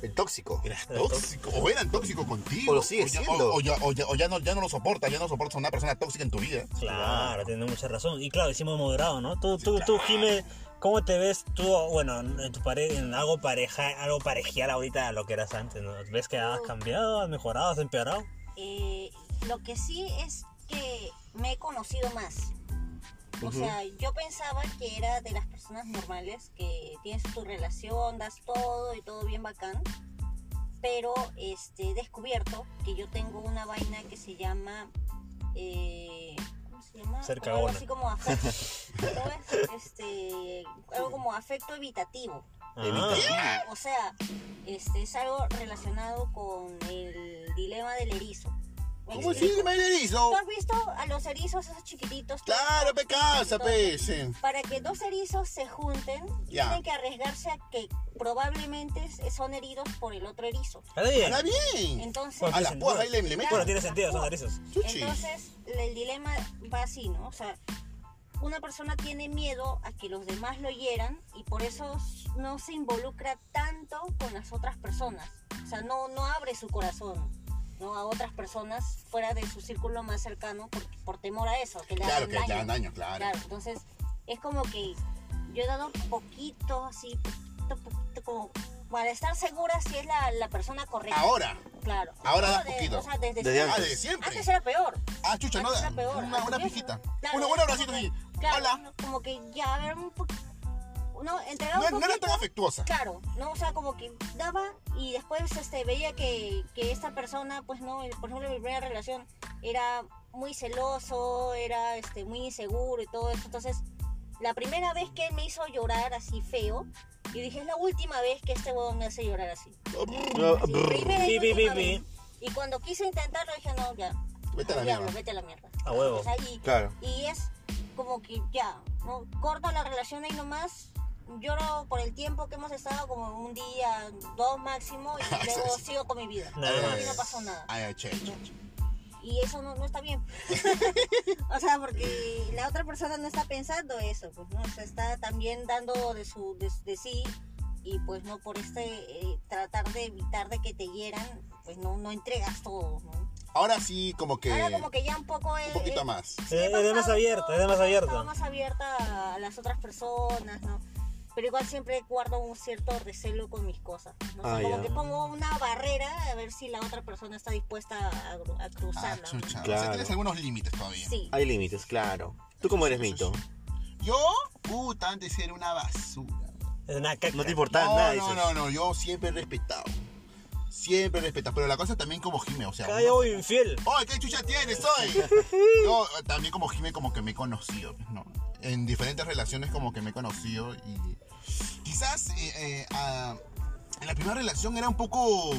[SPEAKER 4] El tóxico.
[SPEAKER 1] ¿Eras
[SPEAKER 3] Era tóxico.
[SPEAKER 1] tóxico? ¿O eran tóxicos contigo?
[SPEAKER 4] O lo sigues
[SPEAKER 1] ya-
[SPEAKER 4] siendo.
[SPEAKER 1] O, ya, o ya- o ya no, ya no lo soportas, ya no soportas a una persona tóxica en tu vida.
[SPEAKER 3] Claro, tienes mucha razón. Y claro, hicimos moderado, ¿no? Tú, tú, tú, Jime, ¿cómo te ves tú, bueno, en tu pare en algo pareja, algo parejial ahorita a lo que eras antes, ¿no? ¿Ves que has cambiado, has mejorado, has empeorado?
[SPEAKER 2] eh, lo que sí es que me he conocido más. O sea, yo pensaba que era de las personas normales, que tienes tu relación, das todo y todo bien bacán. Pero este, he descubierto que yo tengo una vaina que se llama... eh, ¿Cómo se llama?
[SPEAKER 3] Ser
[SPEAKER 2] Como algo
[SPEAKER 3] cagona.
[SPEAKER 2] así como afecto.
[SPEAKER 3] (laughs)
[SPEAKER 2] ¿cómo es? Este, algo como afecto evitativo.
[SPEAKER 3] Ah,
[SPEAKER 2] O sea, este es algo relacionado con el dilema del erizo.
[SPEAKER 1] ¿Cómo así? Me lo erizo.
[SPEAKER 2] ¿Tú has visto a los erizos esos chiquititos?
[SPEAKER 1] Claro, pe causa, pe,
[SPEAKER 2] Entonces,
[SPEAKER 1] sí.
[SPEAKER 2] Para que dos erizos se junten,
[SPEAKER 1] Ya.
[SPEAKER 2] tienen que arriesgarse a que probablemente s- son heridos por el otro erizo.
[SPEAKER 3] Ahora bien,
[SPEAKER 1] Ahora bien.
[SPEAKER 2] Entonces,
[SPEAKER 1] A las púas ahí le, le
[SPEAKER 3] bueno,
[SPEAKER 1] meto.
[SPEAKER 3] tiene sentido, son erizos.
[SPEAKER 1] Chuchi.
[SPEAKER 2] entonces el dilema va así, ¿no? O sea, una persona tiene miedo a que los demás lo hieran y por eso s- no se involucra tanto con las otras personas. O sea, no, no abre su corazón. ¿no? a otras personas fuera de su círculo más cercano por, por temor a eso, que le
[SPEAKER 1] Claro,
[SPEAKER 2] hagan
[SPEAKER 1] que le
[SPEAKER 2] daño.
[SPEAKER 1] dan daño, claro.
[SPEAKER 2] Claro, entonces es como que yo he dado poquito, así, poquito, poquito, como para estar segura si es la, la persona correcta.
[SPEAKER 1] Ahora.
[SPEAKER 2] Claro.
[SPEAKER 1] Ahora
[SPEAKER 2] No,
[SPEAKER 1] das
[SPEAKER 2] de-
[SPEAKER 1] poquito.
[SPEAKER 2] O sea, desde,
[SPEAKER 4] Desde
[SPEAKER 2] siempre.
[SPEAKER 1] antes. Ah, desde siempre.
[SPEAKER 2] Antes era peor.
[SPEAKER 1] Ah, chucha, no
[SPEAKER 2] Antes
[SPEAKER 1] da.
[SPEAKER 2] era peor.
[SPEAKER 1] Una, una
[SPEAKER 2] Antes-
[SPEAKER 1] pijita.
[SPEAKER 2] claro,
[SPEAKER 1] Una buena abracito así.
[SPEAKER 2] Claro,
[SPEAKER 1] Hola.
[SPEAKER 2] no, Como que ya, a ver, un poco. No, entregaba
[SPEAKER 1] No,
[SPEAKER 2] un
[SPEAKER 1] no era
[SPEAKER 2] poquito.
[SPEAKER 1] tan afectuosa.
[SPEAKER 2] Claro, no, o sea, como que daba y después este, veía que, que esta persona, pues no, por ejemplo, mi primera relación era muy celoso, era este, muy inseguro y todo eso. Entonces, la primera vez que él me hizo llorar así feo, yo dije, es la última vez que este huevón me hace llorar así. Así, primera y
[SPEAKER 3] Pi, pi, pi,
[SPEAKER 2] última
[SPEAKER 3] pi.
[SPEAKER 2] vez. Y cuando quise intentarlo, dije, no, ya.
[SPEAKER 1] Vete a la
[SPEAKER 2] al diablo,
[SPEAKER 1] mierda.
[SPEAKER 2] Vete a la mierda.
[SPEAKER 3] A Ah, huevo.
[SPEAKER 2] O sea, y,
[SPEAKER 4] Claro.
[SPEAKER 2] y es como que ya, ¿no? corta la relación ahí nomás. Lloro por el tiempo que hemos estado, como un día, dos máximo,
[SPEAKER 1] (laughs)
[SPEAKER 2] y luego sigo con mi vida.
[SPEAKER 3] Nada
[SPEAKER 2] Y
[SPEAKER 3] más.
[SPEAKER 2] no pasó nada.
[SPEAKER 1] Ay, che, che.
[SPEAKER 2] Y eso no, no está
[SPEAKER 1] (laughs)
[SPEAKER 2] bien. o sea, porque la otra persona no está pensando eso, pues no, se está también dando de, su, de, de sí y pues no por este eh, tratar de evitar de que te hieran, pues no, no entregas todo, ¿no?
[SPEAKER 1] Ahora sí, como que.
[SPEAKER 2] Ahora como que ya un poco
[SPEAKER 1] Un
[SPEAKER 2] es...
[SPEAKER 1] poquito
[SPEAKER 2] es-
[SPEAKER 1] más.
[SPEAKER 2] sí, he
[SPEAKER 3] Eh, es de más
[SPEAKER 2] pasado
[SPEAKER 3] abierta,
[SPEAKER 2] todo,
[SPEAKER 3] es de más
[SPEAKER 2] he
[SPEAKER 3] abierta.
[SPEAKER 2] estado más abierta a, a las otras personas, ¿no? Pero igual siempre guardo un cierto recelo con mis cosas. ¿no? O sea,
[SPEAKER 4] Ah,
[SPEAKER 2] como
[SPEAKER 4] ya.
[SPEAKER 2] que pongo una barrera a ver si la otra persona está dispuesta a, gru- a
[SPEAKER 1] Ah,
[SPEAKER 2] cruzarla. ¿no?
[SPEAKER 1] chucha. O sea,
[SPEAKER 4] Claro.
[SPEAKER 1] tienes algunos límites todavía.
[SPEAKER 2] Sí.
[SPEAKER 4] Hay límites, claro. ¿Tú cómo eres,
[SPEAKER 1] Sí, sí,
[SPEAKER 4] Mito?
[SPEAKER 1] Yo, uh, puta, antes era una basura.
[SPEAKER 3] Es una caca.
[SPEAKER 4] No te importaba nada.
[SPEAKER 1] no,
[SPEAKER 4] dices.
[SPEAKER 1] no, no, yo siempre he respetado. Siempre he respetado. Pero la cosa también como Jime, o sea.
[SPEAKER 3] Cada día voy infiel.
[SPEAKER 1] ¡Oye, Oh, qué chucha tienes hoy! Yo eh, también como Jime como que me he conocido, pues, ¿no? En diferentes relaciones como que me he conocido y quizás eh, eh, a- en la primera relación era un poco,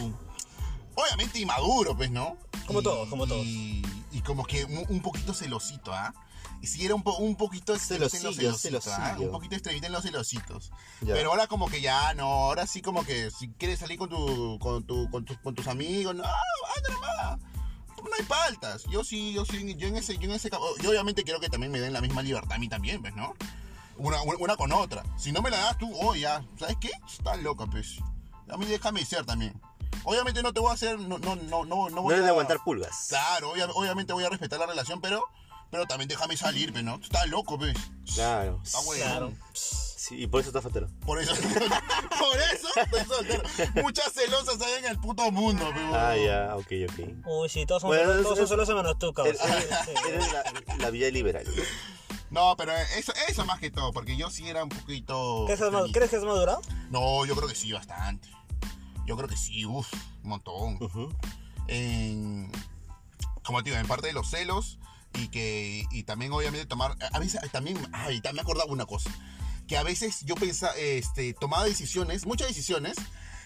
[SPEAKER 1] obviamente inmaduro, pues, ¿no?
[SPEAKER 3] Como
[SPEAKER 1] Y-
[SPEAKER 3] todos, como todos.
[SPEAKER 1] Y, y como que un, un poquito celosito, ¿ah? Y sí, era un, po- un poquito estrellita en los
[SPEAKER 4] Celosillo,
[SPEAKER 1] celositos, ¿ah?
[SPEAKER 4] celosillo.
[SPEAKER 1] Un poquito estrellita en los celositos.
[SPEAKER 4] Ya.
[SPEAKER 1] Pero ahora como que ya, no, ahora sí como que si quieres salir con, tu, con, tu, con, tus- con tus amigos, no, anda nomás. No hay faltas. Yo sí, yo sí, yo en ese, yo en ese campo- Yo obviamente quiero que también me den la misma libertad a mí también, pues, ¿no? Una, una, una con otra. Si no me la das tú, oh, ya, ¿sabes qué? Estás loca, pues. A mí déjame ser también. Obviamente no te voy a hacer, no, no, no, no, no
[SPEAKER 4] No
[SPEAKER 1] voy
[SPEAKER 4] eres
[SPEAKER 1] a...
[SPEAKER 4] de aguantar pulgas.
[SPEAKER 1] Claro, obvia- obviamente voy a respetar la relación, pero, pero también déjame salir, pues, ¿no? Estás loco, pues.
[SPEAKER 4] Claro.
[SPEAKER 1] Está bueno.
[SPEAKER 3] Claro.
[SPEAKER 4] Sí, y por eso estás fatero.
[SPEAKER 1] Por eso, (laughs) por eso estoy soltero. Muchas celosas hay en el puto mundo, pues.
[SPEAKER 4] Ah, ya, ok, ok.
[SPEAKER 3] Uy, sí, todos son,
[SPEAKER 4] Bueno,
[SPEAKER 3] todos
[SPEAKER 4] es-
[SPEAKER 3] son
[SPEAKER 4] es-
[SPEAKER 3] celosos menos tú, cabrón.
[SPEAKER 4] Eres, (laughs) eres la, la vía liberal.
[SPEAKER 1] No, pero eso, eso más que todo, porque yo sí era un poquito.
[SPEAKER 3] ¿Crees que has ma-
[SPEAKER 1] extremista.
[SPEAKER 3] ¿Crees que has madurado?
[SPEAKER 1] No, yo creo que sí, bastante. Yo creo que sí, uff, un montón. En- como te digo, en parte de los celos y que y también obviamente tomar, a veces también, ay, también me acordaba una cosa, que a veces yo pensaba, este, tomaba decisiones, muchas decisiones,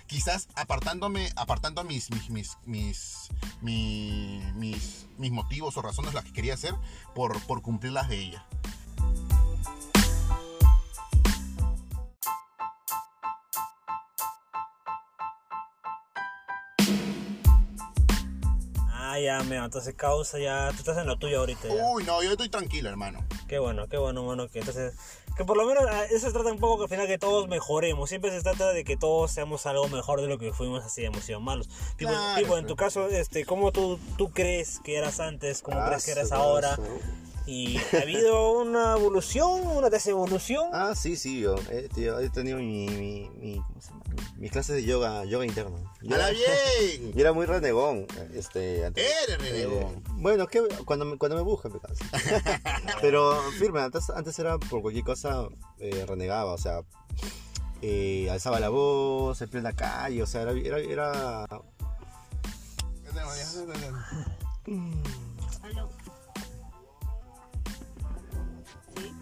[SPEAKER 1] quizás apartándome, apartando mis, mis, mis, mis, mi- mis, mis motivos o razones las que quería hacer por, por cumplir las de ella.
[SPEAKER 3] Ah, ya, meo, entonces causa ya. Tú estás en lo tuyo ahorita. Ya.
[SPEAKER 1] Uy, no, yo estoy tranquilo, hermano.
[SPEAKER 3] Qué bueno, qué bueno, mano. Que entonces. Que por lo menos ah, eso se trata un poco que al final que todos mejoremos. Siempre se trata de que todos seamos algo mejor de lo que fuimos así de emoción malos. Tipo,
[SPEAKER 1] Claro,
[SPEAKER 3] tipo, en
[SPEAKER 1] pero-
[SPEAKER 3] tu caso, este, ¿cómo tú, tú crees que eras antes? ¿Cómo crees que eras
[SPEAKER 4] Ah,
[SPEAKER 3] ahora?
[SPEAKER 4] su-
[SPEAKER 3] Y ha habido una evolución, una desevolución.
[SPEAKER 4] Ah, sí, sí, yo he, yo he tenido mi, mi, mi- ¿cómo se llama? mis clases de yoga, yoga interno. Yo,
[SPEAKER 1] ¡Hala bien!
[SPEAKER 4] (laughs) yo era muy renegón. Este, antes.
[SPEAKER 1] Eres renegón.
[SPEAKER 4] bueno, es que cuando me, cuando me buscan, me canso.
[SPEAKER 1] (laughs)
[SPEAKER 4] Pero firme, antes, antes era por cualquier cosa eh, renegaba, o sea, eh, alzaba la voz en plena calle, o sea, era, era, era (laughs)
[SPEAKER 2] Aló. Sí.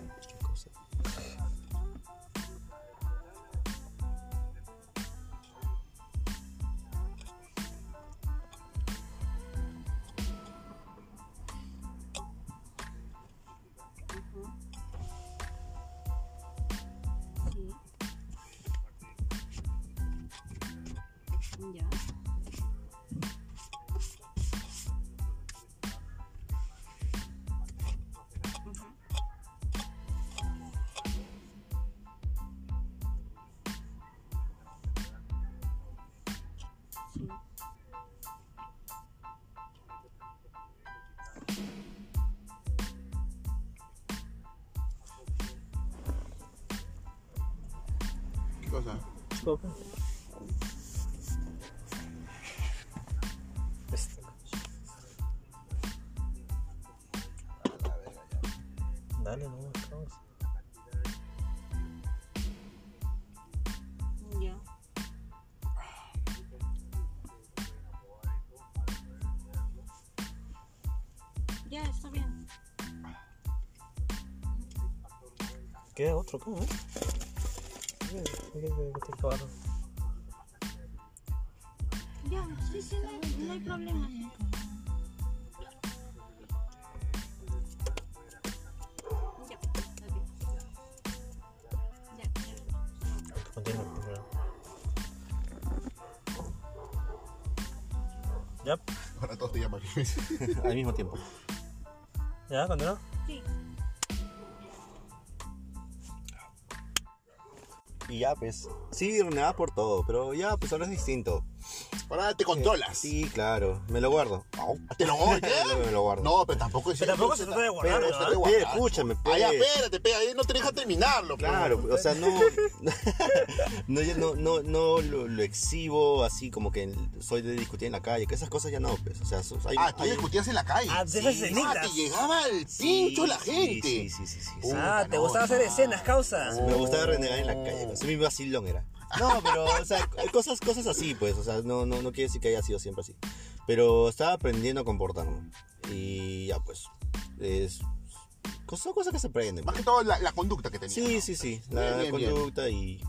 [SPEAKER 1] cosa?
[SPEAKER 3] Este, Dale, no, vamos.
[SPEAKER 2] Ya. Ya, está bien.
[SPEAKER 3] Queda otro, ¿cómo? eh? Hay que- hay que- hay que acabarlo.
[SPEAKER 2] Ya, sí, sí, no, hay- no hay problema. Ya, está bien. Ya, ya.
[SPEAKER 3] Continúa, continúa. Ya,
[SPEAKER 1] Ahora todos te llaman. (laughs)
[SPEAKER 4] al mismo tiempo.
[SPEAKER 3] ya, continúa.
[SPEAKER 2] Sí.
[SPEAKER 4] Y ya, pues, sí, renegaba por todo, pero ya, pues ahora es distinto.
[SPEAKER 1] Ahora te controlas.
[SPEAKER 4] Sí, claro, me lo guardo. Au.
[SPEAKER 1] (laughs) Te lo voy,
[SPEAKER 4] Me (laughs) lo guardo.
[SPEAKER 1] No, pero tampoco es
[SPEAKER 3] Pero tampoco se trata de guardar,
[SPEAKER 1] Pero
[SPEAKER 3] ¿no?
[SPEAKER 1] se trata de
[SPEAKER 4] Pe,
[SPEAKER 1] guardar.
[SPEAKER 4] eh, escúchame, pues. pe.
[SPEAKER 1] Ah, ya, espérate, pe, ahí no te deja terminarlo. pe.
[SPEAKER 4] Claro, o sea, no, (laughs) no, ya no, no, no lo, lo exhibo así como que soy de discutir en la calle, que esas cosas ya no, pues, o sea, so- hay,
[SPEAKER 1] Ah, tú
[SPEAKER 4] hay-
[SPEAKER 1] discutías en la calle.
[SPEAKER 3] Ah, de esas
[SPEAKER 1] Ah,
[SPEAKER 3] escenitas.
[SPEAKER 1] te llegaba al
[SPEAKER 4] Sí,
[SPEAKER 1] pincho la
[SPEAKER 4] sí,
[SPEAKER 1] gente.
[SPEAKER 4] Sí, sí, sí, sí, sí.
[SPEAKER 3] Ah,
[SPEAKER 1] Puta,
[SPEAKER 3] te
[SPEAKER 1] no,
[SPEAKER 3] gustaba hacer
[SPEAKER 1] no.
[SPEAKER 3] escenas, causas.
[SPEAKER 4] Me
[SPEAKER 1] oh.
[SPEAKER 4] gustaba renegar en la calle, pues, mi
[SPEAKER 1] (laughs)
[SPEAKER 4] vacilón era. No, pero, o sea, hay cosas, cosas así, pues, o sea, no, no, no quiere decir que haya sido siempre así. Pero estaba aprendiendo a comportarme. Y ya, pues, es, cosas- son cosas que se aprenden.
[SPEAKER 1] Más
[SPEAKER 4] pues.
[SPEAKER 1] que todo la, la conducta que tenía.
[SPEAKER 4] Sí,
[SPEAKER 1] ¿no?
[SPEAKER 4] sí,
[SPEAKER 1] (laughs)
[SPEAKER 4] sí,
[SPEAKER 1] Bien,
[SPEAKER 4] la
[SPEAKER 1] bien, bien.
[SPEAKER 4] conducta y...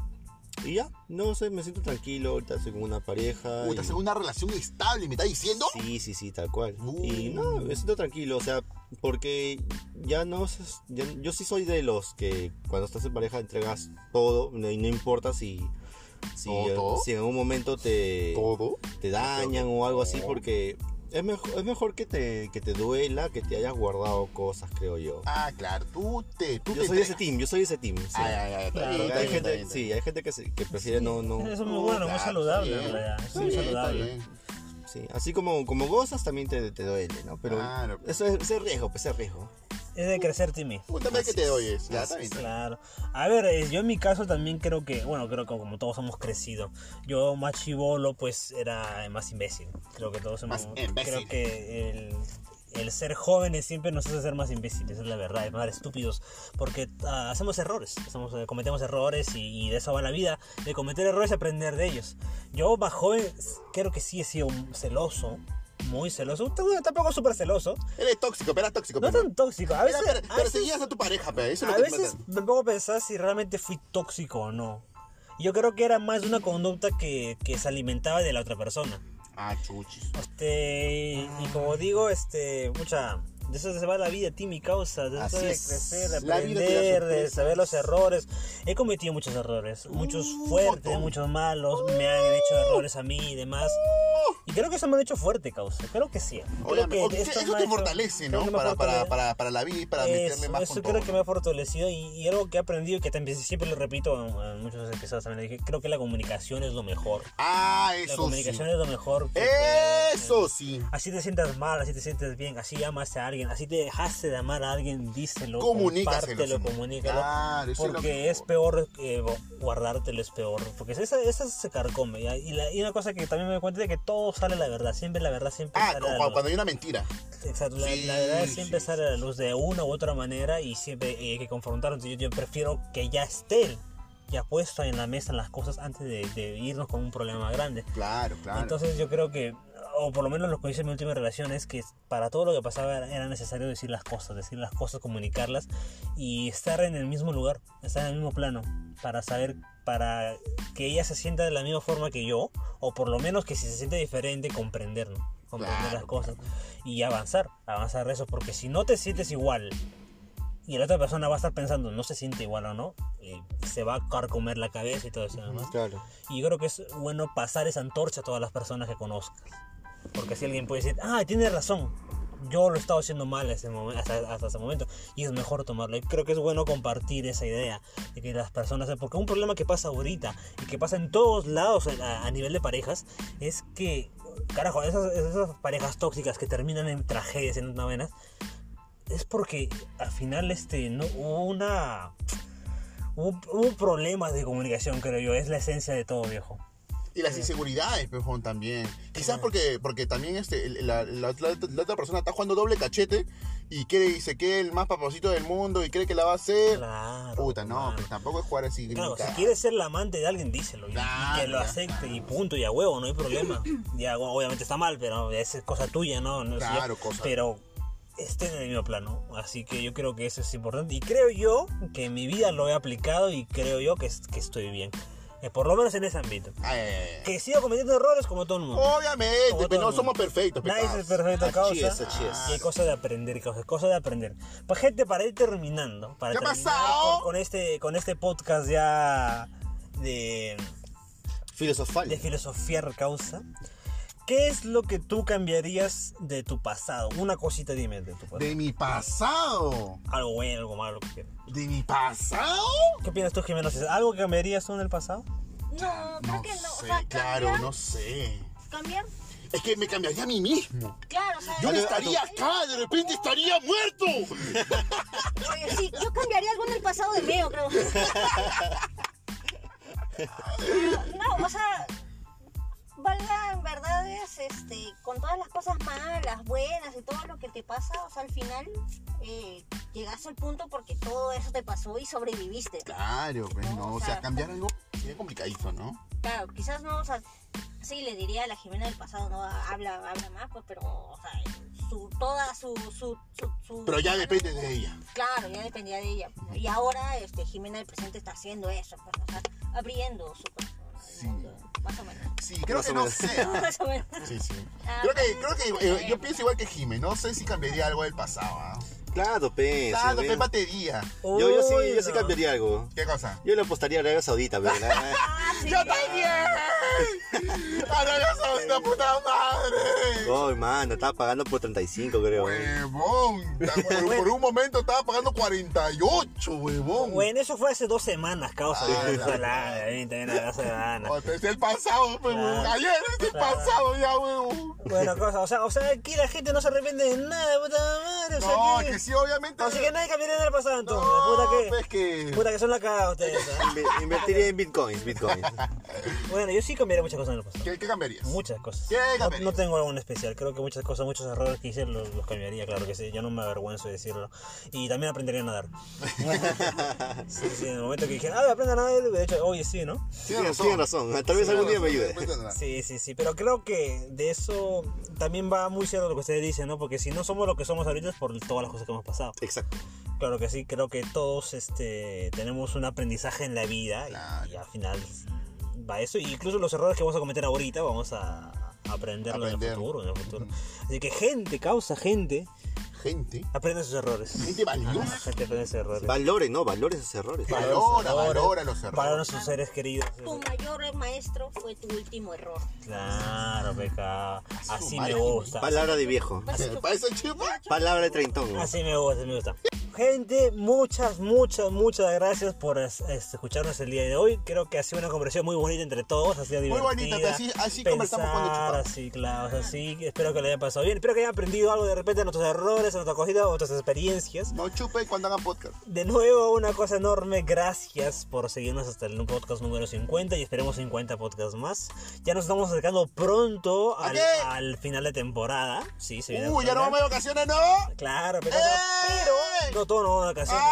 [SPEAKER 4] Y ya, no sé, me siento tranquilo, ahorita soy como una pareja.
[SPEAKER 1] Puta,
[SPEAKER 4] y-
[SPEAKER 1] según una relación estable, ¿me está diciendo?
[SPEAKER 4] Sí, sí, sí, tal cual.
[SPEAKER 1] Uh.
[SPEAKER 4] Y no, me siento tranquilo, o sea, porque ya no se- ya- yo sí soy de los que cuando estás en pareja entregas todo, no, y no importa si si, eh,
[SPEAKER 1] ¿Todo?
[SPEAKER 4] si en algún momento te
[SPEAKER 1] Todo.
[SPEAKER 4] te dañan o algo así porque es mejor, es mejor que te que te duela, que te hayas guardado cosas, creo yo.
[SPEAKER 1] Ah, claro, tú te. Tú
[SPEAKER 4] Yo
[SPEAKER 1] te Ah,
[SPEAKER 4] soy de ese
[SPEAKER 1] entregas.
[SPEAKER 4] team, yo soy de ese team. sí.
[SPEAKER 1] Ay, ay, ay, está
[SPEAKER 4] Claro,
[SPEAKER 1] bien, está bien,
[SPEAKER 4] hay
[SPEAKER 1] está
[SPEAKER 4] gente,
[SPEAKER 1] bien,
[SPEAKER 4] sí, hay gente que, se- que prefiere no, no,
[SPEAKER 3] Eso es muy bueno, muy
[SPEAKER 1] Puta,
[SPEAKER 3] saludable,
[SPEAKER 1] está
[SPEAKER 3] en realidad.
[SPEAKER 1] bien.
[SPEAKER 3] Eso es muy
[SPEAKER 1] Está bien, está
[SPEAKER 3] saludable.
[SPEAKER 1] bien.
[SPEAKER 4] sí. Así como, como gozas también te, te duele, ¿no? Pero
[SPEAKER 1] Claro.
[SPEAKER 4] eso es, ese riesgo, pues es riesgo.
[SPEAKER 3] Es de crecer, Timmy.
[SPEAKER 1] Pregúntame qué te oyes. Ya, está bien, está bien.
[SPEAKER 3] Claro. A ver, eh, yo en mi caso también creo que, bueno, creo que como todos hemos crecido, yo más chivolo pues era eh, más imbécil. Creo que todos hemos...
[SPEAKER 1] Más imbécil.
[SPEAKER 3] Creo que el, el ser jóvenes siempre nos hace ser más imbéciles, es la verdad, es más estúpidos, porque ah, hacemos errores, hacemos, eh, cometemos errores y, y de eso va la vida, de cometer errores y aprender de ellos. Yo más joven s- creo que sí he sido celoso. Muy celoso, Tampoco- tampoco súper celoso,
[SPEAKER 1] Eres tóxico, pero eras tóxico.
[SPEAKER 3] no
[SPEAKER 1] pero-
[SPEAKER 3] tan tóxico. A
[SPEAKER 1] Pero,
[SPEAKER 3] veces,
[SPEAKER 1] pero,
[SPEAKER 3] a
[SPEAKER 1] pero
[SPEAKER 3] veces-
[SPEAKER 1] seguías a tu pareja, pero eso es
[SPEAKER 3] a
[SPEAKER 1] lo que te
[SPEAKER 3] veces
[SPEAKER 1] matan.
[SPEAKER 3] me pongo a pensar si realmente fui tóxico o no. Yo creo que era más una conducta que, que se alimentaba de la otra persona.
[SPEAKER 1] Ah, chuchis.
[SPEAKER 3] Este,
[SPEAKER 1] Ah.
[SPEAKER 3] y como digo, este, mucha, de eso se va la vida, ti mi causa, de eso
[SPEAKER 1] Así
[SPEAKER 3] de
[SPEAKER 1] es.
[SPEAKER 3] crecer, de
[SPEAKER 1] La vida te da
[SPEAKER 3] aprender, de
[SPEAKER 1] sorpresas. Uh,
[SPEAKER 3] saber los errores. He cometido muchos errores, muchos
[SPEAKER 1] Un
[SPEAKER 3] fuertes,
[SPEAKER 1] montón. Uh.
[SPEAKER 3] muchos malos, me han hecho errores a mí y demás. Y creo que eso me ha hecho fuerte, causa. Creo que sí. Creo
[SPEAKER 1] Obviamente,
[SPEAKER 3] que
[SPEAKER 1] o-
[SPEAKER 3] esto
[SPEAKER 1] Uh.
[SPEAKER 3] me
[SPEAKER 1] eso
[SPEAKER 3] ha
[SPEAKER 1] te
[SPEAKER 3] hecho-
[SPEAKER 1] fortalece,
[SPEAKER 3] creo
[SPEAKER 1] ¿no?
[SPEAKER 3] que me ha
[SPEAKER 1] Para, para,
[SPEAKER 3] fortalecido.
[SPEAKER 1] para, para la vida y para meterme
[SPEAKER 3] Eso,
[SPEAKER 1] más
[SPEAKER 3] eso
[SPEAKER 1] con
[SPEAKER 3] creo
[SPEAKER 1] todo.
[SPEAKER 3] que me ha fortalecido y, y algo que he aprendido y que también siempre lo repito en, en muchos episodios también dije, creo que la comunicación es lo mejor.
[SPEAKER 1] Ah,
[SPEAKER 3] La
[SPEAKER 1] eso sí.
[SPEAKER 3] comunicación es lo mejor. que puede-
[SPEAKER 1] Eso sí.
[SPEAKER 3] Así te sientas mal, así te sientes bien, así amas a alguien, así te dejaste de amar a alguien, díselo,
[SPEAKER 1] Comunícaselo,
[SPEAKER 3] compártelo,
[SPEAKER 1] sí.
[SPEAKER 3] comunícalo.
[SPEAKER 1] Claro, eso es lo
[SPEAKER 3] porque
[SPEAKER 1] mejor.
[SPEAKER 3] es peor eh, guardártelo, es peor. Porque esa, esa se carcome. ¿ya? Y, la- y una cosa que también me doy cuenta es que todo sale la verdad, siempre la verdad, siempre
[SPEAKER 1] Ah,
[SPEAKER 3] sale
[SPEAKER 1] como cuando,
[SPEAKER 3] la verdad.
[SPEAKER 1] cuando hay una mentira.
[SPEAKER 3] Exacto, la,
[SPEAKER 1] Sí,
[SPEAKER 3] la verdad siempre
[SPEAKER 1] sí,
[SPEAKER 3] sale a la luz de una u otra manera y siempre eh, hay que confrontarnos. Yo, yo prefiero que ya esté ya puesto en la mesa las cosas antes de, de irnos con un problema más grande.
[SPEAKER 1] Claro, claro.
[SPEAKER 3] Entonces yo creo que, o por lo menos lo que hice en mi última relación es que para todo lo que pasaba era, era necesario decir las cosas, decir las cosas, comunicarlas y estar en el mismo lugar, estar en el mismo plano para saber, para que ella se sienta de la misma forma que yo, o por lo menos que si se siente diferente, comprendernos, comprender
[SPEAKER 1] Claro,
[SPEAKER 3] las cosas y avanzar, avanzar de eso, porque si no te sientes igual y la otra persona va a estar pensando, no se siente igual o no, y se va a carcomer la cabeza y todo eso, ¿no?
[SPEAKER 4] Claro.
[SPEAKER 3] Y yo creo que es bueno pasar esa antorcha a todas las personas que conozcas. Porque así alguien puede decir, ah, tiene razón. Yo lo he estado haciendo mal ese momen- hasta, hasta ese momento. Y es mejor tomarlo. Y creo que es bueno compartir esa idea. De que las personas... Porque un problema que pasa ahorita y que pasa en todos lados a, a nivel de parejas es que, carajo, esas, esas parejas tóxicas que terminan en tragedias, en novenas, es porque al final este, no, hubo una Hubo, hubo problemas de comunicación, creo yo. Es la esencia de todo, viejo.
[SPEAKER 1] Y las inseguridades, pejón, también. Quizás porque, porque también este, el- la, la otra- la otra persona está jugando doble cachete y quiere y se cree el más papacito del mundo y cree que la va a hacer.
[SPEAKER 3] Claro.
[SPEAKER 1] Puta, no,
[SPEAKER 3] mano.
[SPEAKER 1] pues tampoco es jugar así grita.
[SPEAKER 3] Claro, si quieres ser la amante de alguien, díselo. Y, y
[SPEAKER 1] Claro,
[SPEAKER 3] que lo
[SPEAKER 1] ya.
[SPEAKER 3] acepte y punto, y a huevo, no hay problema. (clears throat) ya, bueno, obviamente está mal, pero esa es cosa tuya, ¿no? no sé,
[SPEAKER 1] Claro, cosa-
[SPEAKER 3] Pero estén en el mismo plano. Así que yo creo que eso es importante. Y creo yo que en mi vida lo he aplicado y creo yo que, es- que estoy bien. Eh, por lo menos en ese ámbito.
[SPEAKER 1] Ay, ay, ay.
[SPEAKER 3] Que sigo cometiendo errores como todo el mundo. Como
[SPEAKER 1] Obviamente, pero
[SPEAKER 3] todo
[SPEAKER 1] no
[SPEAKER 3] el mundo.
[SPEAKER 1] somos perfectos. pues. pe,
[SPEAKER 3] Nadie
[SPEAKER 1] causa.
[SPEAKER 3] es perfecto, causa.
[SPEAKER 4] Así es, así es.
[SPEAKER 3] Y hay cosas de aprender, causa, cosas de aprender. Pues gente, para ir terminando, para
[SPEAKER 1] ¿Qué ha
[SPEAKER 3] terminar
[SPEAKER 1] pasado?
[SPEAKER 3] Con, con este, con este podcast ya de,
[SPEAKER 4] Filosofal.
[SPEAKER 3] de filosofiar causa, ¿qué es lo que tú cambiarías de tu pasado? Una cosita dime de tu pasado.
[SPEAKER 1] De mi pasado.
[SPEAKER 3] Algo bueno, algo malo. lo que quieras.
[SPEAKER 1] ¿De mi pasado?
[SPEAKER 3] ¿Qué opinas tú, Jimena? César? ¿Algo que cambiarías tú en el pasado?
[SPEAKER 2] No, creo
[SPEAKER 1] No
[SPEAKER 2] que no. O
[SPEAKER 1] sé,
[SPEAKER 2] sea,
[SPEAKER 1] claro,
[SPEAKER 2] cambiar-
[SPEAKER 1] no sé.
[SPEAKER 2] Cambiar,
[SPEAKER 1] Es que me cambiaría a mí mismo.
[SPEAKER 2] claro, o sea,
[SPEAKER 1] Yo no
[SPEAKER 2] no-
[SPEAKER 1] estaría acá, de repente estaría muerto.
[SPEAKER 2] Oye, sí, yo cambiaría algo en el pasado de Meo, creo. no, o sea, valga en verdad es, este, con todas las cosas malas, buenas y todo lo que te pasa, o sea, al final eh, llegaste al punto porque todo eso te pasó y sobreviviste.
[SPEAKER 1] Claro, pues no, o
[SPEAKER 2] o
[SPEAKER 1] sea,
[SPEAKER 2] sea,
[SPEAKER 1] cambiar algo sería complicadito, ¿no?
[SPEAKER 2] Claro, quizás no, o sea, sí le diría a la Jimena del pasado, no, habla, habla más, pues, pero, o sea, su, toda su, su, su, su-
[SPEAKER 1] Pero ya depende de ella.
[SPEAKER 2] Claro, ya dependía de ella. Y ahora este, Jimena del presente está haciendo eso, pues, o sea, abriendo su corazón. al
[SPEAKER 1] Sí.
[SPEAKER 2] mundo, Más o menos. (laughs)
[SPEAKER 1] Sí, creo
[SPEAKER 4] Más
[SPEAKER 1] que
[SPEAKER 4] o
[SPEAKER 1] no
[SPEAKER 4] menos.
[SPEAKER 1] sé. ah.
[SPEAKER 2] Más o
[SPEAKER 1] (laughs)
[SPEAKER 2] menos.
[SPEAKER 1] Sí, sí.
[SPEAKER 2] Ah,
[SPEAKER 1] Creo que, creo
[SPEAKER 2] bueno,
[SPEAKER 1] que eh,
[SPEAKER 2] sí.
[SPEAKER 1] yo pienso igual que Jimé, no sé si cambiaría algo del pasado. ¿ah?
[SPEAKER 4] Claro, pe.
[SPEAKER 1] Claro, pues,
[SPEAKER 4] sí,
[SPEAKER 1] qué
[SPEAKER 4] ve.
[SPEAKER 1] batería.
[SPEAKER 4] yo, yo sí, yo sí
[SPEAKER 3] Hola.
[SPEAKER 4] cambiaría algo.
[SPEAKER 1] ¿Qué cosa?
[SPEAKER 4] Yo le apostaría a Arabia Saudita, pues,
[SPEAKER 1] (laughs)
[SPEAKER 4] ¿verdad?
[SPEAKER 2] Ah, sí.
[SPEAKER 1] ¡Yo también! ¡Ahora soy la puta madre!
[SPEAKER 4] Oh, hermano, estaba pagando por 35, creo. ¿eh?
[SPEAKER 1] ¡Huevón! (laughs) Ta- Por un momento estaba pagando 48, huevón.
[SPEAKER 3] Bueno, eso fue hace dos semanas, causa.
[SPEAKER 1] Ah,
[SPEAKER 3] viejo.
[SPEAKER 1] ya.
[SPEAKER 3] Ojalá, ahí también hace dos semanas.
[SPEAKER 1] O sea, este Es el pasado, huevón.
[SPEAKER 3] Claro.
[SPEAKER 1] Ayer es el
[SPEAKER 3] Claro.
[SPEAKER 1] pasado ya, huevón.
[SPEAKER 3] Bueno, cosa, o sea, o sea, aquí la gente no se arrepiente de nada, puta madre. O sea,
[SPEAKER 1] No,
[SPEAKER 3] que-
[SPEAKER 1] que sí, obviamente.
[SPEAKER 3] Así que nadie cambiaría en el pasado
[SPEAKER 1] No,
[SPEAKER 3] entonces. puta
[SPEAKER 1] pues
[SPEAKER 3] que.
[SPEAKER 1] que...
[SPEAKER 3] Puta que son la cagada ustedes. ¿eh?
[SPEAKER 4] Inve- Invertiría en bitcoins, bitcoins.
[SPEAKER 3] Bueno, yo sí cambiaría muchas cosas en el pasado.
[SPEAKER 1] ¿Qué, qué cambiarías?
[SPEAKER 3] Muchas cosas.
[SPEAKER 1] ¿Qué
[SPEAKER 3] No,
[SPEAKER 1] cambiarías?
[SPEAKER 3] no tengo algo en especial. Creo que muchas cosas, muchos errores que hice los, los cambiaría, claro que sí. Yo no me avergüenzo de decirlo. Y también aprendería
[SPEAKER 1] (laughs)
[SPEAKER 3] a nadar. sí, sí, en el momento que dije, ah, aprendo a nadar, de hecho, oye, sí, ¿no?
[SPEAKER 4] Tienes razón. Tienes razón. ¿eh? Tal vez algún día me ayude.
[SPEAKER 3] Sí, sí, sí, pero creo que de eso también va muy cierto lo que ustedes dicen, ¿no? Porque si no somos lo que somos ahorita es por todas las cosas que hemos pasado.
[SPEAKER 4] Exacto.
[SPEAKER 3] Claro que sí, creo que todos este, tenemos un aprendizaje en la vida y-
[SPEAKER 1] Claro.
[SPEAKER 3] y, al final va eso. Y incluso los errores que vamos a cometer ahorita vamos a aprenderlo en
[SPEAKER 1] Aprender.
[SPEAKER 3] el futuro. En el futuro. Así que gente, causa gente,
[SPEAKER 1] Gente,
[SPEAKER 3] aprende sus errores.
[SPEAKER 1] gente valiosa.
[SPEAKER 3] La gente aprende sus errores.
[SPEAKER 4] Valore, no, valore esos errores.
[SPEAKER 1] Valore.
[SPEAKER 3] Valora sus
[SPEAKER 1] Ah, valora, valora los errores.
[SPEAKER 3] Valora sus seres queridos.
[SPEAKER 2] Tu mayor maestro fue tu último error.
[SPEAKER 3] Claro, peca. Así me
[SPEAKER 1] madre.
[SPEAKER 3] gusta.
[SPEAKER 4] Palabra de viejo.
[SPEAKER 1] ¿Parece chivo?
[SPEAKER 4] Palabra de treintón. ¿no?
[SPEAKER 3] Así me gusta, así me gusta. Gente, muchas, muchas, muchas gracias por es- es- escucharnos el día de hoy. Creo que ha sido una conversación muy bonita entre todos, ha sido
[SPEAKER 1] Muy
[SPEAKER 3] divertida.
[SPEAKER 1] bonita, pero así- así
[SPEAKER 3] Pensar
[SPEAKER 1] conversamos cuando chupamos.
[SPEAKER 3] Así, claro, o sea, sí, espero que lo hayan pasado bien. Espero que hayan aprendido algo de repente de nuestros errores, de nuestras cositas, de nuestras experiencias.
[SPEAKER 1] No chupe cuando hagan podcast.
[SPEAKER 3] De nuevo, una cosa enorme, gracias por seguirnos hasta el podcast número 50 y esperemos 50 podcasts más. Ya nos estamos acercando pronto
[SPEAKER 1] ¿A
[SPEAKER 3] al,
[SPEAKER 1] qué?
[SPEAKER 3] al final de temporada. Sí, se viene
[SPEAKER 1] Uy, Uh, ya
[SPEAKER 3] el
[SPEAKER 1] no vamos
[SPEAKER 3] final.
[SPEAKER 1] de vacaciones, ¿no?
[SPEAKER 3] Claro, pero,
[SPEAKER 1] ¡Eh!
[SPEAKER 3] pero no todos nos vamos de vacaciones.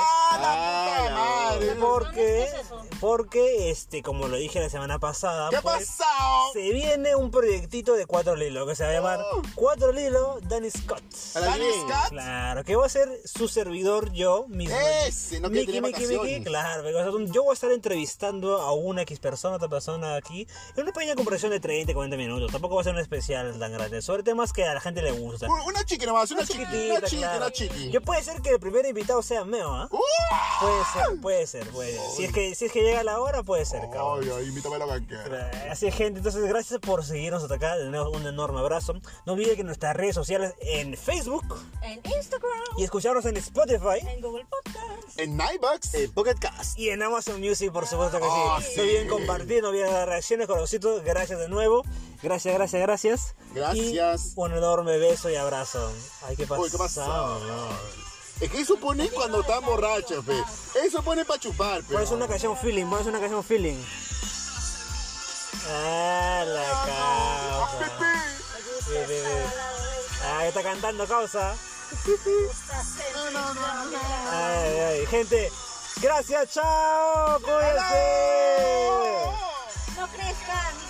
[SPEAKER 1] ¡Ah, la Ah,
[SPEAKER 4] Ay,
[SPEAKER 1] puta
[SPEAKER 4] la
[SPEAKER 1] madre!
[SPEAKER 3] ¿eh? Porque,
[SPEAKER 2] ¿Dónde es eso?
[SPEAKER 3] porque este, como lo dije la semana pasada,
[SPEAKER 1] ¿Qué ha
[SPEAKER 3] pues,
[SPEAKER 1] pasado?
[SPEAKER 3] se viene un proyectito de cuatro lilos que se va a llamar
[SPEAKER 1] Oh.
[SPEAKER 3] Cuatro Lilos Danny Scott.
[SPEAKER 4] A la
[SPEAKER 1] ¿Dani
[SPEAKER 4] bien.
[SPEAKER 1] Scott?
[SPEAKER 3] Claro, que va a ser su servidor yo mismo.
[SPEAKER 1] Ese, no que
[SPEAKER 3] Miki,
[SPEAKER 1] tiene
[SPEAKER 3] Miki, Miki,
[SPEAKER 1] vacaciones.
[SPEAKER 3] claro, porque, o sea, yo voy a estar entrevistando a una X persona, otra persona aquí, en una pequeña conversación de 30, 40 minutos. Tampoco va a ser un especial tan grande, sobre temas que a la gente le gusta.
[SPEAKER 1] Un- Una chiqui nomás, una chiqui, una
[SPEAKER 3] Chiquitita,
[SPEAKER 1] chiqui,
[SPEAKER 3] claro.
[SPEAKER 1] una chiqui. ¡Uh!
[SPEAKER 3] Yo puede ser que el primer invitado sea Meo, ¿ah? Puede ser, puede ser, puede ser. Si es que, si es que llega la hora, puede ser, cabrón.
[SPEAKER 1] Ay, ay, invítame a la banquera.
[SPEAKER 3] Así es, gente. Entonces, gracias por seguirnos hasta acá. De nuevo, un enorme abrazo. No olviden que nuestras redes sociales en Facebook
[SPEAKER 2] En Instagram,
[SPEAKER 3] y escucharnos en Spotify
[SPEAKER 2] en Google Podcast.
[SPEAKER 1] En Nightbox.
[SPEAKER 4] El Eh, Pocket Cast.
[SPEAKER 3] y en Amazon Music, por supuesto que
[SPEAKER 1] Ah,
[SPEAKER 3] sí.
[SPEAKER 1] sí.
[SPEAKER 3] No olviden compartir, no olviden las reacciones, corazoncitos. Gracias de nuevo. Gracias, gracias, gracias.
[SPEAKER 1] Gracias.
[SPEAKER 3] Y un enorme beso y abrazo. Ay, qué pasado.
[SPEAKER 1] Uy, ¿qué pasó?
[SPEAKER 3] no.
[SPEAKER 1] Es que eso ponen cuando están borrachas, fe. Eso ponen para chupar, fe.
[SPEAKER 3] Por eso una canción feeling, por eso una canción feeling. Ah, la causa. Sí, sí, sí. Ah, está cantando causa. Ay, ay, gente. Gracias, chao. Cuídense.
[SPEAKER 2] No crezcan.